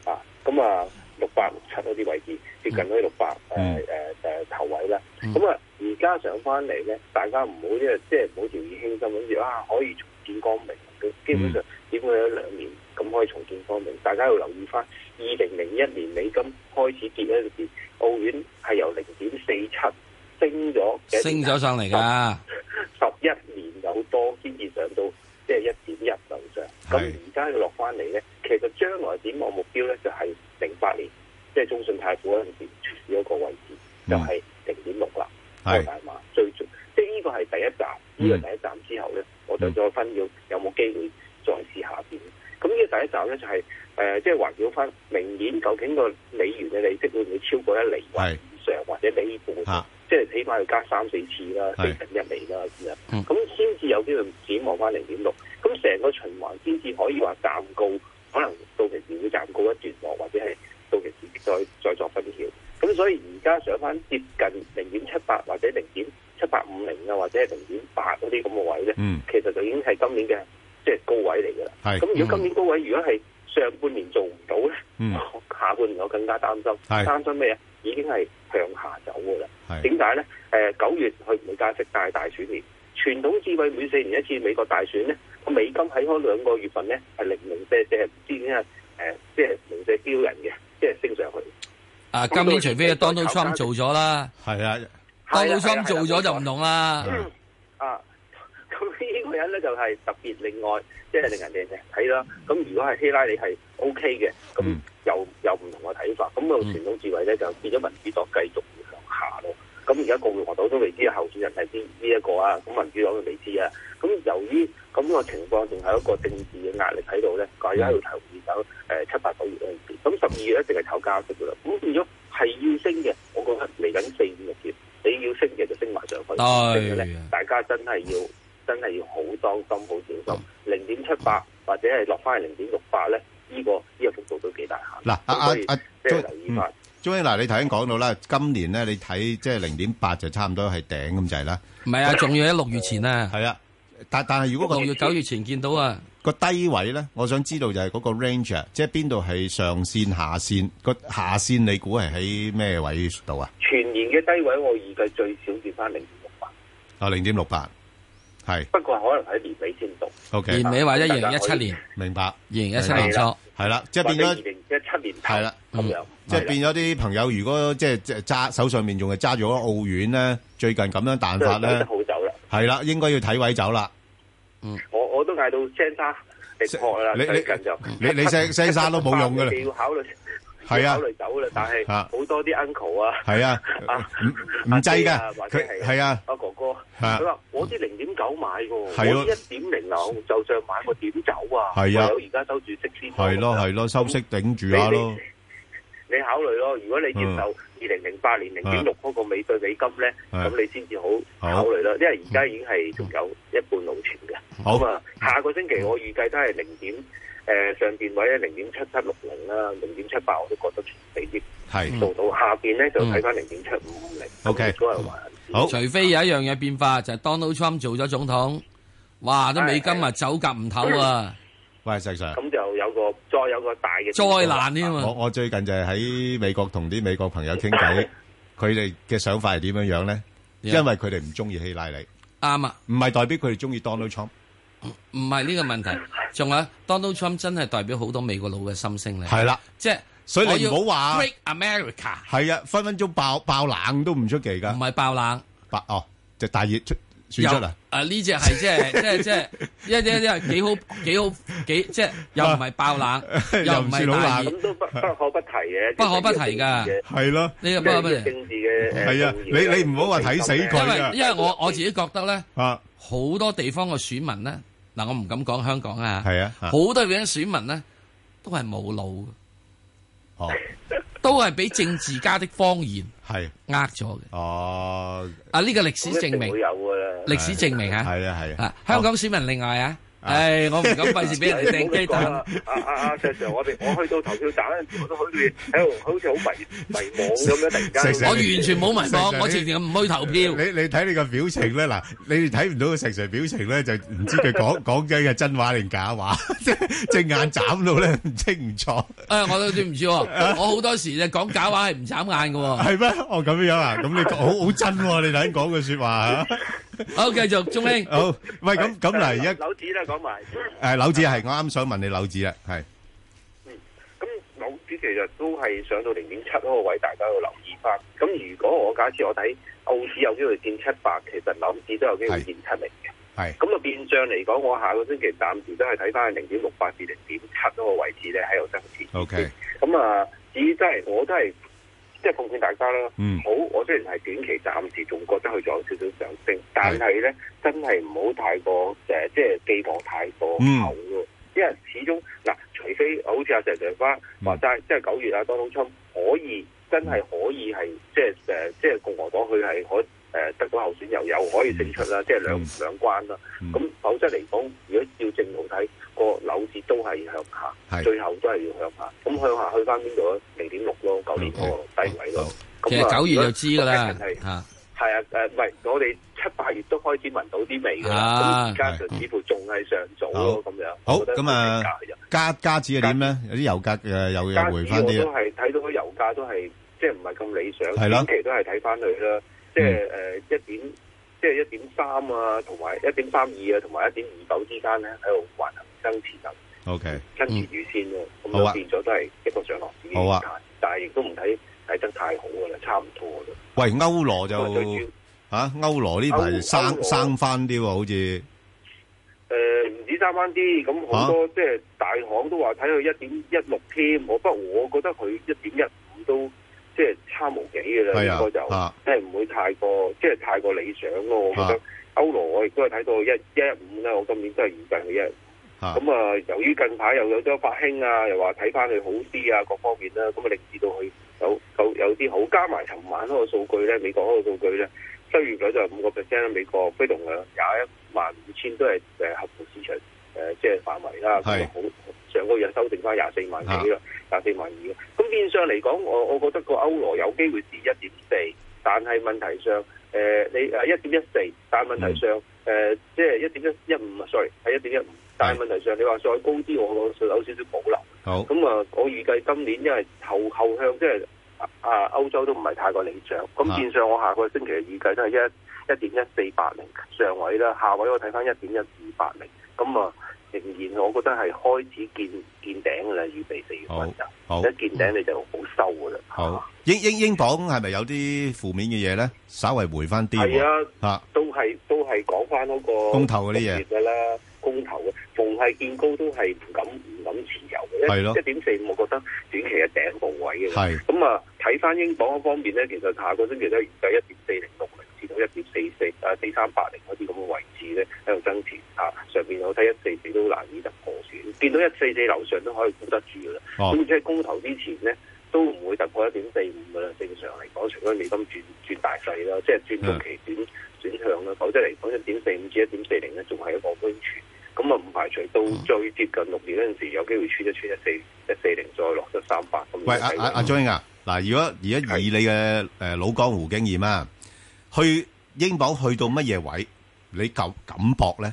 Speaker 21: 啊，咁啊六百六七嗰啲位置，接近嗰啲六百誒誒誒頭位啦。咁啊，而家上翻嚟咧，大家唔好即係即係唔好掉以輕心，諗住啊可以重見光明。佢基本上點會有兩年咁可以重見光明？大家要留意翻，二零零一年美金開始跌嗰陣時，澳元係由零點四七升咗幾多
Speaker 8: 升咗上嚟㗎。
Speaker 21: 十一年有多先至上到即係一點一樓上。咁而家佢落翻嚟咧，其實將來展望目標咧就係零八年，即係中信泰富嗰陣時出事嗰個位置，就係零點六啦。
Speaker 7: 係
Speaker 21: 嗰個大碼嗯最最，即係呢個係第一站，呢、個第一站之後咧，我就再分要有冇機會再試下邊。咁呢個第一站咧就係、誒，即係環繞翻明年究竟個美元嘅利息會唔會超過一厘或以上，或者呢半？
Speaker 7: 嚇
Speaker 21: 即係起碼要加三四次啦，四
Speaker 7: 係
Speaker 21: 近一厘啦咁
Speaker 7: 嗯
Speaker 21: 樣，咁先至有機會展望翻零點六，咁成個循環先至可以話暫告，可能到期時會暫告一段落，或者係到期時再再作分曉。咁所以而家上翻接近零點七八或者零點七八五零啊，或者係零點八嗰啲咁嘅位咧，
Speaker 7: 嗯
Speaker 21: 其實就已經係今年嘅即係高位嚟㗎啦。
Speaker 7: 係
Speaker 21: 咁如果今年高位如果係上半年做唔到咧，
Speaker 7: 嗯
Speaker 21: 下半年我更加擔心，
Speaker 7: 係
Speaker 21: 擔心咩啊？已經係向下走㗎啦。
Speaker 7: 係
Speaker 21: 點解咧？誒、九月佢唔會加息，但係大選年。傳統智慧每四年一次美國大選咧，個美金喺嗰兩個月份咧係零零舍舍，唔知點解誒，即係零舍飆人嘅，即係升上去。
Speaker 8: 啊，今年除非啊 Donald Trump 做咗啦，
Speaker 7: 係啊
Speaker 8: ，Donald
Speaker 21: 係啊係啊
Speaker 8: Trump Ừ. 做咗就唔同啦。
Speaker 21: 啊， 咁呢個人咧就係、特別另外，即係令人哋睇啦。咁如果係希拉里係 O K 嘅，咁又又唔同嘅睇法。咁個傳統智慧咧就變咗民主黨繼續向下咯。咁而家共和黨都未知候選人係邊呢一個啊，咁民主黨都未知啊。咁由於咁個情況仲係一個政治嘅壓力喺度咧，大家喺度投資走誒七八九月嗰陣時，咁十二月一定係炒加息噶啦。咁變咗係要升嘅，我覺得嚟緊四五六月你要升嘅就升埋上去，
Speaker 8: 哎
Speaker 21: 升嘅咧大家真係要真係要好當心、
Speaker 7: 嗯
Speaker 21: 好小心。零點七八或者係落翻去零點六八咧，呢個呢個幅度都幾大下。
Speaker 7: 嗱，阿
Speaker 21: 咁
Speaker 7: 阿
Speaker 21: 所
Speaker 7: 阿嗯
Speaker 21: 以即係留意翻。
Speaker 7: Joey，嗱，你頭先講到啦，今年咧你睇即係零點八就差唔多係頂咁滯啦。
Speaker 8: 唔係啊，仲要喺六月前啊。
Speaker 7: 係啊，但但係如果個
Speaker 8: 六月九月前見到啊，
Speaker 7: 個低位咧，我想知道就係嗰個 range，啊即係邊度係上線、下線，個下線你估係喺咩位度啊？
Speaker 21: 全年嘅低位，我預計最少跌翻零點六八，
Speaker 7: 啊，零點六八，係
Speaker 21: 不過可能喺年尾先到。
Speaker 7: OK。
Speaker 21: 年尾或者2017年
Speaker 7: 明白。二
Speaker 8: 零
Speaker 21: 一七年初
Speaker 7: 係啦，即係變
Speaker 21: 或者
Speaker 7: 咗
Speaker 21: 二零一七年
Speaker 7: 係啦，
Speaker 21: 咁樣
Speaker 7: 即係變咗啲朋友，如果即係即係揸手上面仲係揸住嗰個澳元咧，最近咁樣彈法
Speaker 21: 真係走
Speaker 7: 咧
Speaker 21: 得，好走啦。
Speaker 7: 係啦，應該要睇位走啦。
Speaker 21: 我我都嗌到聲沙力破啦，
Speaker 7: 你你
Speaker 21: 最近就
Speaker 7: 你你聲聲沙都冇用㗎啦
Speaker 21: 你要考慮，
Speaker 7: 係啊
Speaker 21: 要考慮走啦。但係
Speaker 7: 啊
Speaker 21: 好多啲 uncle 啊，
Speaker 7: 係啊，唔唔制
Speaker 21: 姐
Speaker 7: 㗎
Speaker 21: 啊或，者
Speaker 7: 佢係啊，
Speaker 21: 阿哥哥，
Speaker 7: 啊
Speaker 21: 佢話我啲零點九買㗎，我
Speaker 7: 係咯
Speaker 21: 啲一點零樓就上買，我點走啊？
Speaker 7: 係啊
Speaker 21: 唯有而家收住息先。
Speaker 7: 係咯係咯，收息頂住下咯。
Speaker 21: 你考慮咯，如果你接受二零零八年零點六嗰個美對美金咧，
Speaker 7: 嗯
Speaker 21: 咁你先至好
Speaker 7: 好嗯
Speaker 21: 考慮啦。因為而家已經係仲有一半路程嘅。
Speaker 7: 好
Speaker 21: 咁啊，下個星期
Speaker 7: 嗯
Speaker 21: 我預計都係零點誒上邊位咧零點七七六零啦，零點七八我都覺得未必
Speaker 7: 係嗯
Speaker 21: 做到。下邊咧就睇翻零點七五五零。
Speaker 7: OK
Speaker 21: 都係話
Speaker 7: 好
Speaker 8: 除非有一樣嘢變化，就係 Donald Trump 做咗總統，哇！啲美金啊走夾唔唞啊，
Speaker 7: 喂，石Sir，
Speaker 21: 咁就有個再有個大嘅
Speaker 7: 我- 我最近就係喺美國同啲美國朋友傾偈，佢哋嘅想法係點樣樣呢？
Speaker 8: Yeah。
Speaker 7: 因為佢哋唔鍾意希拉里。
Speaker 8: 啱啊，
Speaker 7: 唔係代表佢哋鍾意Donald Trump。
Speaker 8: 唔係呢個問題。仲有 Donald Trump 真係代表好多美國佬嘅心聲嚟。
Speaker 7: 係啦，
Speaker 8: 即係
Speaker 7: 所以你
Speaker 8: 我要
Speaker 7: 唔好話
Speaker 8: Break America。
Speaker 7: 係啊，分分鐘爆-爆冷都唔出奇㗎。爆-哦，就大熱出-選出啊？
Speaker 8: 啊呢只係即 係即係即係一啲一啲幾好幾好幾即係又唔係爆冷， 又唔係大熱
Speaker 21: 咁都不不可不提嘅，
Speaker 8: 不可不提㗎
Speaker 7: 係咯，
Speaker 8: 呢個
Speaker 21: 即
Speaker 8: 不可
Speaker 21: 係
Speaker 8: 不
Speaker 21: 呢個
Speaker 8: 提。
Speaker 21: 政治嘅誒
Speaker 7: 係啊，
Speaker 21: 動
Speaker 7: 你-
Speaker 21: 搖啦
Speaker 7: 你唔好話睇死佢啊。
Speaker 8: 因為因為 我我自己覺得咧，
Speaker 7: 啊
Speaker 8: 好多地方嘅選民咧，嗱我唔敢講香港啊，
Speaker 7: 係啊啊
Speaker 8: 好多地方選民咧都係冇腦嘅，
Speaker 7: 哦，
Speaker 8: 都係俾政治家的謊言
Speaker 7: 係
Speaker 8: 呃咗嘅。
Speaker 7: 哦，
Speaker 8: 啊呢個歷史證明
Speaker 21: 會，有㗎啦。
Speaker 8: 歷史證明啊，
Speaker 7: 係啊係
Speaker 8: 啊香港選民另外啊，唉我唔敢費事俾人哋掟雞
Speaker 21: 唔好
Speaker 8: 蛋
Speaker 21: 講。啦啊啊啊！石 Sir，我哋我去到投票站嗰陣時，我都好似喺度，好似好迷迷惘咁樣，突然間。
Speaker 7: 石Sir，你-石Sir，你-
Speaker 8: 我完全冇迷惘，我直情唔去投票。
Speaker 7: 你-你睇你個表情呢，嗱，你哋睇唔到個石Sir表情呢，就唔知佢講-講緊係真話定假話，隻眼眨到呢，唔清唔楚。
Speaker 8: 哎誒，我都對唔住喎， 我好多時就講假話係唔眨眼嘅喎。
Speaker 7: 係咩？哦，咁樣啊，咁你好-好真喎，你頭先講嘅說話啊。
Speaker 8: 好，繼續，鍾兄。
Speaker 7: 好，喂，咁-咁嗱，而家-
Speaker 21: 樓子啦，講埋。
Speaker 7: 誒，樓子係，我啱想問你樓子啦，係。
Speaker 21: 咁樓指其實都係上到零點七嗰個位，大家要留意翻。咁如果我假設我睇澳市有機會見七百，其實樓指都有機會見七零嘅。
Speaker 7: 係
Speaker 21: 咁啊變相嚟講，我下個星期暫時都係睇翻零點六八至零點七嗰個位置咧喺度增持。
Speaker 7: OK，
Speaker 21: 咁啊，至於真係我都係即係奉勸大家啦。
Speaker 7: 嗯
Speaker 21: 好，我雖然係短期暫時仲覺得佢仲有少少上升，但係咧真係唔好太過誒、即係寄望太過
Speaker 7: 嗯
Speaker 21: 厚咯。因為始終嗱，除非好似阿石石花
Speaker 8: 嗯
Speaker 21: 話齋，即係九月啊，當當春可以真係可以係即係誒，即係共和黨佢係可誒得到候選又有可以勝
Speaker 8: 嗯
Speaker 21: 出啦，即係兩兩關啦。咁否則嚟講，如果照正路睇，個樓市都係向下，
Speaker 7: 係
Speaker 21: 最後都係要向下。咁向下去翻邊度咧？零點六咯，九年嗰個低位咯。咁啊
Speaker 8: 其實九月就知㗎啦，
Speaker 21: 如果係啊，誒唔係，我哋七八月都開始聞到啲味㗎啦。
Speaker 7: 啊
Speaker 21: 咁而家就似乎仲係上早咯，咁樣。
Speaker 7: 好，
Speaker 21: 我覺得
Speaker 7: 咁啊，加-加紙係點呢？有啲油價，誒，又-
Speaker 21: 加紙我
Speaker 7: 又回返啲啦。啊
Speaker 21: 都係睇到個油價都係即係唔係咁理想，
Speaker 7: 係嗯啦
Speaker 21: 短期都係睇翻佢啦，即係誒一點即係一點三啊，同埋一點三二啊，同埋一點二九之間咧喺度橫行增持緊，
Speaker 7: OK，
Speaker 21: 跟住預先咯，咁
Speaker 7: 嗯好
Speaker 21: 就
Speaker 7: 啊
Speaker 21: 變咗都係一個上落市嘅
Speaker 7: 好啊
Speaker 21: 形態，但係亦都唔睇睇得太好噶啦，差唔多啦。
Speaker 7: 喂，歐羅就-
Speaker 21: 咁啊，最主要-
Speaker 7: 嚇，歐羅呢排
Speaker 21: 歐-
Speaker 7: 生-
Speaker 21: 歐羅。
Speaker 7: 生返啲喎，好似。
Speaker 21: 誒呃唔止三蚊啲，咁好
Speaker 7: 啊
Speaker 21: 多即係大行都話睇佢一點一六添，我不過我覺得佢一點一五都即係差無幾嘅啦，
Speaker 7: 係
Speaker 21: 應
Speaker 7: 啊
Speaker 21: 該就
Speaker 7: 啊
Speaker 21: 即係唔會太過即係太過理想咯。我覺得
Speaker 7: 啊
Speaker 21: 歐羅我亦都係睇到一一一五啦，我今年都係預計佢一。
Speaker 7: 啊
Speaker 21: 咁啊，由於近排又有咗發興啊，又話睇翻佢好啲啊，各方面啦，咁啊令至到佢有有有啲好，加埋尋晚嗰個數據咧，美國嗰個數據咧，失業率就係五個 percent 啦，美國非農量廿一萬五千都係誒合乎市場誒、呃即係範圍啦，咁
Speaker 7: 係
Speaker 21: 啊好上個月修正翻廿四萬幾啦，廿四萬二啦，咁變相嚟講，我我覺得個歐羅有機會至一點四，但係問題上誒、呃你誒一點一四，但係問題上誒、呃即係一點一一五啊，sorry 係一點一五。但係問題上，你話再高啲，我個有少少保留。
Speaker 7: 好
Speaker 21: 咁啊，我預計今年因為後後向即係啊歐洲都唔係太過理想，咁
Speaker 7: 啊
Speaker 21: 變相我下個星期嘅預計都係一一點一四八零上位啦，下位我睇翻一點一二八零，咁啊仍然我覺得係開始見見頂㗎啦，預備四月份就
Speaker 7: 好好
Speaker 21: 一見頂你就好收㗎啦。
Speaker 7: 好。英-英-英鎊係咪有啲負面嘅嘢呢？稍微回返啲喎。
Speaker 21: 係啊，
Speaker 7: 嚇，
Speaker 21: 都係都係講翻嗰個
Speaker 7: 公投嗰啲嘢
Speaker 21: 㗎啦，公投嘅，逢係見高都係唔敢唔敢持有嘅，
Speaker 7: 係咯
Speaker 21: 一點四五，我覺得短期嘅頂部位嘅。
Speaker 7: 係
Speaker 21: 咁啊，睇翻英鎊嗰方面咧，其實下個星期都係預計一點四零六零至到一點四四啊四三八零嗰啲咁嘅位置咧喺度增持啊，上邊我睇一四四都難以突破住，見到一四四樓上都可以估得住㗎啦。
Speaker 7: 哦
Speaker 21: 咁即係公投之前咧。都唔會突破一點四五㗎啦，正常嚟講，除非美金轉轉大勢啦，即係
Speaker 7: 嗯
Speaker 21: 轉中期短轉向啦，否則嚟講一點四五至一點四零咧，仲係一個安全。咁啊，唔排除到
Speaker 7: 嗯
Speaker 21: 最接近六年嗰陣時，有機會穿一穿一四一四零，再落得三百咁。
Speaker 7: 喂，阿-阿-阿張英啊，嗱，如果-而家以你嘅，誒，老江湖經驗啊，去英鎊去到乜嘢位，你夠-敢搏呢？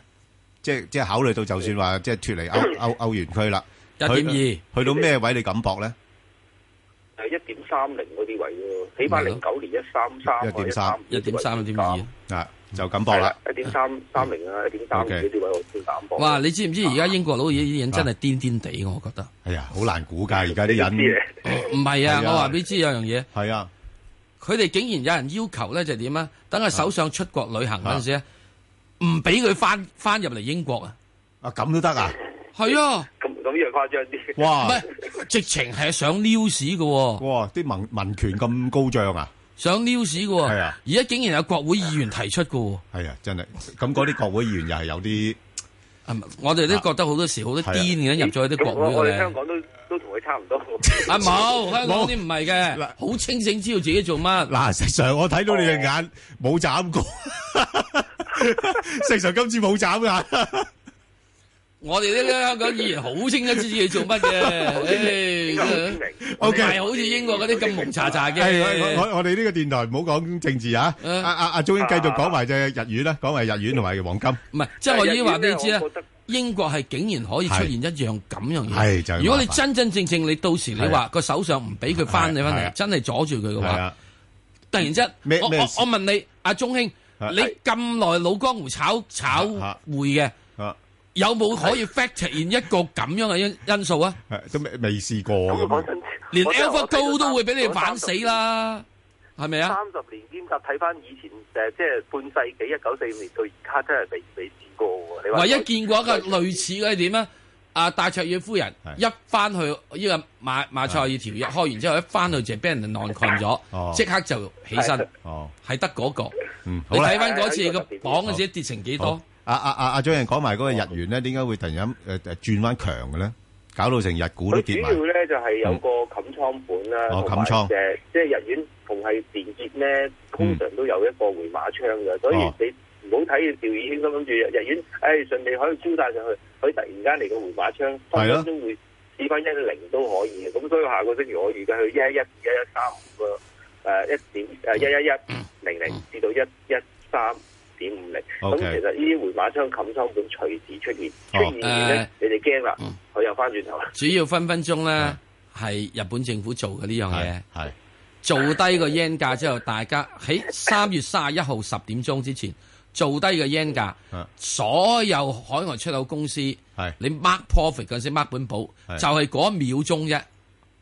Speaker 7: 即即考慮到就算話即係脱離歐 歐歐元區啦，
Speaker 8: 1.2
Speaker 7: 去去到咩位你敢搏咧？
Speaker 21: 係一點三零嗰啲位喎，起碼零九年一三三、
Speaker 7: 嗯一點三、
Speaker 8: 一點三、一點二
Speaker 7: 啊，就咁搏啦。嗯
Speaker 21: 一點三三零啊，一點三嗰啲位我先膽搏。
Speaker 8: 哇！你知唔知而家英國佬啲啲人真係癲癲地，我覺得。
Speaker 7: 哎呀，啊好難估㗎，而家啲人
Speaker 8: 唔係啊！我話俾你知有樣嘢，
Speaker 7: 係啊，
Speaker 8: 佢哋竟然有人要求咧，就點啊？等佢首相出國旅行嗰陣時咧，唔俾佢翻翻入嚟英國啊！
Speaker 7: 啊咁都得啊？
Speaker 8: 係啊！
Speaker 21: 咁咁樣誇張啲。
Speaker 7: 哇！
Speaker 8: 唔係，直情係想撩屎嘅喎。
Speaker 7: 哇！啲民民權咁高漲啊！
Speaker 8: 想撩屎嘅喎。
Speaker 7: 係啊！
Speaker 8: 而家竟然有國會議員提出嘅喎。
Speaker 7: 係啊，真係。咁嗰啲國會議員又係有啲，
Speaker 8: 我哋都覺得好多時好多癲嘅入咗去啲國會
Speaker 21: 我
Speaker 8: 嘅
Speaker 21: 哋
Speaker 8: 咧
Speaker 21: 香。港都都同佢差唔多。
Speaker 8: 啊冇，香港啲唔係嘅，好清醒知道自己做乜。
Speaker 7: 嗱，石 Sir，我睇到你隻眼冇眨過，石 Sir 今次冇眨 眼。
Speaker 8: 我哋呢啲香港議員好清楚知自己做乜嘅，唉
Speaker 7: O K
Speaker 8: 唔係好似英國嗰啲咁蒙查查嘅。
Speaker 7: 係，我-我-我哋呢個電台唔好講政治啊，啊，啊，阿鍾英繼續講埋隻日元啦，講埋日元同埋黃金。
Speaker 8: 即係我已經話俾你知啦，英國係竟然可以出現一樣咁樣
Speaker 7: 係就係麻
Speaker 8: 嘢。
Speaker 7: 煩
Speaker 8: 如果你真真正正你到時你
Speaker 7: 係
Speaker 8: 話
Speaker 7: 啊
Speaker 8: 個首相唔俾佢翻你翻
Speaker 7: 係啊
Speaker 8: 嚟，真係阻住佢嘅
Speaker 7: 係
Speaker 8: 話
Speaker 7: 啊，
Speaker 8: 突然之間，
Speaker 7: 咩
Speaker 8: 我我
Speaker 7: 咩
Speaker 8: 我
Speaker 7: 事
Speaker 8: 問你，阿鐘兄，你咁耐老江湖炒炒匯嘅，有冇可以 factor in 一個咁樣嘅因因素啊？
Speaker 7: 係，都未-未試過咁。
Speaker 8: 連
Speaker 21: 我真係
Speaker 8: Alpha
Speaker 21: 我睇到
Speaker 8: 高都會俾你
Speaker 21: 三
Speaker 8: 反死啦，係咪啊？
Speaker 21: 三十年兼夾睇翻以前誒，即係半世紀一九四五年到而家，真係未未試過喎。你話
Speaker 8: 唯一見過一個類似嘅係點咧？啊，戴卓爾夫人一翻去呢個馬馬賽爾條約開完之後，一翻去就俾人哋浪困
Speaker 7: 哦
Speaker 8: 咗，即刻就起身，
Speaker 7: 哦，
Speaker 8: 係得嗰個。你
Speaker 7: 嗯，好啦。
Speaker 8: 睇翻嗰次個榜嗰時跌成幾多？
Speaker 7: 好。啊-啊-啊-阿鍾英講埋嗰個日元呢，點解會突然間，呃，呃，轉返強嘅呢？搞到成日股都跌埋。
Speaker 21: 佢主要咧就係有個冚倉盤啦，
Speaker 7: 哦
Speaker 21: 同埋
Speaker 7: 冚倉
Speaker 21: 誒，即係日元同係連結咧，通常都有一個回馬槍嘅，所以
Speaker 7: 哦
Speaker 21: 你唔好睇掉以輕心，諗住日元，誒順利可以飆晒上去，佢突然間嚟個回馬槍，分
Speaker 7: 係咯
Speaker 21: 分鐘會試翻一零都可以嘅。咁所以下個星期我預計去一一一、一一三五個誒
Speaker 7: 嗯
Speaker 21: 一點誒一一一零零至到一一三點五零。咁
Speaker 7: OK
Speaker 21: 其實呢啲回馬槍冚倉盤隨時出現，
Speaker 8: 哦
Speaker 21: 出現完
Speaker 8: 誒
Speaker 21: 咧你哋驚啦，
Speaker 7: 嗯
Speaker 21: 佢又翻轉頭啦。
Speaker 8: 主要分分鐘咧係日本政府做嘅呢樣嘢，
Speaker 7: 係
Speaker 8: 做低個 yen 價之後，大家喺三月三十一號十點鐘之前做低個 yen 價，
Speaker 7: 啊
Speaker 8: 所有海外出口公司，你 mark profit 嗰陣時 mark 本簿，
Speaker 7: 係
Speaker 8: 就係嗰一秒鐘啫。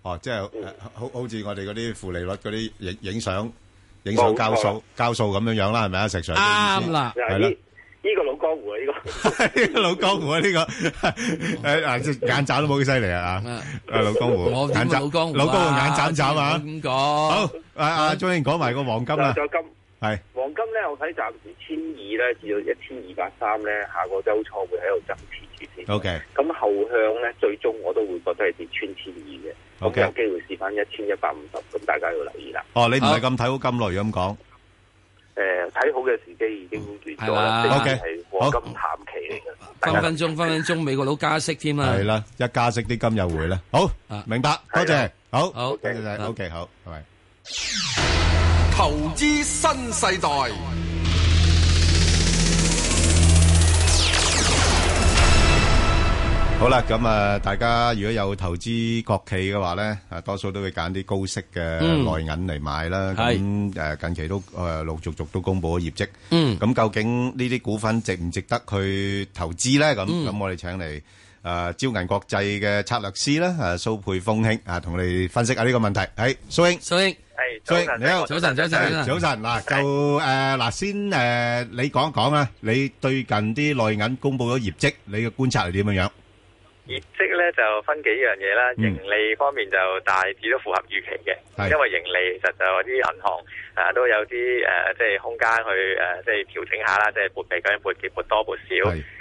Speaker 7: 哦，即係，呃，好-好似我哋嗰啲負利率嗰啲影-影相-影相交數-
Speaker 21: 冇錯啦。
Speaker 7: 交數咁樣樣啦，係咪啊，石Sir？
Speaker 8: 啱啦，
Speaker 7: 係啦。
Speaker 21: 呢個老江湖啊，呢 個。
Speaker 7: 老江湖啊，呢個 誒嗱，隻眼眨都冇幾犀利啊！啊，老江湖，
Speaker 8: 我點
Speaker 7: 眼
Speaker 8: 會
Speaker 7: 眨，
Speaker 8: 老江湖啊
Speaker 7: 老江湖眼眨眨啊！
Speaker 8: 咁講好，
Speaker 7: 啊啊，張英講埋個黃金啦，
Speaker 21: 就金
Speaker 7: 係
Speaker 21: 黃金咧，我睇暫時千二咧至到一千二百三咧，下個周初會喺度增持住先。
Speaker 7: OK，
Speaker 21: 咁後向咧，最終我都會覺得係跌穿千二嘅，
Speaker 7: OK
Speaker 21: 咁有機會試翻一千一百五十，咁大家要留意啦。
Speaker 7: 哦，你唔係咁睇好金類咁講，
Speaker 21: 誒，呃睇好嘅時機已經完咗
Speaker 8: 係啦
Speaker 21: 啦，即
Speaker 7: OK，
Speaker 21: 係黃金淡期嚟嘅。大
Speaker 8: 分
Speaker 21: 家
Speaker 8: 分鐘分分鐘美國佬加息添啊！
Speaker 7: 係啦，一加息啲金又回啦，好，明白，多謝，好，
Speaker 8: 好
Speaker 7: 多謝晒，OK，好，拜拜。
Speaker 20: 投資新世代，
Speaker 7: 好啦，咁啊，大家如果有投資國企嘅話咧，啊，多數都會揀啲高息嘅
Speaker 8: 嗯
Speaker 7: 內銀嚟買啦。
Speaker 8: 係
Speaker 7: 咁誒，近期都誒陸續續都公布咗業績。
Speaker 8: 嗯
Speaker 7: 咁究竟呢啲股份值唔值得去投資咧？咁
Speaker 8: 嗯
Speaker 7: 咁，我哋請嚟誒招銀國際嘅策略師啦，誒蘇佩峰兄啊，同我哋分析下呢個問題。係蘇兄，
Speaker 8: 蘇兄，
Speaker 21: 係
Speaker 7: 蘇兄，你好，
Speaker 8: 早晨，早晨，
Speaker 7: 早晨。嗱，就誒嗱，先誒你講一講啊，你對近啲內銀公布咗業績，你嘅觀察係點樣樣？
Speaker 6: 業績咧就分幾樣嘢啦，
Speaker 7: 嗯
Speaker 6: 盈利方面就大致都符合預期嘅，
Speaker 7: 係
Speaker 6: 因為盈利其實就啲銀行啊都有啲誒、呃即係空間去誒、呃即係調整下啦，即係撥備究竟撥撥多撥少，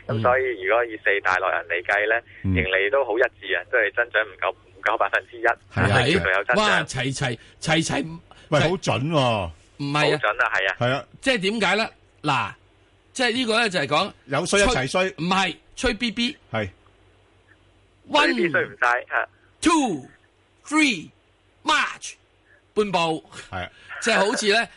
Speaker 6: 咁所以如果以四大內銀嚟計咧，盈利都好一致啊，都係增長唔夠唔夠百分之一， 係叫做有
Speaker 8: 哎
Speaker 6: 增
Speaker 8: 哇！
Speaker 6: 長，
Speaker 8: 齊齊齊齊，
Speaker 7: 喂，好準喎！
Speaker 8: 唔
Speaker 6: 好
Speaker 8: 係啊！
Speaker 6: 準啊，係啊，
Speaker 7: 係啊，
Speaker 8: 即係點解咧？嗱，即係呢個咧就係講
Speaker 7: 有衰一齊衰，
Speaker 8: 唔係吹 B B
Speaker 7: 係
Speaker 8: one
Speaker 6: 衰唔晒嚇。
Speaker 8: two three march 半步，
Speaker 7: 係啊，
Speaker 8: 即係好似咧，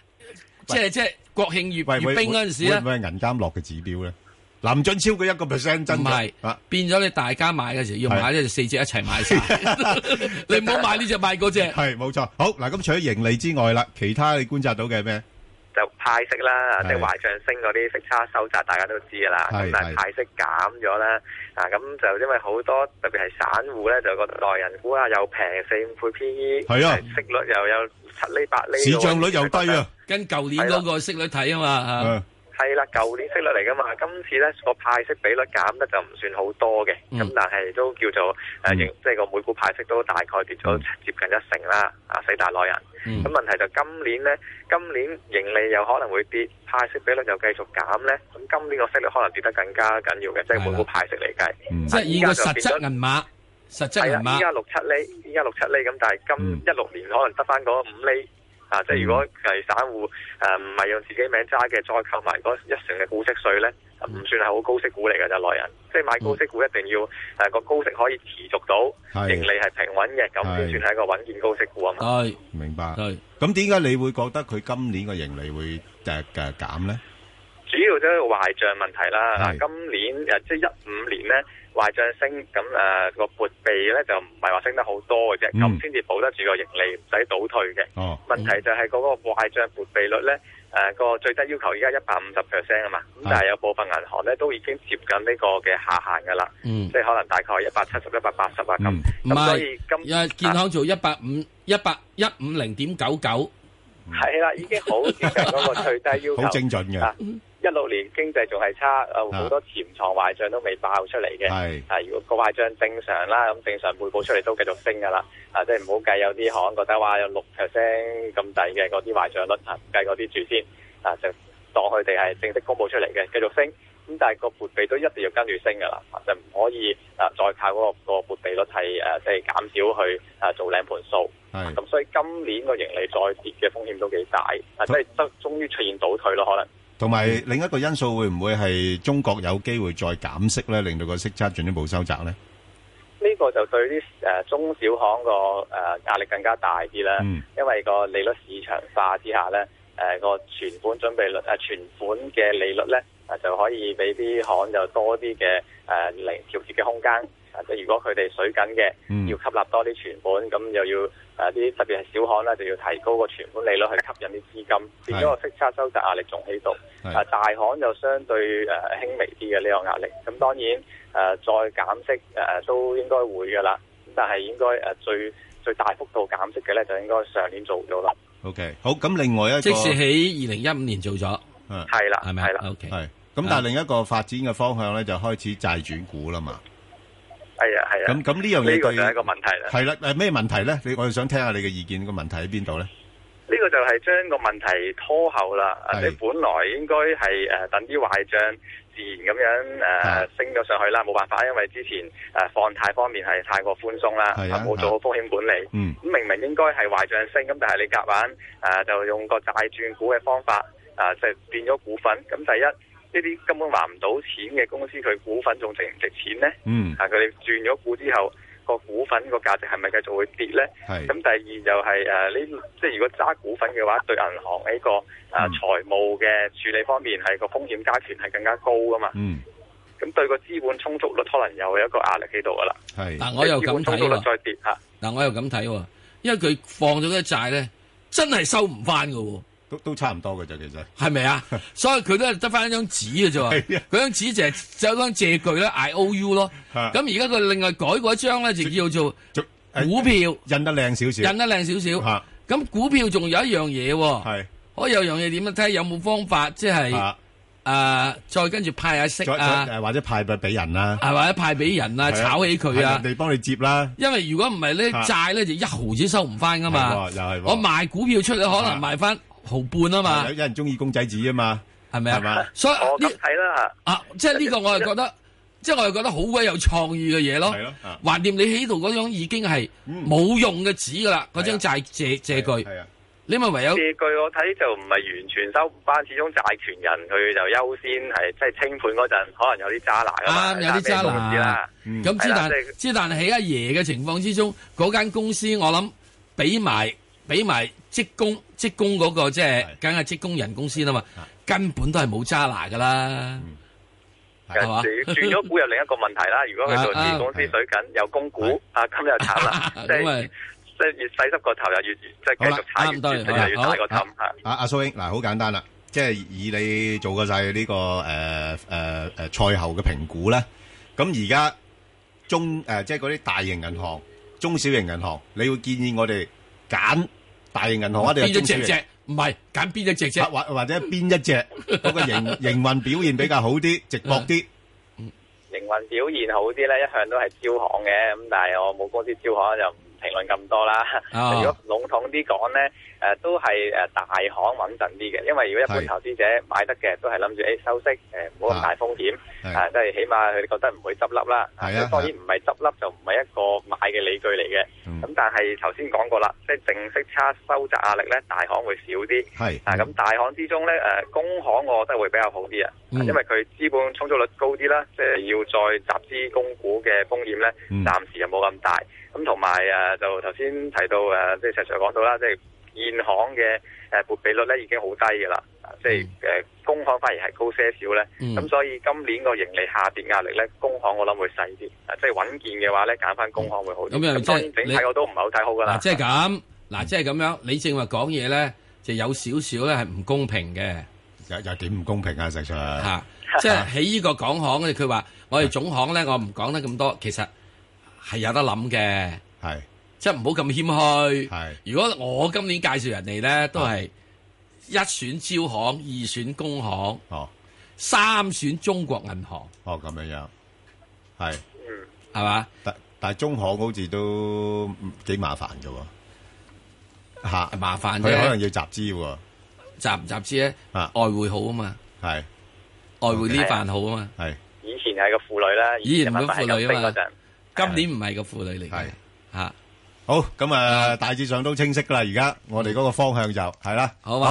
Speaker 8: 即係即係國慶閱
Speaker 7: 喂，
Speaker 8: 閱
Speaker 7: 會-
Speaker 8: 兵嗰陣時
Speaker 7: 會-
Speaker 8: 咧，
Speaker 7: 會唔會係銀監落嘅指標咧？林俊超嘅一個 percent 增
Speaker 8: 唔
Speaker 7: 長
Speaker 8: 係，變咗你大家買嘅時候要買咧，就四隻一齊買晒。你唔 好買呢只買嗰只。
Speaker 7: 係冇錯。好嗱，咁除咗盈利之外啦，其他你觀察到嘅係咩？
Speaker 6: 就派息啦，
Speaker 7: 係
Speaker 6: 即係壞帳升嗰啲息差收窄，大家都知㗎啦。
Speaker 7: 係
Speaker 6: 咁但係
Speaker 7: 係
Speaker 6: 派息減咗啦，啊咁就因為好多特別係散戶咧，就覺得內人股啊又平四五倍 P E，
Speaker 7: 係啊
Speaker 6: 息率又有七厘八厘，
Speaker 7: 市漲率又低啊！
Speaker 8: 跟舊年嗰個息率睇啊嘛。
Speaker 6: 係啦，舊年息率嚟噶嘛，今次咧個派息比率減得就唔算好多嘅，
Speaker 8: 嗯
Speaker 6: 咁、但係都叫做誒，盈即係個每股派息都大概跌
Speaker 8: 嗯
Speaker 6: 咗接近一成啦，啊四大內
Speaker 8: 人。
Speaker 6: 咁、問題就今年咧，今年盈利有可能會跌，派息比率又繼續減咧，咁今年個息率可能跌得更加緊要嘅，即係每股派息嚟計。
Speaker 8: 嗯即係以個實質
Speaker 6: 銀
Speaker 8: 銀碼，實質銀
Speaker 6: 係啦，依
Speaker 8: 碼
Speaker 6: 家六七厘，依家六七厘咁，但係今
Speaker 7: 嗯
Speaker 6: 一六年可能得翻嗰五厘。啊！即係如果係散戶誒唔係用自己名揸嘅，再扣埋嗰一成嘅股息稅咧，
Speaker 7: 嗯
Speaker 6: 唔算係好高息股嚟㗎就內人，即係買高息股一定要啊誒個、高息可以持續到，
Speaker 7: 係
Speaker 6: 盈利係平穩嘅，咁先算係一個穩健高息股啊嘛。
Speaker 8: 係
Speaker 7: 明白。咁點解你會覺得佢今年嘅盈利會誒誒減咧？
Speaker 6: 主要都係壞帳問題啦。嗱
Speaker 7: 係，
Speaker 6: 今年誒即係一五年咧，壞帳升，咁誒個撥備咧就唔係話升得好多嘅啫，
Speaker 7: 嗯
Speaker 6: 咁先至保得住個盈利，唔使倒退嘅。
Speaker 7: 哦
Speaker 6: 問題就係嗰個壞帳撥備率咧，誒、個最低要求而家一百五十 percent 啊嘛，咁但係有部分銀行咧都已經接近呢個嘅下限㗎啦，
Speaker 8: 嗯
Speaker 6: 即係可能大概一百七十、一百八十啊咁。
Speaker 8: 唔
Speaker 6: 咁所以
Speaker 8: 係，啊健康做一百五一百一五零點九九。
Speaker 6: 係啦，已經好接近嗰個最低要 求。
Speaker 8: 好精準嘅
Speaker 6: 啊
Speaker 7: 嗯
Speaker 6: 一六年經濟仲係差，誒好多潛藏壞帳都未爆出嚟嘅。
Speaker 7: 啊係
Speaker 6: 啊，如果個壞帳正常啦，咁正常匯報出嚟都繼續升㗎啦。啊，即係唔好計有啲行覺得話有六 percent 咁低嘅嗰啲壞帳率，啊唔計嗰啲住先。啊，就當佢哋係正式公佈出嚟嘅，繼續升。咁但係個撥備都一定要跟住升㗎啦，啊就唔可以啊再靠嗰、個、個撥備率係啊誒即係減少去啊做靚盤數。
Speaker 7: 係
Speaker 6: 咁所以今年個盈利再跌嘅風險都幾大，啊，即係得終於出現倒退咯，可能。
Speaker 7: 同埋另一個因素會唔會係中國有機會再減息咧，令到個息差進一步收窄咧？
Speaker 6: 呢個就對啲誒中小行個誒壓力更加大啲啦，因為個利率市場化之下咧，誒個存款準備率誒存款嘅利率咧，誒就可以俾啲行就多啲嘅誒零調節嘅空間。啊即係如果佢哋水緊嘅，要吸納多啲存款，咁又要誒啲特別係小行咧，就要提高個存款利率去吸引啲資金，變咗個息差收窄壓力仲喺度。
Speaker 7: 係
Speaker 6: 啊，大行就相對誒、呃、輕微啲嘅呢個壓力。咁當然誒、呃再減息誒、呃都應該會㗎啦。咁但係應該誒、呃最最大幅度減息嘅咧，就應該上年做咗啦。
Speaker 7: OK，好，咁另外一個
Speaker 8: 即使喺二零一五年做咗，
Speaker 6: 係啦，
Speaker 8: 係咪？係啦，OK，
Speaker 7: 係。咁但係另一個發展嘅方向咧，就開始債轉股啦嘛。
Speaker 6: 係啊，係啊。
Speaker 7: 咁咁呢樣嘢
Speaker 6: 呢個
Speaker 7: 對
Speaker 6: 就係一個問題啦。
Speaker 7: 係啦，誒咩問題咧？你我哋想聽下你嘅意見，個問題喺邊度咧？
Speaker 6: 呢個就係將個問題拖後啦，啊
Speaker 7: 係
Speaker 6: 即係本來應該係誒、呃等啲壞帳自然咁樣誒、呃升咗上去啦，冇辦法，因為之前誒、呃放貸方面係太過寬鬆啦，
Speaker 7: 係啊
Speaker 6: 啊冇、做好風險管理。
Speaker 7: 嗯
Speaker 6: 咁明明應該係壞帳升，咁但係你夾硬誒、呃就用個債轉股嘅方法誒，就變咗股份。咁第一呢啲根本還唔到錢嘅公司，佢股份仲值唔值錢呢？
Speaker 7: 嗯
Speaker 6: 啊，佢哋轉咗股之後，個股份個價值係咪繼續會跌呢？
Speaker 7: 係
Speaker 6: 咁第二就係誒呢，即係如果揸股份嘅話，對銀行喺個誒、呃、
Speaker 7: 嗯
Speaker 6: 財務嘅處理方面係個風險加權係更加高噶嘛。
Speaker 7: 嗯，
Speaker 6: 咁對個資本充足率可能又有一個壓力喺度噶啦。
Speaker 7: 係
Speaker 8: 嗱我又
Speaker 6: 即係資本
Speaker 8: 咁睇
Speaker 6: 充足率
Speaker 8: 喎
Speaker 6: 再跌嚇。
Speaker 8: 嗱，我又咁睇喎，因為佢放咗啲債咧，真係收唔翻嘅喎。
Speaker 7: 都都差唔多嘅啫，其實
Speaker 8: 係 咪啊？所以佢都係得翻一張紙嘅啫喎，嗰張紙就係就有張借據啦，I O U 咯。
Speaker 7: 啊
Speaker 8: 咁而家佢另外改嗰張咧，就叫做股票，
Speaker 7: 印得靚少少，
Speaker 8: 印得靚少少
Speaker 7: 啊。
Speaker 8: 咁股票仲有一樣嘢喎，
Speaker 7: 係
Speaker 8: 可以有樣嘢點啊樣睇下有冇方法，即係
Speaker 7: 啊
Speaker 8: 誒再跟住派下息
Speaker 7: 再
Speaker 8: 啊，
Speaker 7: 再誒或者派俾俾人啦，
Speaker 8: 係或者派俾人啊，
Speaker 7: 係
Speaker 8: 炒起佢啊
Speaker 7: 係。人哋幫你接啦，
Speaker 8: 因為如果唔係咧，
Speaker 7: 啊
Speaker 8: 債咧就一毫子收唔翻噶嘛。
Speaker 7: 係喎又係喎
Speaker 8: 我賣股票出去可
Speaker 7: 啊
Speaker 8: 能賣翻毫半啊嘛
Speaker 7: 有。有人中意公仔紙啊嘛，
Speaker 8: 係咪啊
Speaker 7: 係嘛？
Speaker 8: 所以
Speaker 6: 我
Speaker 8: 呢
Speaker 6: 哦咁睇啦。
Speaker 8: 啊，即係呢個我係覺 得，即係我係覺得好鬼有創意嘅嘢咯
Speaker 7: 係咯啊。嗯
Speaker 8: 橫掂你喺度嗰種已經係冇用嘅紙噶啦，嗰張
Speaker 7: 啊
Speaker 8: 債借借據，你咪啊唯有
Speaker 6: 借據我睇就唔係完全收唔翻，始終債權人佢就優先係即係清盤嗰陣，可能有啲渣拿㗎嘛
Speaker 8: 啱有啲渣
Speaker 6: 啊但係咩都唔知
Speaker 8: 男
Speaker 6: 啦。。嗯
Speaker 8: 咁之
Speaker 6: 係啦
Speaker 8: 但
Speaker 6: 即係
Speaker 8: 之但喺阿爺嘅情況之中，嗰間公司我諗俾埋俾埋職工職工嗰個
Speaker 6: 啊嗯
Speaker 8: 即係梗係職工人公司啦嘛，根本都係冇渣拿噶啦。係嘛
Speaker 6: 轉咗股有另一個問題啦。如果佢做子公司水緊，又供股，啊咁又慘 啦，即
Speaker 8: 咁啊
Speaker 6: 係即係越洗濕個頭，又越即係繼續踩
Speaker 7: 好啦，啱，
Speaker 6: 越
Speaker 7: 多謝，
Speaker 6: 越越大個氹嚇。
Speaker 7: 阿-阿蘇英，嗱，好簡單啦，即係以你做過晒呢個，誒，誒，誒，賽後嘅評估呢，咁而家中-誒，即係嗰啲大型銀行、中小型銀行，你會建議我哋揀大型銀行啊，定係
Speaker 8: 邊一隻
Speaker 7: 中小型？
Speaker 8: 啫？唔係揀邊一隻啫？
Speaker 7: 或- 或者邊一隻嗰個營-營運表現比較好啲、直播啲？
Speaker 6: 營運表現好啲咧，一向都係招行嘅，咁但係我冇公司招行就唔評論咁多啦。
Speaker 23: 哦
Speaker 6: 如果籠統啲講咧，誒、都係誒大行穩陣啲嘅，因為如果一般
Speaker 23: 係
Speaker 6: 投資者買得嘅都係諗住誒收息，誒唔好咁大風險，
Speaker 23: 係
Speaker 6: 啊即係起碼佢哋覺得唔會執笠啦。
Speaker 23: 係啊
Speaker 6: 咁當然唔係執笠就唔係一個買嘅理據嚟嘅。
Speaker 7: 嗯
Speaker 6: 咁、但係頭先講過啦，即係淨息差收窄壓力咧，大行會少啲。
Speaker 7: 係
Speaker 6: 啊，咁大行之中咧，誒、工行我覺得會比較好啲啊，
Speaker 7: 嗯
Speaker 6: 因為佢資本充足率高啲啦，即係要再集資供股嘅風險咧，
Speaker 7: 嗯
Speaker 6: 暫時又冇咁大。咁同埋誒，就頭先提到誒，即係石 Sir 講到啦，即係建行嘅誒撥備率咧已經好低嘅啦，啊即係誒工行反而係高些少咧。
Speaker 18: 嗯
Speaker 6: 咁所以今年個盈利下跌壓力咧，工行我諗會細啲，啊即係穩健嘅話咧，揀翻工行會好啲。
Speaker 8: 嗯咁又
Speaker 6: 咁
Speaker 8: 即係
Speaker 6: 當然整體
Speaker 8: 你
Speaker 6: 我都唔係好睇好噶啦
Speaker 8: 嗱，。即係咁，嗱，即係咁樣，你正話講嘢咧，就有少少咧係唔公平嘅。
Speaker 7: 有有點唔公平啊，實上
Speaker 8: 嚇，即係喺呢個港行咧，佢話我哋總行咧，我唔講得咁多，其實係有得諗嘅。
Speaker 7: 係，
Speaker 8: 即係唔好咁謙虛。
Speaker 7: 係，啊
Speaker 8: 如果我今年介紹人哋咧，都係一選招行，二選工行，
Speaker 7: 哦，
Speaker 8: 三選中國銀行，
Speaker 7: 哦，咁樣樣，係。
Speaker 8: 係嘛？
Speaker 7: 但-但係中行好似都幾麻煩㗎喎。嚇，
Speaker 8: 麻煩啫。
Speaker 7: 佢可能要集資喎。
Speaker 8: 集唔集資咧？
Speaker 7: 啊，
Speaker 8: 外匯好啊嘛。
Speaker 7: 係。
Speaker 8: 外匯呢飯好啊嘛。
Speaker 7: 係。
Speaker 6: 以前係個婦女啦，
Speaker 8: 以前唔
Speaker 6: 人民
Speaker 8: 係婦
Speaker 6: 幣
Speaker 8: 女啊
Speaker 6: 係咁
Speaker 8: 嘛
Speaker 6: 升嗰陣。
Speaker 8: 今年唔係個婦女嚟嘅。嚇。
Speaker 7: 啊
Speaker 8: 啊
Speaker 7: 好，咁，誒，大致上都清晰㗎啦，而家我哋嗰個方向就，係啦。
Speaker 8: 好啊。